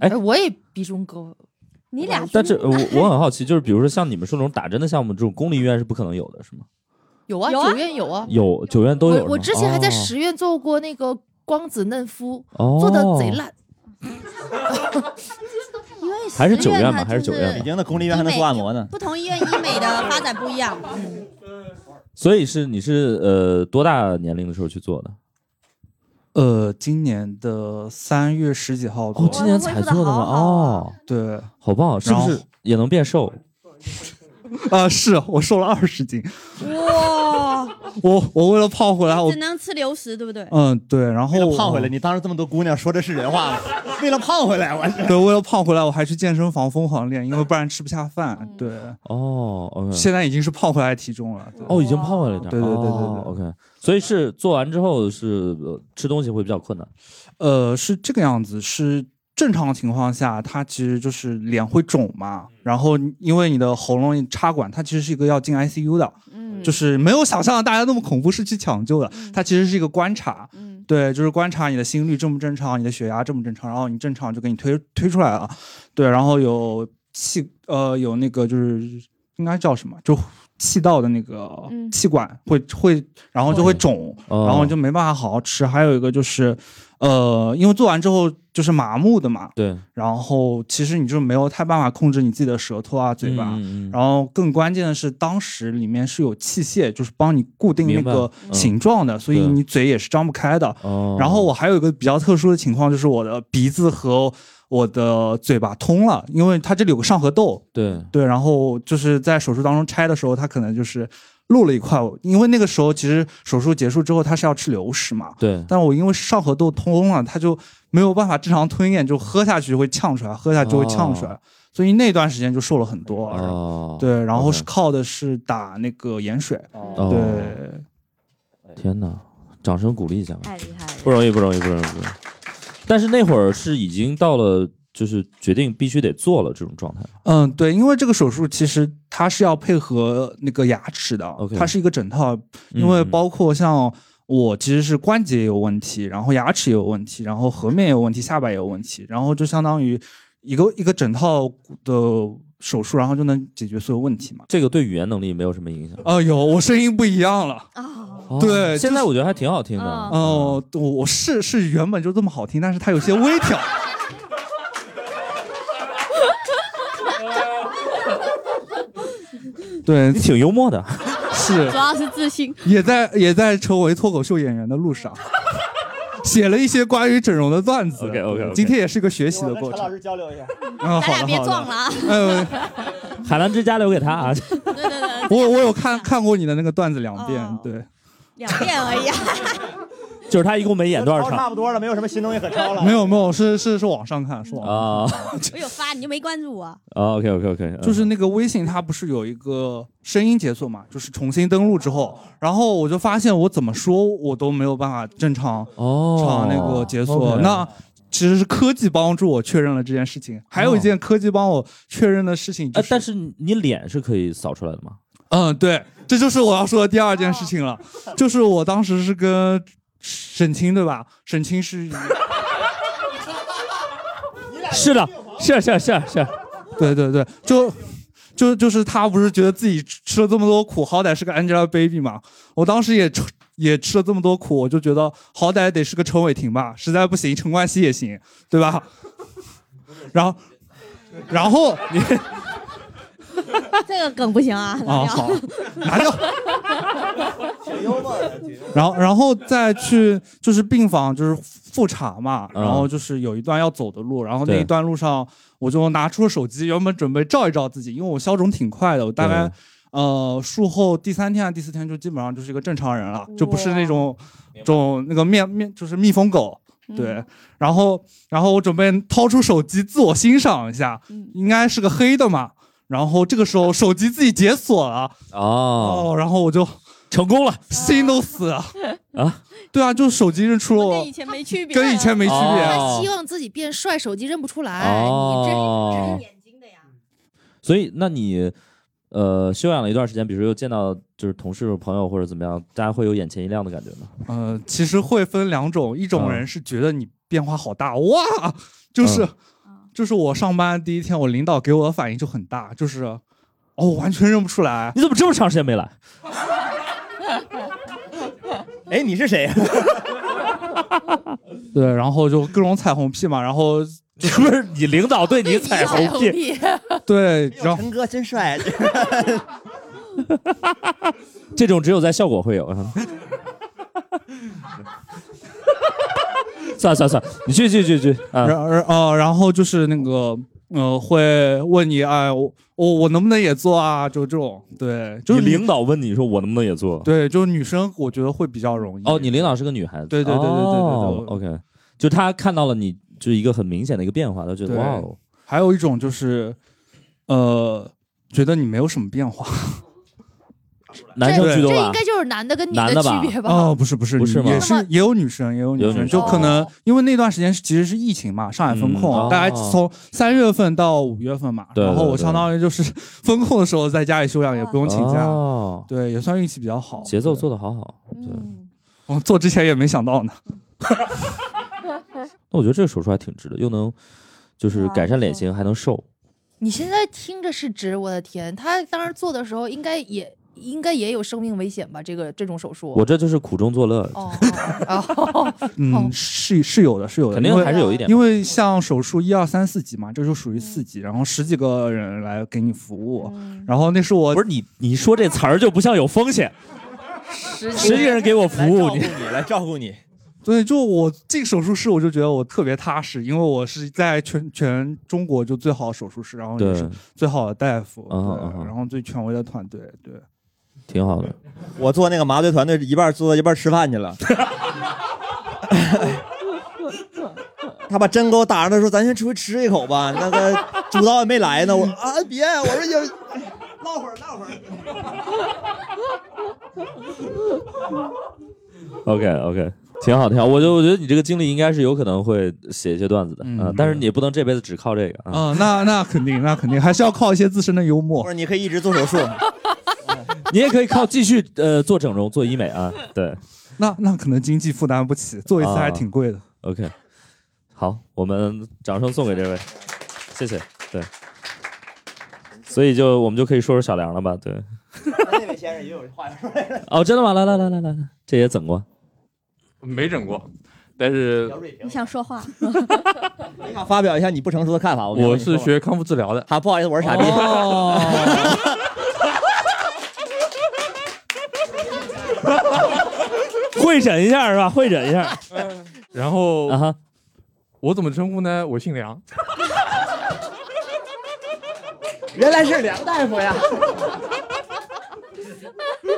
Speaker 1: 哎
Speaker 9: 哎，我也鼻中隔，
Speaker 5: 你俩
Speaker 1: 但是呃我我很好奇，就是比如说像你们说那种打针的项目，这种公立医院是不可能有的，是吗？
Speaker 9: 有啊，
Speaker 5: 有啊
Speaker 9: 九院有啊。
Speaker 1: 有九院都有是
Speaker 9: 我
Speaker 1: 吗。
Speaker 9: 我之前还在
Speaker 1: 哦
Speaker 9: 十院做过那个光子嫩肤，
Speaker 1: 哦，
Speaker 9: 做的贼烂。
Speaker 5: 因为
Speaker 1: 还是
Speaker 5: 十
Speaker 1: 九院吧
Speaker 5: 它
Speaker 1: 还是
Speaker 5: 就
Speaker 1: 九院吧
Speaker 4: 北京的公立医院还能做按摩呢。
Speaker 5: 不同医院医美的发展不一样。
Speaker 1: 所以是你是呃多大年龄的时候去做的？
Speaker 5: 嗯
Speaker 10: 呃，今年的三月十几号做
Speaker 1: 哦，
Speaker 10: 的，
Speaker 1: 今年才做的吗？
Speaker 5: 恢复得好好啊
Speaker 1: 哦，
Speaker 10: 对，
Speaker 1: 好棒，是不
Speaker 10: 然
Speaker 1: 是
Speaker 10: 后
Speaker 1: 也能变瘦？
Speaker 10: (laughs) 啊，是我瘦了二十斤，
Speaker 5: 哇，
Speaker 10: 我我为了胖回来，我
Speaker 5: 只能吃流食，对不对？
Speaker 10: 嗯对，然
Speaker 4: 为
Speaker 10: 后
Speaker 4: 了胖回来，，你当着这么多姑娘说这是人话吗？为了胖回来，我是
Speaker 10: 对，为了胖回来，我还去健身房疯狂练，因为不然吃不下饭。对，
Speaker 1: 哦，OK，
Speaker 10: 现在已经是胖回来的体重了。对
Speaker 1: 哦，已经胖回来一点，
Speaker 10: 对对对对对
Speaker 1: 哦，OK，所以是做完之后是呃吃东西会比较困难。
Speaker 10: 呃，是这个样子，是正常情况下，它其实就是脸会肿嘛，
Speaker 5: 嗯
Speaker 10: 然后因为你的喉咙插管，它其实是一个要进 ICU 的，
Speaker 5: 嗯
Speaker 10: 就是没有想象的大家那么恐怖，是去抢救的，它其实是一个观察。
Speaker 5: 嗯，
Speaker 10: 对，就是观察你的心率正不正常，你的血压正不正常，然后你正常就给你推推出来了，对，然后有气呃有那个就是应该叫什么，就气道的那个
Speaker 5: 嗯
Speaker 10: 气管会会，然后就会肿，
Speaker 1: 哦
Speaker 10: 然后就没办法好好吃。还有一个就是，呃，因为做完之后就是麻木的嘛，
Speaker 1: 对，
Speaker 10: 然后其实你就没有太办法控制你自己的舌头啊、嘴巴，
Speaker 1: 嗯嗯嗯
Speaker 10: 然后更关键的是，当时里面是有器械，就是帮你固定那
Speaker 1: 明白
Speaker 10: 个
Speaker 1: 嗯
Speaker 10: 形状的，所以
Speaker 1: 对
Speaker 10: 你嘴也是张不开的。
Speaker 1: 哦，
Speaker 10: 然后我还有一个比较特殊的情况，就是我的鼻子和我的嘴巴通了，因为它这里有个上颌窦，
Speaker 1: 对，
Speaker 10: 对，然后就是在手术当中拆的时候，它可能就是漏了一块，因为那个时候其实手术结束之后它是要吃流食嘛，
Speaker 1: 对，
Speaker 10: 但我因为上颌窦通了，它就没有办法正常吞咽，就喝下去会呛出来，喝下去就会呛出来，所以那段时间就瘦了很多。
Speaker 1: 哦，
Speaker 10: 对，然后是
Speaker 1: OK
Speaker 10: 靠的是打那个盐水，
Speaker 1: 哦
Speaker 10: 对，
Speaker 1: 天哪，掌声鼓励一下吧。
Speaker 5: 太厉害了。
Speaker 1: 不容易，不容易，不容易，不容易。但是那会儿是已经到了，就是决定必须得做了这种状态。
Speaker 10: 嗯，对，因为这个手术其实它是要配合那个牙齿的
Speaker 1: OK
Speaker 10: 它是一个整套，因为
Speaker 1: 嗯
Speaker 10: 包括像我其实是关节也有问题，然后牙齿也有问题，然后颌面也有问题，下巴也有问题，然后就相当于一个一个整套的手术，然后就能解决所有问题嘛。
Speaker 1: 这个对语言能力没有什么影响。
Speaker 10: 哦、有我声音不一样了，
Speaker 5: 啊，
Speaker 1: 哦
Speaker 10: 对
Speaker 1: 现在我觉得还挺好听的。
Speaker 5: 嗯
Speaker 10: 哦、我我是是原本就这么好听，但是它有些微
Speaker 1: (laughs)
Speaker 10: 调。对
Speaker 1: 你，挺幽默的。
Speaker 10: 是
Speaker 5: (laughs) 主要是自信。
Speaker 10: 也在也在成为脱口秀演员的路
Speaker 1: (laughs)
Speaker 10: 上，写了一些关于整容的段子。
Speaker 1: OK，OK，OK
Speaker 10: 今天也是一个学习的过程。
Speaker 4: 师交流一下。
Speaker 10: 嗯，
Speaker 5: 咱
Speaker 10: 好
Speaker 5: 俩
Speaker 10: 的
Speaker 5: 别
Speaker 10: 好
Speaker 5: 撞了
Speaker 6: (laughs)
Speaker 10: 的。
Speaker 5: 啊！
Speaker 10: 嗯，
Speaker 1: (laughs) 海澜之家留给他啊。
Speaker 5: 对
Speaker 10: (laughs)
Speaker 5: 对对，
Speaker 10: 我我有看看过你的那个段子两遍
Speaker 5: 哦，
Speaker 10: 对，
Speaker 1: (laughs)
Speaker 5: 两遍而已啊。
Speaker 1: 就是他一共没演多
Speaker 5: 哦
Speaker 1: 少
Speaker 4: 抄差
Speaker 1: 场
Speaker 4: 不多了，没有什么新东西可抄了。
Speaker 1: 嗯
Speaker 10: 没有没有，是是是网上看，是网上
Speaker 1: 啊？
Speaker 5: 我有发，你就没关注我。
Speaker 1: 啊，OK OK OK，
Speaker 10: 就是那个微信，它不是有一个声音解锁嘛？就是重新登录之后，然后我就发现我怎么说我都没有办法正常
Speaker 1: 哦
Speaker 10: 唱那个解锁。
Speaker 1: OK
Speaker 10: 那其实是科技帮助我确认了这件事情。还有一件科技帮我确认的事情、就是
Speaker 1: 哦呃但是你脸是可以扫出来的吗？
Speaker 10: 嗯，对，这就是我要说的第二件事情了，就是我当时是跟沈清对吧？沈清是。
Speaker 1: (laughs) 是的，是啊是是是，
Speaker 10: 对对对，就就就是他不是觉得自己吃吃了这么多苦，好歹是个 Angelababy 嘛。我当时也吃也吃了这么多苦，我就觉得好歹得是个陈伟霆吧，实在不行陈冠希也行，对吧？ (laughs) 然后然后你
Speaker 5: 这个梗不行啊，
Speaker 10: 啊好，拿掉。
Speaker 4: 挺幽默的。
Speaker 10: 然后，然后再去就是病房，就是复查嘛。然后就是有一段要走的路，然后那
Speaker 1: 对
Speaker 10: 一段路上，我就拿出了手机，原本准备照一照自己，因为我消肿挺快的，我大概
Speaker 1: 对
Speaker 10: 呃术后第三天啊第四天就基本上就是一个正常人了，就不是那种种那个面面就是蜜蜂狗。
Speaker 9: 嗯
Speaker 10: 对，然后然后我准备掏出手机自我欣赏一下，
Speaker 9: 嗯
Speaker 10: 应该是个黑的嘛。然后这个时候手机自己解锁了，
Speaker 1: 哦
Speaker 10: 哦，然后我就
Speaker 1: 成功了，
Speaker 10: 心都死了。
Speaker 9: 嗯
Speaker 1: 啊，
Speaker 10: 对啊，就是手机认出了我，
Speaker 9: 前没区别
Speaker 10: 跟以前没区别
Speaker 9: 他
Speaker 1: 哦
Speaker 9: 希望自己变帅，手机认不出
Speaker 5: 哎
Speaker 9: 来。
Speaker 1: 哦，所以，那你呃休养了一段时间，比如说又见到就是同事、朋友或者怎么样，大家会有眼前一亮的感觉吗？
Speaker 10: 呃，其实会分两种，一种
Speaker 1: 嗯
Speaker 10: 人是觉得你变化好大，哇，就是、
Speaker 9: 嗯
Speaker 10: 就是我上班第一天，我领导给我的反应就很大，就是哦，我完全认不出来，
Speaker 1: 你怎么这么长时间没来？
Speaker 4: 哎，你是谁呀？
Speaker 10: (laughs) 对，然后就各种彩虹屁嘛，然
Speaker 1: (laughs)
Speaker 10: 后
Speaker 1: 是不是你领导对你彩虹屁？
Speaker 10: 对，然后
Speaker 4: 陈哥真帅，
Speaker 1: (laughs) 这种只有在效果会有。 (laughs) 啊算了算了算了，你去去去去啊！
Speaker 10: 然而呃，然后就是那个呃，会问你，哎，我我我能不能也做啊？就这种，对，就是
Speaker 1: 你
Speaker 10: 女
Speaker 1: 领导问你说我能不能也做？
Speaker 10: 对，就是女生，我觉得会比较容易。
Speaker 1: 哦，你领导是个女孩子。
Speaker 10: 对对对对对对对
Speaker 1: 哦，OK，就她看到了你，就一个很明显的一个变化，她觉得
Speaker 10: 对
Speaker 1: 哇哦，
Speaker 10: 还有一种就是，呃，觉得你没有什么变化。
Speaker 1: 男生居
Speaker 9: 这
Speaker 1: 多
Speaker 9: 应
Speaker 1: 吧？
Speaker 9: 该就是男的跟女
Speaker 1: 男的吧
Speaker 9: 区别吧？
Speaker 10: 哦，不是不是，
Speaker 1: 不是吗
Speaker 10: 也是也有女生，也有女
Speaker 1: 有
Speaker 10: 生，
Speaker 1: 女
Speaker 10: 就
Speaker 1: 生
Speaker 10: 可
Speaker 9: 哦
Speaker 10: 能因为那段时间是其实是疫情嘛，上海封控，
Speaker 1: 嗯哦
Speaker 10: 大概从三月份到五月份嘛，
Speaker 1: 对
Speaker 10: 然后
Speaker 1: 对
Speaker 10: 我
Speaker 1: 对
Speaker 10: 相当于就是 (laughs) 封控的时候在家里休养，也不用请假，
Speaker 1: 哦，
Speaker 10: 对，也算运气比较好。
Speaker 1: 节奏
Speaker 10: 对，
Speaker 1: 做得好好。
Speaker 9: 嗯
Speaker 1: 对，
Speaker 10: 我做之前也没想
Speaker 9: 哦
Speaker 10: 到呢。
Speaker 1: 那我觉得这个手术还挺值的，又能就是改善脸型，还能瘦。
Speaker 9: 你现在听着是值，我的天，他当时做的时候应该也应该也有生命危险吧？这个这种手术，
Speaker 1: 我这就是苦中作乐，
Speaker 9: 哦哦哦
Speaker 10: 嗯，是是有的，是有的，
Speaker 1: 肯
Speaker 10: 因
Speaker 1: 定
Speaker 10: 为
Speaker 1: 还是有一点
Speaker 10: 因。为像手术一二三四级嘛，这就属于四
Speaker 9: 嗯
Speaker 10: 级，然后十几个人来给你服务，然后那是我
Speaker 1: 不是你，你说这词儿就不像有风险，
Speaker 9: 十
Speaker 1: 实际人给我服
Speaker 4: 来照
Speaker 1: 务
Speaker 4: 顾
Speaker 1: 你。
Speaker 4: 你，来照顾你。
Speaker 10: 对，就我这个手术室，我就觉得我特别踏实，因为我是在全全中国就最好的手术室，然后也
Speaker 1: 对
Speaker 10: 是最好的大夫，对
Speaker 1: 嗯嗯嗯
Speaker 10: 然后最权威的团队，对，
Speaker 1: 挺好的，
Speaker 4: 我做那个麻醉团队，一半做到一半吃饭去了。他把针给我打上的时候，咱先出去吃一口吧。那个主刀也没
Speaker 6: 哎
Speaker 4: 来呢，我啊别，我说有唠会儿唠会
Speaker 6: (laughs)
Speaker 4: 儿。
Speaker 1: OK OK，挺好挺好。我就我觉得你这个经历应该是有可能会写一些段子的啊、
Speaker 10: 嗯
Speaker 1: 但是你也不能这辈子只靠这个啊。
Speaker 4: 嗯
Speaker 10: 啊、那那肯定，那肯定还是要靠一些自身的幽
Speaker 4: 我
Speaker 10: 默
Speaker 4: 说。你可以一直做手术，
Speaker 1: (laughs) 你也可以靠继续呃做整容、做医美啊。对
Speaker 10: (laughs) 那那可能经济负担不起，做一次
Speaker 4: 啊
Speaker 10: 还挺贵的。
Speaker 1: ，OK，好，我们掌声送给这位，谢谢。对，所以就我们就可以说说小梁了吧？对，
Speaker 4: (laughs) 那位先生也有话说，
Speaker 1: 哦，真的吗？来来来来来，来这也整过。
Speaker 11: 没整过，但是
Speaker 4: 瑞平
Speaker 5: 你，想说话？
Speaker 4: 你好 (laughs) 发表一下你不成熟的看法。我
Speaker 11: 我是学康复治疗的。哦
Speaker 4: 啊，不好意思，我是傻逼。 (laughs)
Speaker 1: 会诊一下是吧？会诊一下啊
Speaker 11: (laughs) 然后
Speaker 1: 哈，
Speaker 11: 我怎么称呼呢？我姓梁。
Speaker 4: 原来是梁大夫呀！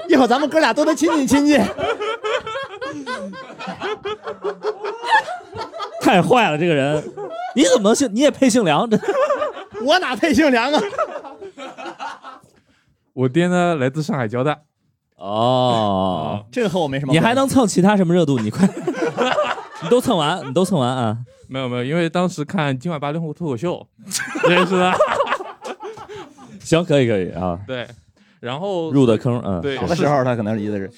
Speaker 4: 一会儿咱们哥俩多多亲近亲近。
Speaker 1: 太坏了，这个人，你怎么姓？你也配姓梁？ (laughs) 真的
Speaker 4: 我哪配姓梁啊？
Speaker 11: 我爹呢来自上海交大，啊
Speaker 1: 哦，
Speaker 4: 这个和我没什
Speaker 1: 你还能蹭其他什么热度？你快， (laughs) 你都蹭完，你都蹭完啊！
Speaker 11: 没有没有，因为当时看今晚八零后脱口
Speaker 1: (laughs)
Speaker 11: 秀，认识的，
Speaker 1: 行，可以可以啊，
Speaker 11: 对，然后
Speaker 1: 入的坑，嗯，
Speaker 11: 对，
Speaker 4: 他可能离
Speaker 11: (laughs)
Speaker 4: 的是，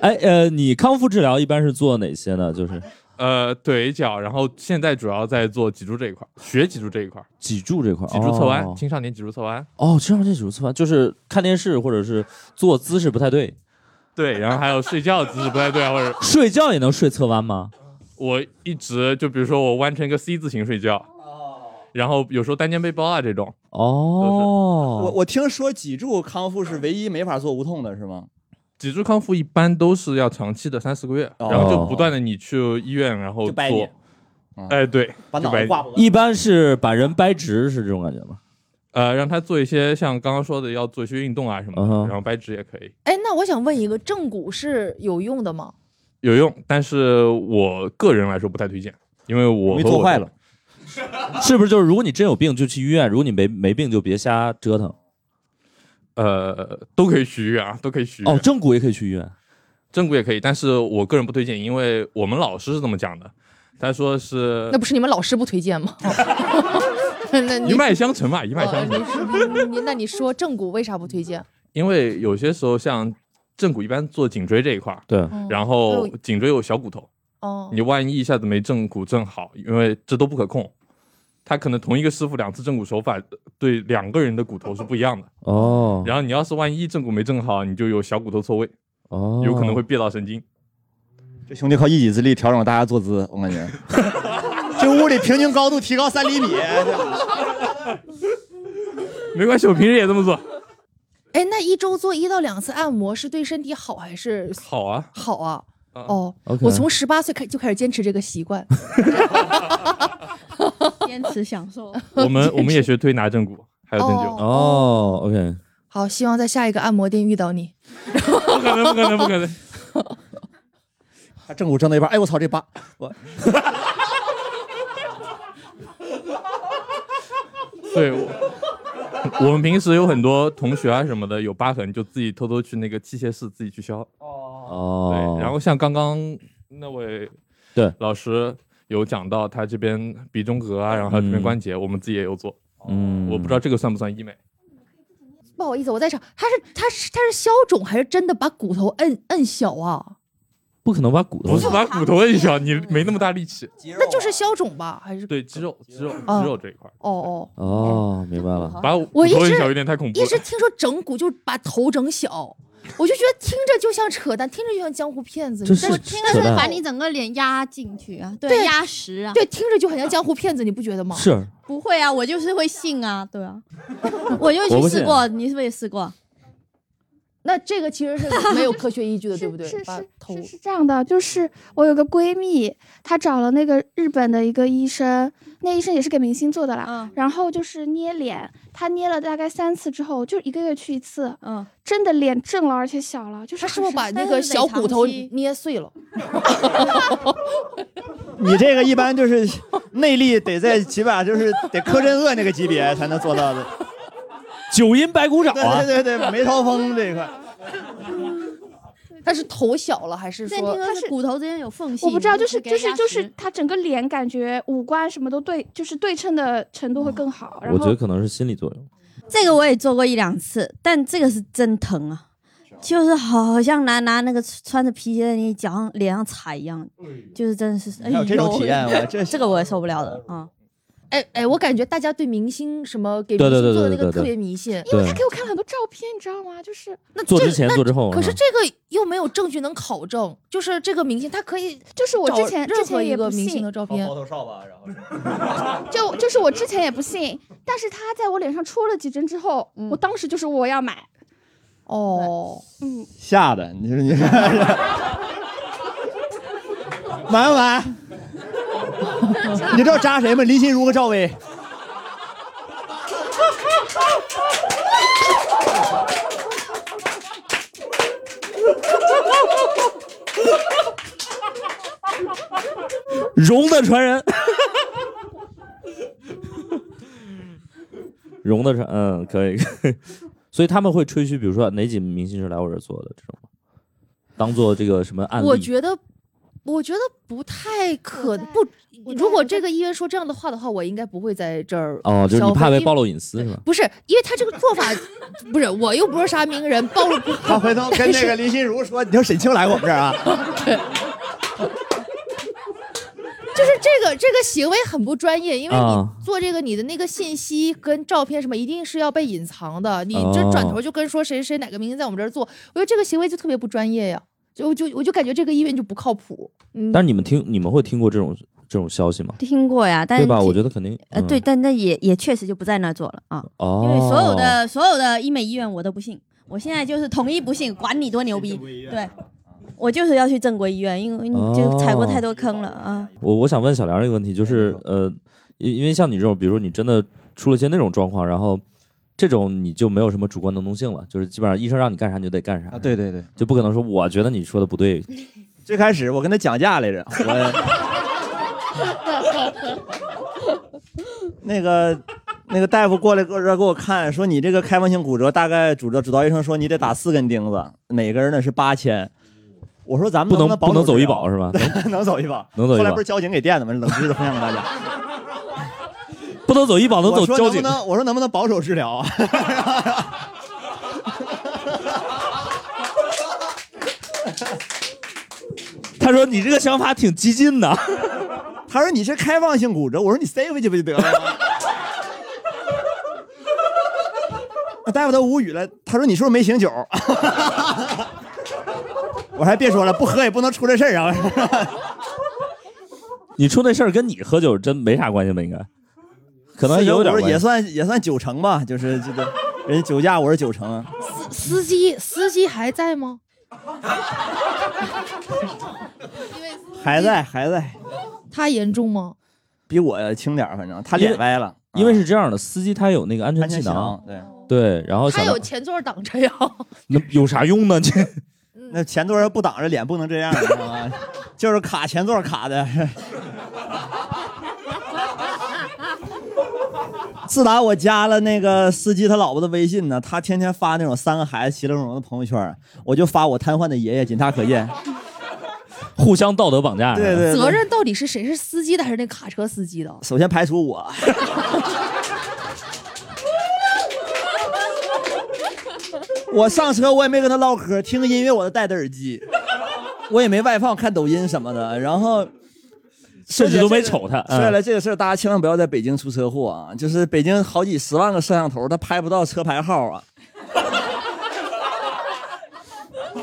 Speaker 1: 哎呃，你康复治疗一般是做哪些呢？就是
Speaker 11: 呃腿脚，然后现在主要在做脊柱这一块儿，学脊柱这一块儿，
Speaker 1: 脊柱这块儿，
Speaker 11: 脊柱侧弯，
Speaker 1: 哦
Speaker 11: 青少年脊柱侧弯，
Speaker 1: 哦，这样这主侧弯就是看电视或者是坐姿势不太对，
Speaker 11: 对，然后还有睡觉姿势不太对，啊或者
Speaker 1: 睡觉也能睡侧弯吗？
Speaker 11: 我一直就比如说我弯成一个 C 字形睡觉，
Speaker 4: 哦
Speaker 11: 然后有时候单肩背包啊这种，
Speaker 4: 我
Speaker 1: 哦，
Speaker 4: 我听说脊柱康复是唯一没法做无痛的，是吗？
Speaker 11: 脊柱康复一般都是要长期的三四个月，
Speaker 4: 哦
Speaker 11: 然后就不断的你去医院，然后
Speaker 4: 就掰你
Speaker 11: 做，哎对，
Speaker 4: 把
Speaker 11: 就
Speaker 4: 脑
Speaker 11: 掰
Speaker 4: 袋
Speaker 11: 你
Speaker 4: 挂脖
Speaker 1: 一般是把人掰直是这种感觉吗？
Speaker 11: 呃让他做一些像刚刚说的要做一些运动啊什么
Speaker 1: 嗯
Speaker 11: 的，
Speaker 1: 哼
Speaker 11: 然后掰直也可以
Speaker 3: 哎，那我想问一个，正骨是有用的吗？
Speaker 11: 有用，但是我个人来说不太推荐，因为我
Speaker 1: 容易
Speaker 11: 和我
Speaker 1: 做坏了 (laughs) 是不是就是如果你真有病就去医院，如果你没没病就别瞎折腾。
Speaker 11: 呃都可以去医院啊，都可以去医院
Speaker 1: 哦，正骨也可以去医院。
Speaker 11: 正骨也可以，但是我个人不推荐，因为我们老师是这么讲的，他说是
Speaker 3: 那不是你们老师不推荐
Speaker 5: (laughs)
Speaker 3: 吗？那你
Speaker 11: 一脉相承嘛，一脉
Speaker 3: 呃
Speaker 11: 相
Speaker 3: 你
Speaker 11: 承。
Speaker 3: 是你那你说正骨为啥不推荐？
Speaker 11: 因为有些时候像正骨一般做颈椎这一块儿，
Speaker 1: 对
Speaker 3: 嗯
Speaker 11: 然后
Speaker 3: 还有
Speaker 11: 颈椎有小骨头，
Speaker 3: 哦，
Speaker 11: 你万一一下子没正骨正好，因为这都不可控，他可能同一个师傅两次正骨手法呃对两个人的骨头是不一样的。
Speaker 1: 哦
Speaker 11: 然后你要是万一正骨没正好，你就有小骨头错位，
Speaker 1: 哦
Speaker 11: 有可能会憋到神经。
Speaker 4: 这兄弟靠一己之力调整大家坐姿，我感 (laughs) 觉，这屋里平均高度提高三厘米，
Speaker 11: 没关系，我平时也这么做。
Speaker 3: 哎，那一周做一到两次按摩是对身体好还是
Speaker 11: 好啊，
Speaker 3: 好啊？
Speaker 11: 啊
Speaker 3: 哦
Speaker 1: OK
Speaker 3: 我从十八岁开就开始坚持这个习惯，
Speaker 5: (laughs) 坚持享受。
Speaker 3: (laughs)
Speaker 11: 我们我们也学推拿正骨，还有针灸。
Speaker 1: 哦，OK，
Speaker 3: 好，希望在下一个按摩店遇到你。
Speaker 11: (laughs) 不可能，不可能，不可能。
Speaker 4: 他正骨正到一半，哎我操这疤，我
Speaker 11: 对，我我 (laughs) 们平时有很多同学啊什么的有疤痕，就自己偷偷去那个器械室自己去消。对
Speaker 1: 哦，，
Speaker 11: 然后像刚刚那位
Speaker 1: 对
Speaker 11: 老师有讲到，他这边鼻中隔啊，然后还有这边
Speaker 1: 嗯
Speaker 11: 关节，我们自己也有做。
Speaker 1: 嗯，
Speaker 11: 我不知道这个算不算医美。
Speaker 3: (laughs) 不好意思，我在场，他是他是他是消肿还是真的把骨头摁摁小啊？
Speaker 1: 不可能把骨头
Speaker 11: 不是把骨头摁小，你没那么大力气。
Speaker 3: 那就是消肿吧？还是
Speaker 11: 对，肌肉、肌肉、
Speaker 3: 哦
Speaker 11: 肌肉这一块，
Speaker 3: 哦哦，啊
Speaker 1: 哦，明白了。
Speaker 11: 把
Speaker 3: 我
Speaker 11: 骨
Speaker 3: 一
Speaker 11: 头摁
Speaker 3: 直
Speaker 11: 小有点太恐怖
Speaker 3: 一
Speaker 11: 了
Speaker 3: 直。听说整骨就是把头整小，我就觉得听着就像扯淡，听着就像江湖骗子。
Speaker 1: 这
Speaker 3: 你
Speaker 1: 是
Speaker 3: 但
Speaker 1: 扯
Speaker 3: 听
Speaker 1: 淡
Speaker 3: 着
Speaker 6: 是
Speaker 1: 扯淡
Speaker 6: 把你整个脸压进去啊，
Speaker 3: 对
Speaker 6: 对，压实啊。
Speaker 3: 对，听着就很像江湖骗子，你不觉得吗？
Speaker 1: 是
Speaker 6: 不会啊，我就是会信啊，对啊，我就
Speaker 1: 我
Speaker 6: 去
Speaker 1: 不
Speaker 6: 试
Speaker 1: 信
Speaker 6: 过，你是不是也试过？
Speaker 3: 那这个其实是没有科学依据的，对不对？
Speaker 7: 是
Speaker 3: 把头
Speaker 7: 是这样的，就是我有个闺蜜，她找了那个日本的一个医生，那医生也是给明星做的啦。
Speaker 6: 嗯
Speaker 7: 然后就是捏脸，她捏了大概三次之后，就一个月去一次，
Speaker 6: 嗯，
Speaker 7: 真的脸正了，而且小了，就是
Speaker 3: 他是
Speaker 7: 很
Speaker 3: 不是把
Speaker 7: 神
Speaker 3: 那
Speaker 7: 奇
Speaker 3: 个小骨头
Speaker 6: 但是得长期
Speaker 3: 捏碎了？
Speaker 4: 你这个一般就是内力得在起码就是得柯镇恶那个级别才能做到的，
Speaker 1: 九阴白骨爪
Speaker 4: 对
Speaker 1: 啊，
Speaker 4: 对对对，梅超风这一块，
Speaker 3: (laughs) 他是头小了还是
Speaker 6: 对，听
Speaker 3: 说？
Speaker 6: 说是骨头之间有缝隙，
Speaker 7: 我不知道，
Speaker 6: 你
Speaker 7: 就是
Speaker 6: 给
Speaker 7: 就
Speaker 6: 它
Speaker 7: 是
Speaker 6: 压
Speaker 7: 就是
Speaker 6: 实，
Speaker 7: 她整个脸感觉五官什么都对，就是对称的程度会更好。然
Speaker 1: 哦我觉得
Speaker 7: 后
Speaker 1: 可能是心理作用。
Speaker 5: 这个我也做过一两次，但这个是真疼啊，就是好像拿拿那个穿着皮鞋在你脚上脸上踩一样，就是真的是哎
Speaker 4: 还有这种
Speaker 5: 呦
Speaker 4: 体验，啊
Speaker 5: (laughs)
Speaker 4: 我这
Speaker 5: 这个我也受不了
Speaker 4: 嗯
Speaker 5: 的啊。
Speaker 3: 哎哎，我感觉大家对明星什么给明
Speaker 1: 对对对
Speaker 3: 星做的那
Speaker 1: 对对
Speaker 3: 个
Speaker 1: 对
Speaker 3: 特别迷信。
Speaker 1: 对
Speaker 7: 她，给我看了很多照片，你知道吗？就是
Speaker 3: 那
Speaker 1: 做
Speaker 3: 这
Speaker 1: 之前
Speaker 3: 那
Speaker 1: 做之后，
Speaker 3: 可是
Speaker 1: 嗯
Speaker 3: 这个又没有证据能考证，就是这个明星他可以
Speaker 7: 就是我
Speaker 3: 找
Speaker 7: 之前之
Speaker 3: 任何
Speaker 7: 前
Speaker 3: 一
Speaker 7: 也
Speaker 3: 个
Speaker 7: 不
Speaker 3: 明星
Speaker 7: 信
Speaker 3: 的，照片。
Speaker 4: 头少吧，然后
Speaker 7: (laughs) 就就是我之前也不信，但是她在我脸上戳了几针之后，
Speaker 5: 嗯
Speaker 7: 我当时就是我要买。
Speaker 3: 哦，
Speaker 7: 嗯，
Speaker 4: 吓的，你说你 (laughs) 说，完不完？你知道扎谁吗？林心如和赵薇。
Speaker 1: 荣的传
Speaker 11: (laughs)
Speaker 1: 人，荣的传，嗯，可以。 (laughs) 可以所以他们会吹嘘，比如说哪几明星是来我这儿做的这种吗，当做这个什么案例？
Speaker 9: 我觉得，我觉得不太可不。如果这个医院说这样的话的话，我应该不会在这儿
Speaker 1: 哦，就是你
Speaker 9: 消费
Speaker 1: 怕被
Speaker 9: 因为
Speaker 1: 暴露隐私是吧？
Speaker 9: 不是，因为他这个做
Speaker 3: (laughs)
Speaker 9: 法，不是，我又不是啥名人，暴露不。
Speaker 4: 他回头跟那个林心如说：“你说沈清来我们这儿啊
Speaker 9: 就是这个这个行为很不专业，因为你
Speaker 4: 啊
Speaker 9: 做这个，你的那个信息跟照片什么，一定是要被隐藏的。你这
Speaker 1: 哦
Speaker 9: 转头就跟说谁谁哪个明星在我们这儿做，我觉得这个行为就特别不专业呀。就我就我就感觉这个医院就不靠谱。嗯，
Speaker 1: 但是你们听，你们会听过这种这种消息吗？
Speaker 5: 听过呀，但
Speaker 1: 对吧？
Speaker 5: 其
Speaker 1: 我觉得肯定，
Speaker 5: 呃，
Speaker 1: 嗯
Speaker 5: 对，，但那也也确实就不在那儿做了啊，
Speaker 1: 哦，
Speaker 5: 因为所有的、所有的医美医院我都不信，我现在就是统一不信，管你多牛逼，对，我就是要去正规医院，因为你就踩过太多坑了啊。
Speaker 1: 我我想问小梁一个问题，就是呃，因因为像你这种，比如说你真的出了一些那种状况，然后这种你就没有什么主观能动性了，就是基本上医生让你干啥你就得干啥。啊，
Speaker 10: 对对对，
Speaker 1: 就不可能说我觉得你说的不对。
Speaker 4: 最开始我跟他讲价来着，我那个那个大夫过来给我给我看，说你这个开放性骨折大概主治指导医生说你得打四根钉子，每根呢是八千。”我说：“咱们
Speaker 1: 不能
Speaker 4: 能
Speaker 1: 不能走医
Speaker 4: 保
Speaker 1: 保是吧？
Speaker 4: 守治疗？ (laughs)
Speaker 1: (laughs)
Speaker 4: 能走医保，
Speaker 1: 能走医保
Speaker 4: 后来不是交警给垫的吗？冷知识分享给大家。
Speaker 1: 不能走医保，能走
Speaker 4: 我说
Speaker 1: 交
Speaker 4: 能
Speaker 1: 警
Speaker 4: 不。能我说能不能保守治疗啊？
Speaker 1: 他说你这个想法挺激进的。
Speaker 4: 他说你是开放性骨折，我说你塞回去不就得了吗？大夫都无语了，他说你是不是没醒酒？ (laughs) 我还别说了，不喝也不能出这事儿啊！
Speaker 1: 你出那事儿跟你喝酒真没啥关系吧？应该，可能有点
Speaker 4: 我 (laughs)
Speaker 1: 关
Speaker 4: 说
Speaker 1: 系
Speaker 4: 也算也算九成吧，就是这个人家酒驾我是九成，啊
Speaker 9: 司机司机还在吗？ (laughs)
Speaker 4: 还在还在，
Speaker 9: 他严重吗？
Speaker 4: 比我轻点儿反正他脸歪了。啊
Speaker 1: 因为是这样的，司机他有那个安全
Speaker 4: 安全
Speaker 1: 气囊
Speaker 4: 囊，对
Speaker 1: 对，然后
Speaker 9: 他
Speaker 1: 想
Speaker 9: 有前座挡着呀。
Speaker 1: 那有啥用呢？这
Speaker 4: 那前座要不挡着脸不能这样，你知道吗？ (laughs) 就是卡前座卡的。自打我加了那个司机他老婆的微信呢，他天天发那种三个孩子其乐融融的朋友圈，我就发我瘫痪的爷爷，仅他可见。
Speaker 1: 互相道德绑
Speaker 9: (laughs)
Speaker 1: 架
Speaker 4: 对对对
Speaker 9: 责任到底是谁？是司机的还是那卡车司机的？
Speaker 4: 首先排除我，我上车我也没跟他唠嗑，听音乐我都戴着耳机，我也没外放看抖音什么的，然后
Speaker 1: 甚至都没瞅他
Speaker 4: 说起
Speaker 1: 嗯
Speaker 4: 来这个事儿，大家千万不要在北京出车祸啊！就是北京好几十万个摄像头，他拍不到车牌号啊。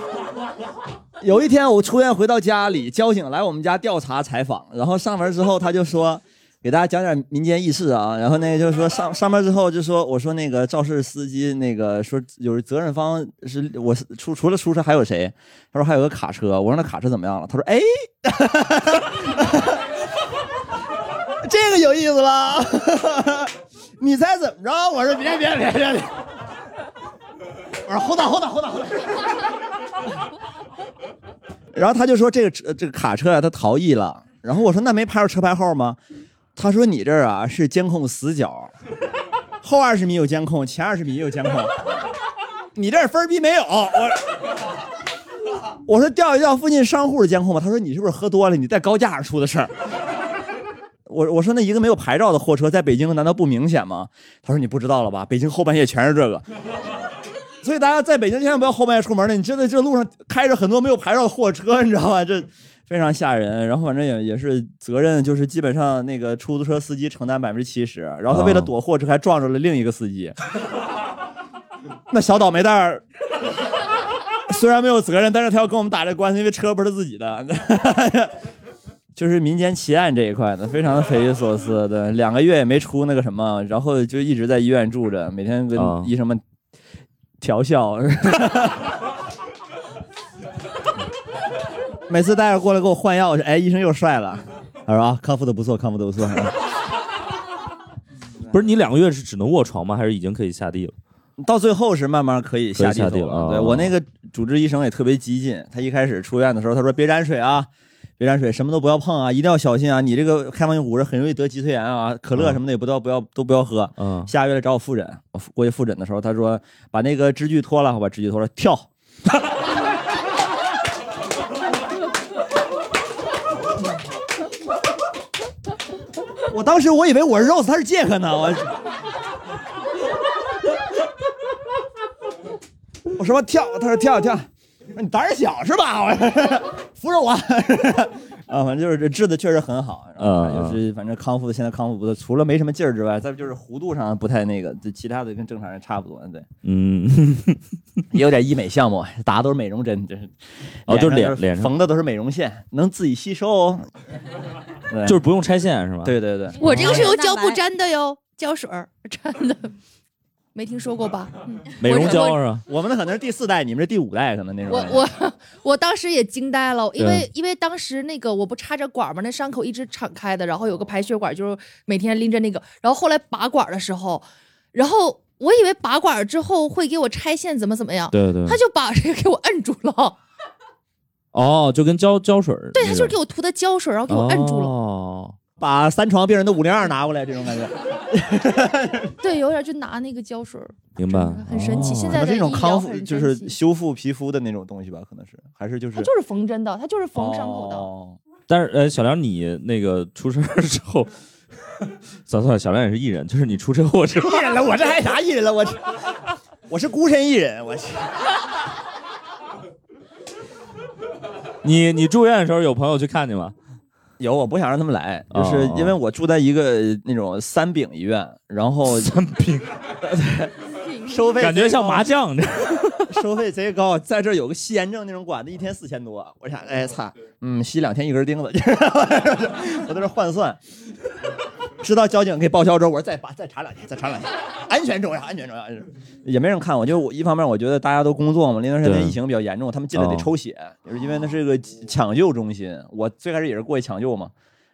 Speaker 4: (laughs) 有一天我出院回到家里，交警来我们家调查采访，然后上门之后他就说，给大家讲点民间轶事啊，然后那个就是说上上班之后就说，我说那个肇事司机那个说有责任方是我是除除了出车还有谁？他说还有个卡车，我说那卡车怎么样了？他说哎， (laughs) 这个有意思了，你猜怎么着？我说别别别别别，我说后等后等后等后等。然后他就说这个车这个卡车啊，他逃逸了。然后我说那没拍着车牌号吗？他说你这儿啊是监控死角， (laughs) 后二十米有监控，前二十米也有监控， (laughs) 你这儿分儿逼没有。我 (laughs) 我说调一调附近商户的监控吧。他说你是不是喝多了？你在高架上出的事儿。我我说那一个没有牌照的货车在北京难道不明显吗？他说你不知道了吧？北京后半夜全是这个。 (laughs) 所以大家在北京千万不要后半夜出门了，你真的这路上开着很多没有牌照的货车，你知道吧？这非常吓人。然后反正也也是责任，就是基本上那个出租车司机承担百分之七十，然后他为了躲货车还撞着了另一个司机。 (laughs) 那小倒霉蛋儿 (laughs) 虽然没有责任，但是他要跟我们打这官司，因为车不是他自己的。就是民间奇案这一块的，非常的匪夷所思。对，两个月也没出那个什么，然后就一直在医院住着，每天跟
Speaker 1: 啊
Speaker 4: 医生们调笑。 (laughs) 每次大夫过来给我换药，我说：“哎，医生又帅了。”他说：“啊，康复的不错，康复的不错。 (laughs)
Speaker 1: 不是你两个月是只能卧床吗？还是已经可以下地了？”
Speaker 4: 到最后是慢慢可以下地
Speaker 1: 可以下地
Speaker 4: 走
Speaker 1: 了啊
Speaker 4: 对我那个主治医生也特别激进，他一开始出院的时候，他说：“别沾水啊，别沾水，什么都不要碰啊，一定要小心啊！你这个开放性骨折很容易得脊髓炎啊，可乐什么的也不要不要都不要喝。
Speaker 1: 嗯，
Speaker 4: 下个月来找我复诊，我过去复诊的时候，他说把那个支具脱了，我把支具脱了，跳。我当时我以为我是 Rose，他是杰克呢，我我说跳，他说跳跳，我说你胆儿小是吧？我 (laughs) 扶着我啊，反正就是这治的确实很好，
Speaker 1: 嗯
Speaker 4: 啊，就是反正康复现在康复不错，除了没什么劲儿之外，再不就是弧度上不太那个，这其他的跟正常人差不多，
Speaker 1: (laughs)
Speaker 4: 对，
Speaker 1: 嗯，
Speaker 4: 也有点医美项目，打的都是美容针，真是，
Speaker 1: 哦就是脸
Speaker 4: 脸
Speaker 1: 脸
Speaker 4: 上
Speaker 1: 上
Speaker 4: 缝的都是美容线，能自己吸收
Speaker 1: (laughs)
Speaker 4: 哦，对
Speaker 1: 就是不用拆线是吧？
Speaker 4: 对对哦对，
Speaker 3: 我这个是用胶布粘的哟，胶水儿 (laughs) 粘的，没听说过吧？嗯
Speaker 1: 美容胶是吧？
Speaker 4: 我们的可能是第四代，你们是第五代，可能那种。
Speaker 3: 我我我当时也惊呆了，因为
Speaker 4: 对
Speaker 3: 因为当时那个我不插着管嘛，那伤口一直敞开的，然后有个排血管，就是每天拎着那个，然后后来拔管的时候，然后我以为拔管之后会给我拆线怎么怎么样，
Speaker 1: 对对
Speaker 3: 他就把这个给我摁住了，
Speaker 1: 哦，就跟胶胶水儿那种，
Speaker 3: 对他就是给我涂的胶水，然后给我摁住了，
Speaker 1: 哦，
Speaker 4: 把三床病人的五零二拿过来，这种感觉。
Speaker 3: 对，有点就拿那个胶水，
Speaker 1: 明白，
Speaker 3: 很神奇。现
Speaker 4: 可
Speaker 3: 在
Speaker 4: 能
Speaker 3: 的
Speaker 4: 是一种
Speaker 3: 医疗
Speaker 4: 康复，
Speaker 3: 很
Speaker 4: 就
Speaker 3: 神
Speaker 4: 是
Speaker 3: 奇
Speaker 4: 修复皮肤的那种东西吧，可能是还是就是
Speaker 3: 它就是缝针的，它就是缝伤口的。
Speaker 1: 但是呃，小梁你那个出车祸之后， (laughs) 算了算了，小梁也是艺人，就是你出车祸之后，
Speaker 4: 艺人了， (laughs) 我这还啥艺人了？我这我是孤身一人， (laughs) 我是
Speaker 1: 你你住院的时候有朋友去看你吗？哦
Speaker 4: 有，我不想让他们来，就是因为我住在一个呃那种三丙医院，然
Speaker 3: (laughs)
Speaker 4: 后三
Speaker 1: 丙
Speaker 4: 收费
Speaker 1: 感觉像麻
Speaker 4: 将。
Speaker 1: 将，
Speaker 4: (laughs) 收费贼高，在这儿有个吸炎症那种管子，一天四千多。我想，哎擦，嗯，吸两天一根钉子， (laughs) 我在这换算。知道交警给报销之后，我说再拔啊再查两天，再查两天，安全重要，安全重要。也没人看我，就是我一方面我觉得大家都工作嘛，那段时间
Speaker 1: 对
Speaker 4: 疫情比较严重，他们进来得
Speaker 1: 哦
Speaker 4: 抽血，就是因为那是个抢救中心。我最开始也是过去抢救嘛，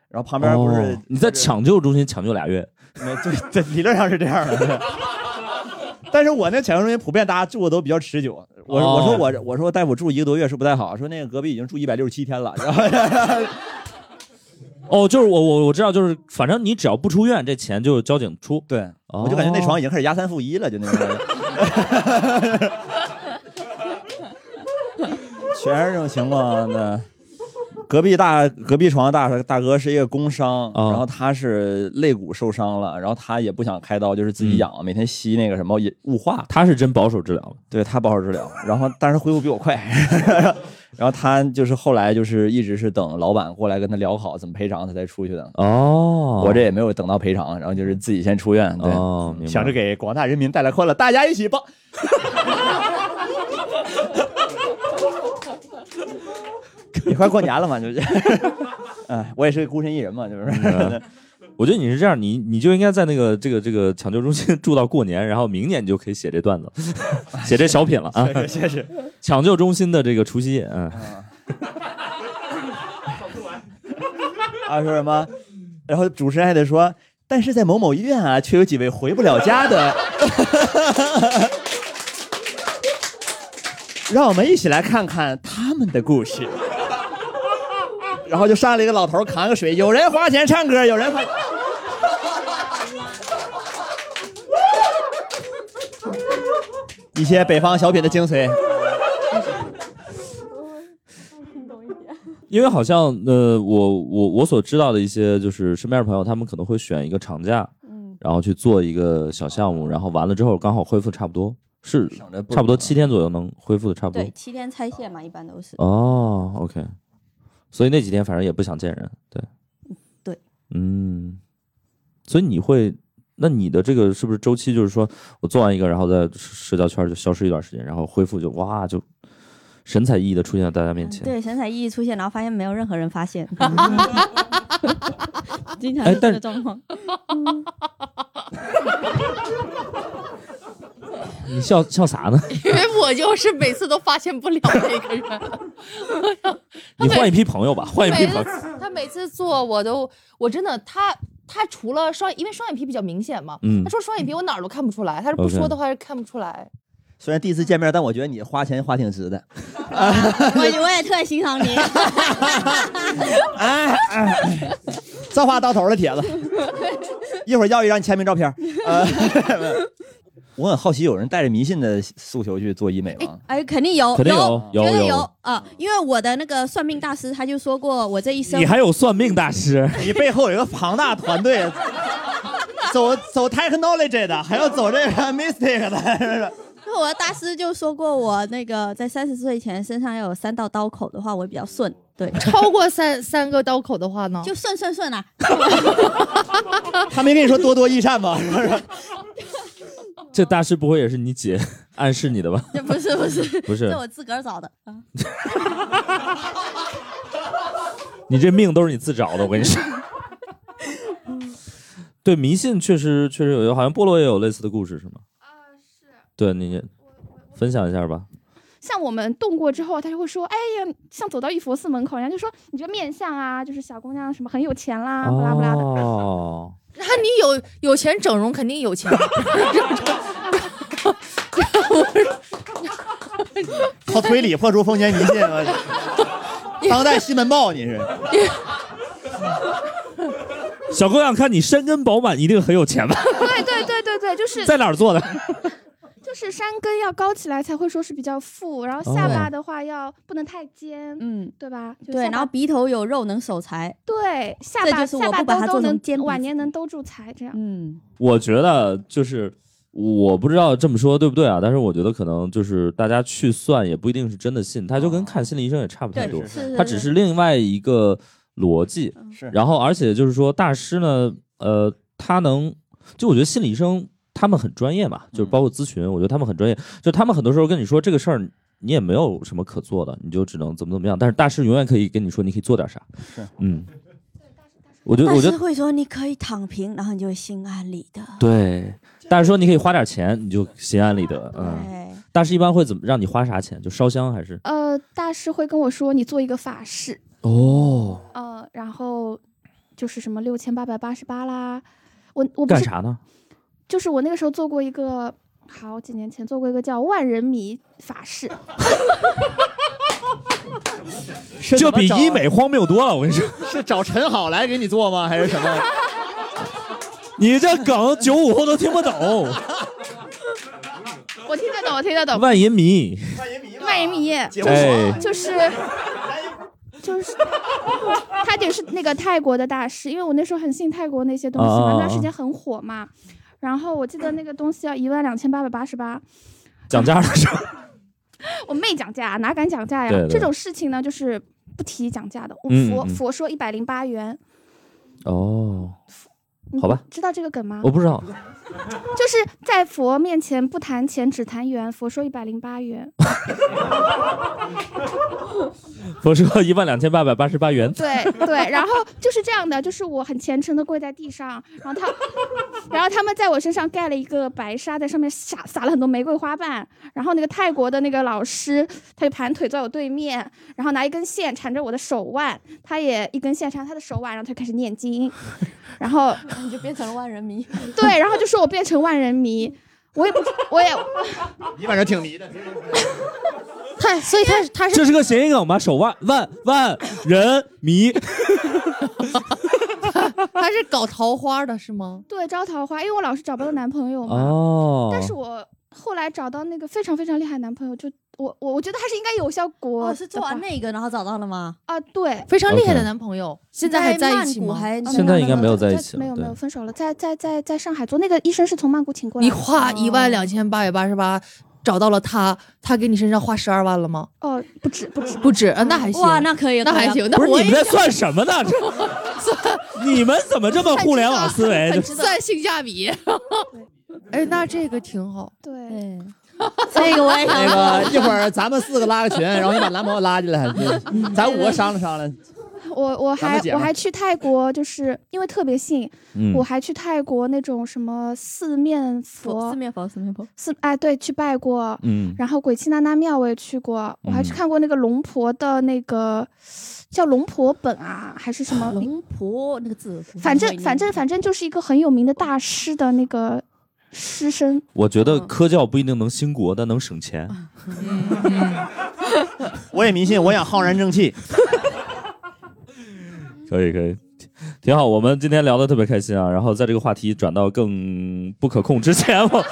Speaker 4: 然后旁边不是
Speaker 1: 哦你在抢救中心抢救俩月，
Speaker 4: 没对对，理论上是这样的。但是我那抢救中心普遍大家住的都比较持久。我、
Speaker 1: 哦
Speaker 4: 我说我我说大夫住一个多月是不太好，说那个隔壁已经住一百六十七天了，然后
Speaker 1: 哦，就是我我我知道，就是反正你只要不出院，这钱就是交警出。
Speaker 4: 对，我就感觉那床已经开始压三付一了，就那种感觉。
Speaker 1: (laughs)
Speaker 4: 全是这种情况的。隔壁大隔壁床大大哥是一个工伤，
Speaker 1: 哦
Speaker 4: 然后他是肋骨受伤了，然后他也不想开刀，就是自己养，每天吸那个什么也雾化。
Speaker 1: 嗯他是真保守治疗了，
Speaker 4: 对他保守治疗，然后但是恢复比我快。 (laughs) 然后他就是后来就是一直是等老板过来跟他聊好怎么赔偿，他才出去的。
Speaker 1: 哦
Speaker 4: 我这也没有等到赔偿，然后就是自己先出院。对，嗯
Speaker 1: 哦明白
Speaker 4: 想着给广大人民带来欢乐，大家一起帮。 (laughs) 也快过年了嘛， (laughs) 就是，哎，我也是个孤身一人嘛，就是。 (laughs)
Speaker 1: 嗯我觉得你是这样，你你就应该在那个这个这个抢救中心 (laughs) 住到过年，然后明年你就可以写这段子了，
Speaker 4: (laughs)
Speaker 1: 写这小品了啊！
Speaker 4: 是是是
Speaker 1: (laughs) 抢救中心的这个除夕夜，嗯，
Speaker 4: 啊，说什么？然后主持人还得说，但是在某某医院啊，却有几位回不了家的。让我们一起来看看他们的故事。然后就上来一个老头儿扛个水，有人花钱唱歌，有人花。一些北方小品的精髓，
Speaker 1: 因为好像呃，我我我所知道的一些就是身边的朋友，他们可能会选一个长假，然后去做一个小项目，然后完了之后刚好恢复差不多，是差不多七天左右能恢复的差不多
Speaker 5: 对，。七天拆线嘛，一般都是。
Speaker 1: 哦，OK，所以那几天反正也不想见人，对，
Speaker 5: 对，
Speaker 1: 嗯，所以你会，那你的这个是不是周期就是说我做完一个，然后在社交圈就消失一段时间，然后恢复就哇就神采奕奕的出现在大家面前。
Speaker 5: 嗯对，神采奕奕出现，然后发现没有任何人发 (laughs) 现，经常
Speaker 1: 哎
Speaker 5: 是这
Speaker 1: 但
Speaker 5: 个状况。
Speaker 1: 你笑笑啥
Speaker 5: (laughs)
Speaker 1: 呢？
Speaker 3: 因为我就是每次都发现不了那个人。
Speaker 1: 你换一批朋友吧，换一批
Speaker 3: 每
Speaker 1: 朋友。
Speaker 3: 次他每次做我都，我真的他他除了双，因为双眼皮比较明显嘛，
Speaker 1: 嗯
Speaker 3: 他说双眼皮我哪儿都看不出来，他是不
Speaker 1: OK (laughs)
Speaker 3: 说的话是看不出来。
Speaker 4: 虽然第一次见面，但我觉得你花钱花挺值的。
Speaker 5: 我我也特欣赏 (laughs) 你。
Speaker 4: 哎，哎这话到头了，铁子， (laughs) 一会儿要一张你签名照
Speaker 5: (laughs)
Speaker 4: 片。呃， (laughs) 我很好奇，有人带着迷信的诉求去做医美吗？
Speaker 5: 哎，肯定有，
Speaker 4: 肯定
Speaker 5: 有，
Speaker 4: 有
Speaker 5: 绝对
Speaker 4: 有
Speaker 5: 有啊！因为我的那个算命大师他就说过，我这一生
Speaker 1: 你还有算命大师，
Speaker 4: (laughs) 你背后有一个庞大团
Speaker 5: (laughs)
Speaker 4: 队，走走 tech knowledge 的，还要走这个 mystic 的， (laughs)
Speaker 5: 那我的大师就说过，我那个在三十岁前身上要有三道刀口的话，我会比较顺。对，
Speaker 3: 超过三三个刀口的话呢，
Speaker 5: 就顺顺顺啊！
Speaker 4: 他没跟你说多多益善吗？是不是？
Speaker 1: (laughs) 这大师不会也是你姐暗示你的
Speaker 5: (laughs)
Speaker 1: 吧？
Speaker 5: 这不是不是
Speaker 1: 不是
Speaker 5: 这我自个儿找的啊。
Speaker 1: 你这命都是你自找的，我跟你说。对迷信确实确实有用，好像菠萝也有类似的故事是吗？
Speaker 7: 呃
Speaker 1: 啊，是。对你分享一下吧。
Speaker 7: 像我们动过之后，他就会说：“哎呀，像走到一佛寺门口，人家就说你这个面相啊，就是小姑娘什么很有钱啊啦，巴拉巴拉的。
Speaker 1: 哦， (laughs)
Speaker 3: 那你有有钱整容肯定有钱。啊
Speaker 4: 靠推理破除封建迷信，
Speaker 5: (laughs)
Speaker 4: 我去当代西门豹你是？
Speaker 1: 小姑娘，看你山根饱满，一定很有钱吧？
Speaker 7: (laughs) 对对对对对，就是
Speaker 1: 在哪儿做的？
Speaker 7: (laughs) 就是山根要高起来才会说是比较富，然后下巴的话要不能太尖，
Speaker 5: 哦嗯，
Speaker 7: 对吧？就
Speaker 5: 对，
Speaker 7: 下巴
Speaker 5: 然后鼻头有肉能守财。
Speaker 7: 对下
Speaker 5: 这
Speaker 7: 巴
Speaker 5: 就是我
Speaker 7: 下巴
Speaker 5: 不把它
Speaker 7: 兜
Speaker 5: 做
Speaker 7: 兜
Speaker 5: 成
Speaker 7: 能
Speaker 5: 尖鼻
Speaker 7: 晚
Speaker 5: 子
Speaker 7: 年能兜住财，这样。
Speaker 5: 嗯，
Speaker 1: 我觉得就是我不知道这么说对不对啊，但是我觉得可能就是大家去算也不一定是真的信，他就
Speaker 4: 哦
Speaker 1: 跟看心理医生也差不太多
Speaker 5: 对是是嗯是，
Speaker 1: 他只是另外一个逻辑。
Speaker 4: 是
Speaker 1: 然后而且就是说大师呢，呃，他能就我觉得心理医生他们很专业嘛，
Speaker 4: 嗯
Speaker 1: 就是包括咨询，我觉得他们很专业，就他们很多时候跟你说这个事儿。你也没有什么可做的，你就只能怎么怎么样。但是大师永远可以跟你说，你可以做点啥。
Speaker 4: 是，
Speaker 1: 嗯，我觉得，
Speaker 5: 大
Speaker 1: 我觉
Speaker 5: 师
Speaker 1: 得
Speaker 5: 会说你可以躺平，然后你就会心安理得。
Speaker 1: 对，大师说你可以花点钱，你就心安理得。嗯，大师一般会怎么让你花啥钱？就烧香还是？
Speaker 7: 呃，大师会跟我说你做一个法事，
Speaker 1: 哦，
Speaker 7: 呃，然后就是什么六千八百八十八啦，我我不
Speaker 1: 干
Speaker 7: 是
Speaker 1: 啥呢？
Speaker 7: 就是我那个时候做过一个，好几年前做过一个叫万人迷法事，
Speaker 1: 这比医美荒谬多了，我跟你 (laughs) 说。
Speaker 4: 是找陈好来给你做吗？还是什么？
Speaker 1: 你这梗九五后都听不
Speaker 7: (laughs)
Speaker 1: 懂，
Speaker 7: 我听得懂，我听得懂。
Speaker 1: 万银迷。
Speaker 7: 万人迷啊
Speaker 1: 解不哎
Speaker 7: 就是就是，他得是那个泰国的大师，因为我那时候很信泰国那些东西嘛，
Speaker 1: 啊
Speaker 7: 那段时间很火嘛。然后我记得那个东西要一万两千八百八十八，
Speaker 1: 讲价的时候，
Speaker 7: 我妹讲价，哪敢讲价呀？
Speaker 1: 对对
Speaker 7: 这种事情呢，就是不提讲价的。我
Speaker 1: 嗯
Speaker 7: 佛、
Speaker 1: 嗯
Speaker 7: 佛说一百零八元，
Speaker 1: 哦，
Speaker 7: 你
Speaker 1: 好吧
Speaker 7: 知道这个梗吗？
Speaker 1: 我不知道。
Speaker 7: 就是在佛面前不谈钱，只谈缘。佛说一百零八元，
Speaker 1: 我说一万两千八百八十八元。
Speaker 7: 对对，然后就是这样的，就是我很虔诚的跪在地上，然后他，然后他们在我身上盖了一个白纱，在上面撒撒了很多玫瑰花瓣，然后那个泰国的那个老师，他就盘腿坐在我对面，然后拿一根线缠着我的手腕，他也一根线缠他的手腕，然后他就开始念经， (laughs) 然后
Speaker 6: 你就变成了万人
Speaker 5: (laughs)
Speaker 6: 迷。
Speaker 7: 对，然后就说我变成万人迷，我也不知，我也。
Speaker 4: 你反正挺迷的。
Speaker 7: 太，所以他他
Speaker 1: 这是个谐音梗吧？手腕万万人
Speaker 7: (laughs)
Speaker 1: 迷，
Speaker 3: (laughs) 他是搞桃花的是吗？
Speaker 7: 对招桃花，因为我老是找不到男朋友嘛。
Speaker 1: 哦
Speaker 7: 但是我后来找到那个非常非常厉害的男朋友，就我我我觉得还是应该有效果的吧、
Speaker 5: 哦是做完那个然后找到了吗？
Speaker 7: 啊，对，
Speaker 3: 非常厉害的男朋友现在还在一起
Speaker 5: 曼谷
Speaker 3: 吗？啊
Speaker 5: 还
Speaker 1: 现在应该没有在一起了
Speaker 7: 没有
Speaker 1: 对
Speaker 7: 没有分手了，在在在在上海做那个医生是从曼谷请过来
Speaker 3: 你
Speaker 7: 的。
Speaker 3: 花一万两千八百八十八找到了他，他给你身上花十二万了吗？
Speaker 7: 哦，不止不止
Speaker 3: 不止，啊那还
Speaker 5: (laughs)
Speaker 3: 行，
Speaker 5: 哇那可以
Speaker 3: 那还
Speaker 5: 可以
Speaker 3: 行，哎那
Speaker 1: 不是
Speaker 3: 我
Speaker 1: 你们
Speaker 3: 也
Speaker 1: 在算什么呢？
Speaker 3: (laughs)
Speaker 1: 你们怎么这么互联网思维？就
Speaker 3: 算性价比。哎，那这个挺好。
Speaker 5: (laughs)
Speaker 7: 对，
Speaker 5: 这个哎我也想
Speaker 4: 那
Speaker 5: 做
Speaker 4: 个一会儿咱们四个拉个群，然后你把男朋友拉进
Speaker 5: (laughs)
Speaker 4: 来，咱五个商量商量。
Speaker 7: 我我
Speaker 4: 咱
Speaker 7: 还
Speaker 4: 们姐
Speaker 7: 我
Speaker 4: 们
Speaker 7: 还去泰国，就是因为特别信，
Speaker 1: 嗯
Speaker 7: 我还去泰国那种什么四面佛
Speaker 5: 四面佛，四面佛。
Speaker 7: 四哎对去拜过，
Speaker 1: 嗯
Speaker 7: 然后鬼泣娜娜庙我也去过，我还
Speaker 4: 嗯
Speaker 7: 去看过那个龙婆的那个叫龙婆本啊，还是什么？
Speaker 5: 龙婆那个字，
Speaker 7: 反正反正反正就是一个很有名的大师的那个师生。
Speaker 1: 我觉
Speaker 3: 嗯
Speaker 1: 得科教不一定能兴国，但能省钱。
Speaker 4: (laughs) 我也迷信，我想浩然正
Speaker 5: (laughs)
Speaker 4: 气。
Speaker 1: 可以可以，挺挺好。我们今天聊的特别开心啊，然后在这个话题转到更不可控之前，我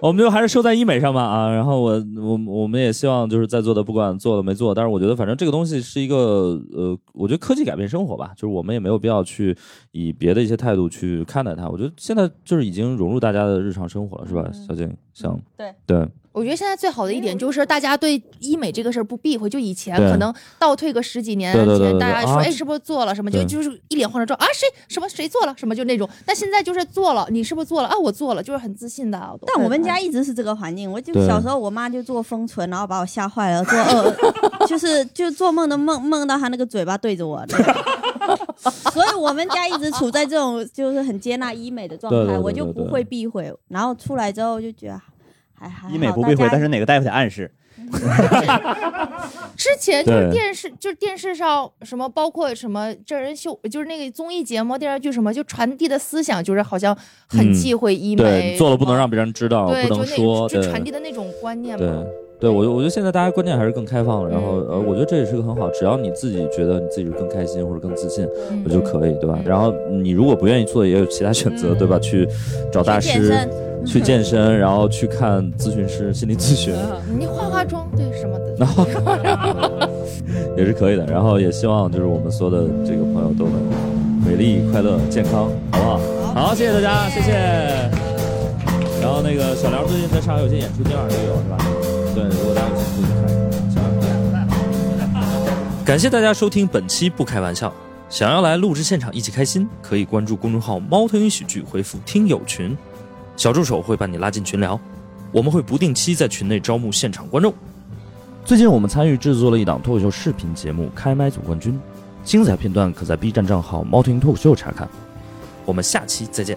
Speaker 1: 我们就还是收在医美上吧啊。然后我我我们也希望就是在座的不管做了没做，但是我觉得反正这个东西是一个呃，我觉得科技改变生活吧，就是我们也没有必要去以别的一些态度去看待它。我觉得现在就是已经融入大家的日常生活了，是吧？小静，像
Speaker 12: 对
Speaker 1: 对。
Speaker 3: 我觉得现在最好的一点就是大家对医美这个事儿不避讳，就以前
Speaker 1: 对
Speaker 3: 可能倒退个十几年
Speaker 1: 对对
Speaker 3: 之
Speaker 1: 对对
Speaker 3: 前，
Speaker 1: 对
Speaker 3: 大家说
Speaker 1: 啊
Speaker 3: 哎是不是做了什么，就
Speaker 1: 对
Speaker 3: 就是一脸慌张说啊谁什么谁做了什么就那种，但现在就是做了，你是不是做了啊我做了，就是很自信的。啊
Speaker 5: 但我们家一直是这个环境，我就
Speaker 3: 对
Speaker 5: 小时候我妈就做封唇，然后把我吓坏了，做噩， (laughs) 就是就做梦都梦梦到她那个嘴巴对着我。对 (laughs) 所以我们家一直处在这种就是很接纳医美的状态，
Speaker 4: 对对对
Speaker 5: 我就不
Speaker 4: 对对
Speaker 5: 会避讳。然后出来之后就觉得还还
Speaker 4: 医美
Speaker 5: 好
Speaker 4: 不避讳
Speaker 5: 大，家
Speaker 4: 但是哪个大夫得暗示。
Speaker 3: 之前就是
Speaker 4: 对
Speaker 3: 电视，就是电视上什么，包括什么真人秀，就是那个综艺节目、电视剧什么，就传递的思想就是好像很
Speaker 1: 嗯
Speaker 3: 忌讳医
Speaker 1: 对
Speaker 3: 美，啊
Speaker 1: 做了不能让别人知道，
Speaker 3: 对，
Speaker 1: 不
Speaker 3: 就
Speaker 1: 能
Speaker 3: 那
Speaker 1: 说，呃
Speaker 3: 种
Speaker 1: 对
Speaker 3: 就传递的那种观念
Speaker 1: 对
Speaker 3: 嘛。
Speaker 1: 对，我我觉得现在大家观念还是更开放了，然
Speaker 3: 嗯
Speaker 1: 后呃，我觉得这也是个很好，只要你自己觉得你自己是更开心或者更自信，
Speaker 3: 嗯
Speaker 1: 我就可以，对吧？然后你如果不愿意做，也有其他选择，对吧？去找大
Speaker 3: 嗯去健
Speaker 1: 师
Speaker 3: 身，
Speaker 1: 去健
Speaker 3: (laughs)
Speaker 1: 身，然后去看咨询师、心理咨询，
Speaker 3: 嗯你化化妆，对什么的， (laughs)
Speaker 1: 也是可以的。然后也希望就是我们所有的这个朋友都能美丽、快乐、健康，好不好？好，谢谢大家，谢谢。然后那个小梁最近在上海有些演出，今晚上就有是吧？对，如果大家有兴趣去看一看。小梁感谢大家收听本期《不开玩笑》。想要来录制现场一起开心，可以关注公众号“猫头鹰喜剧”，回复“听友群”，小助手会把你拉进群聊。我们会不定期在群内招募现场观众。最近我们参与制作了一档脱口秀视频节目《开麦组冠军》，精彩片段可在 B 站账号“猫头鹰脱口秀”查看。我们下期再见。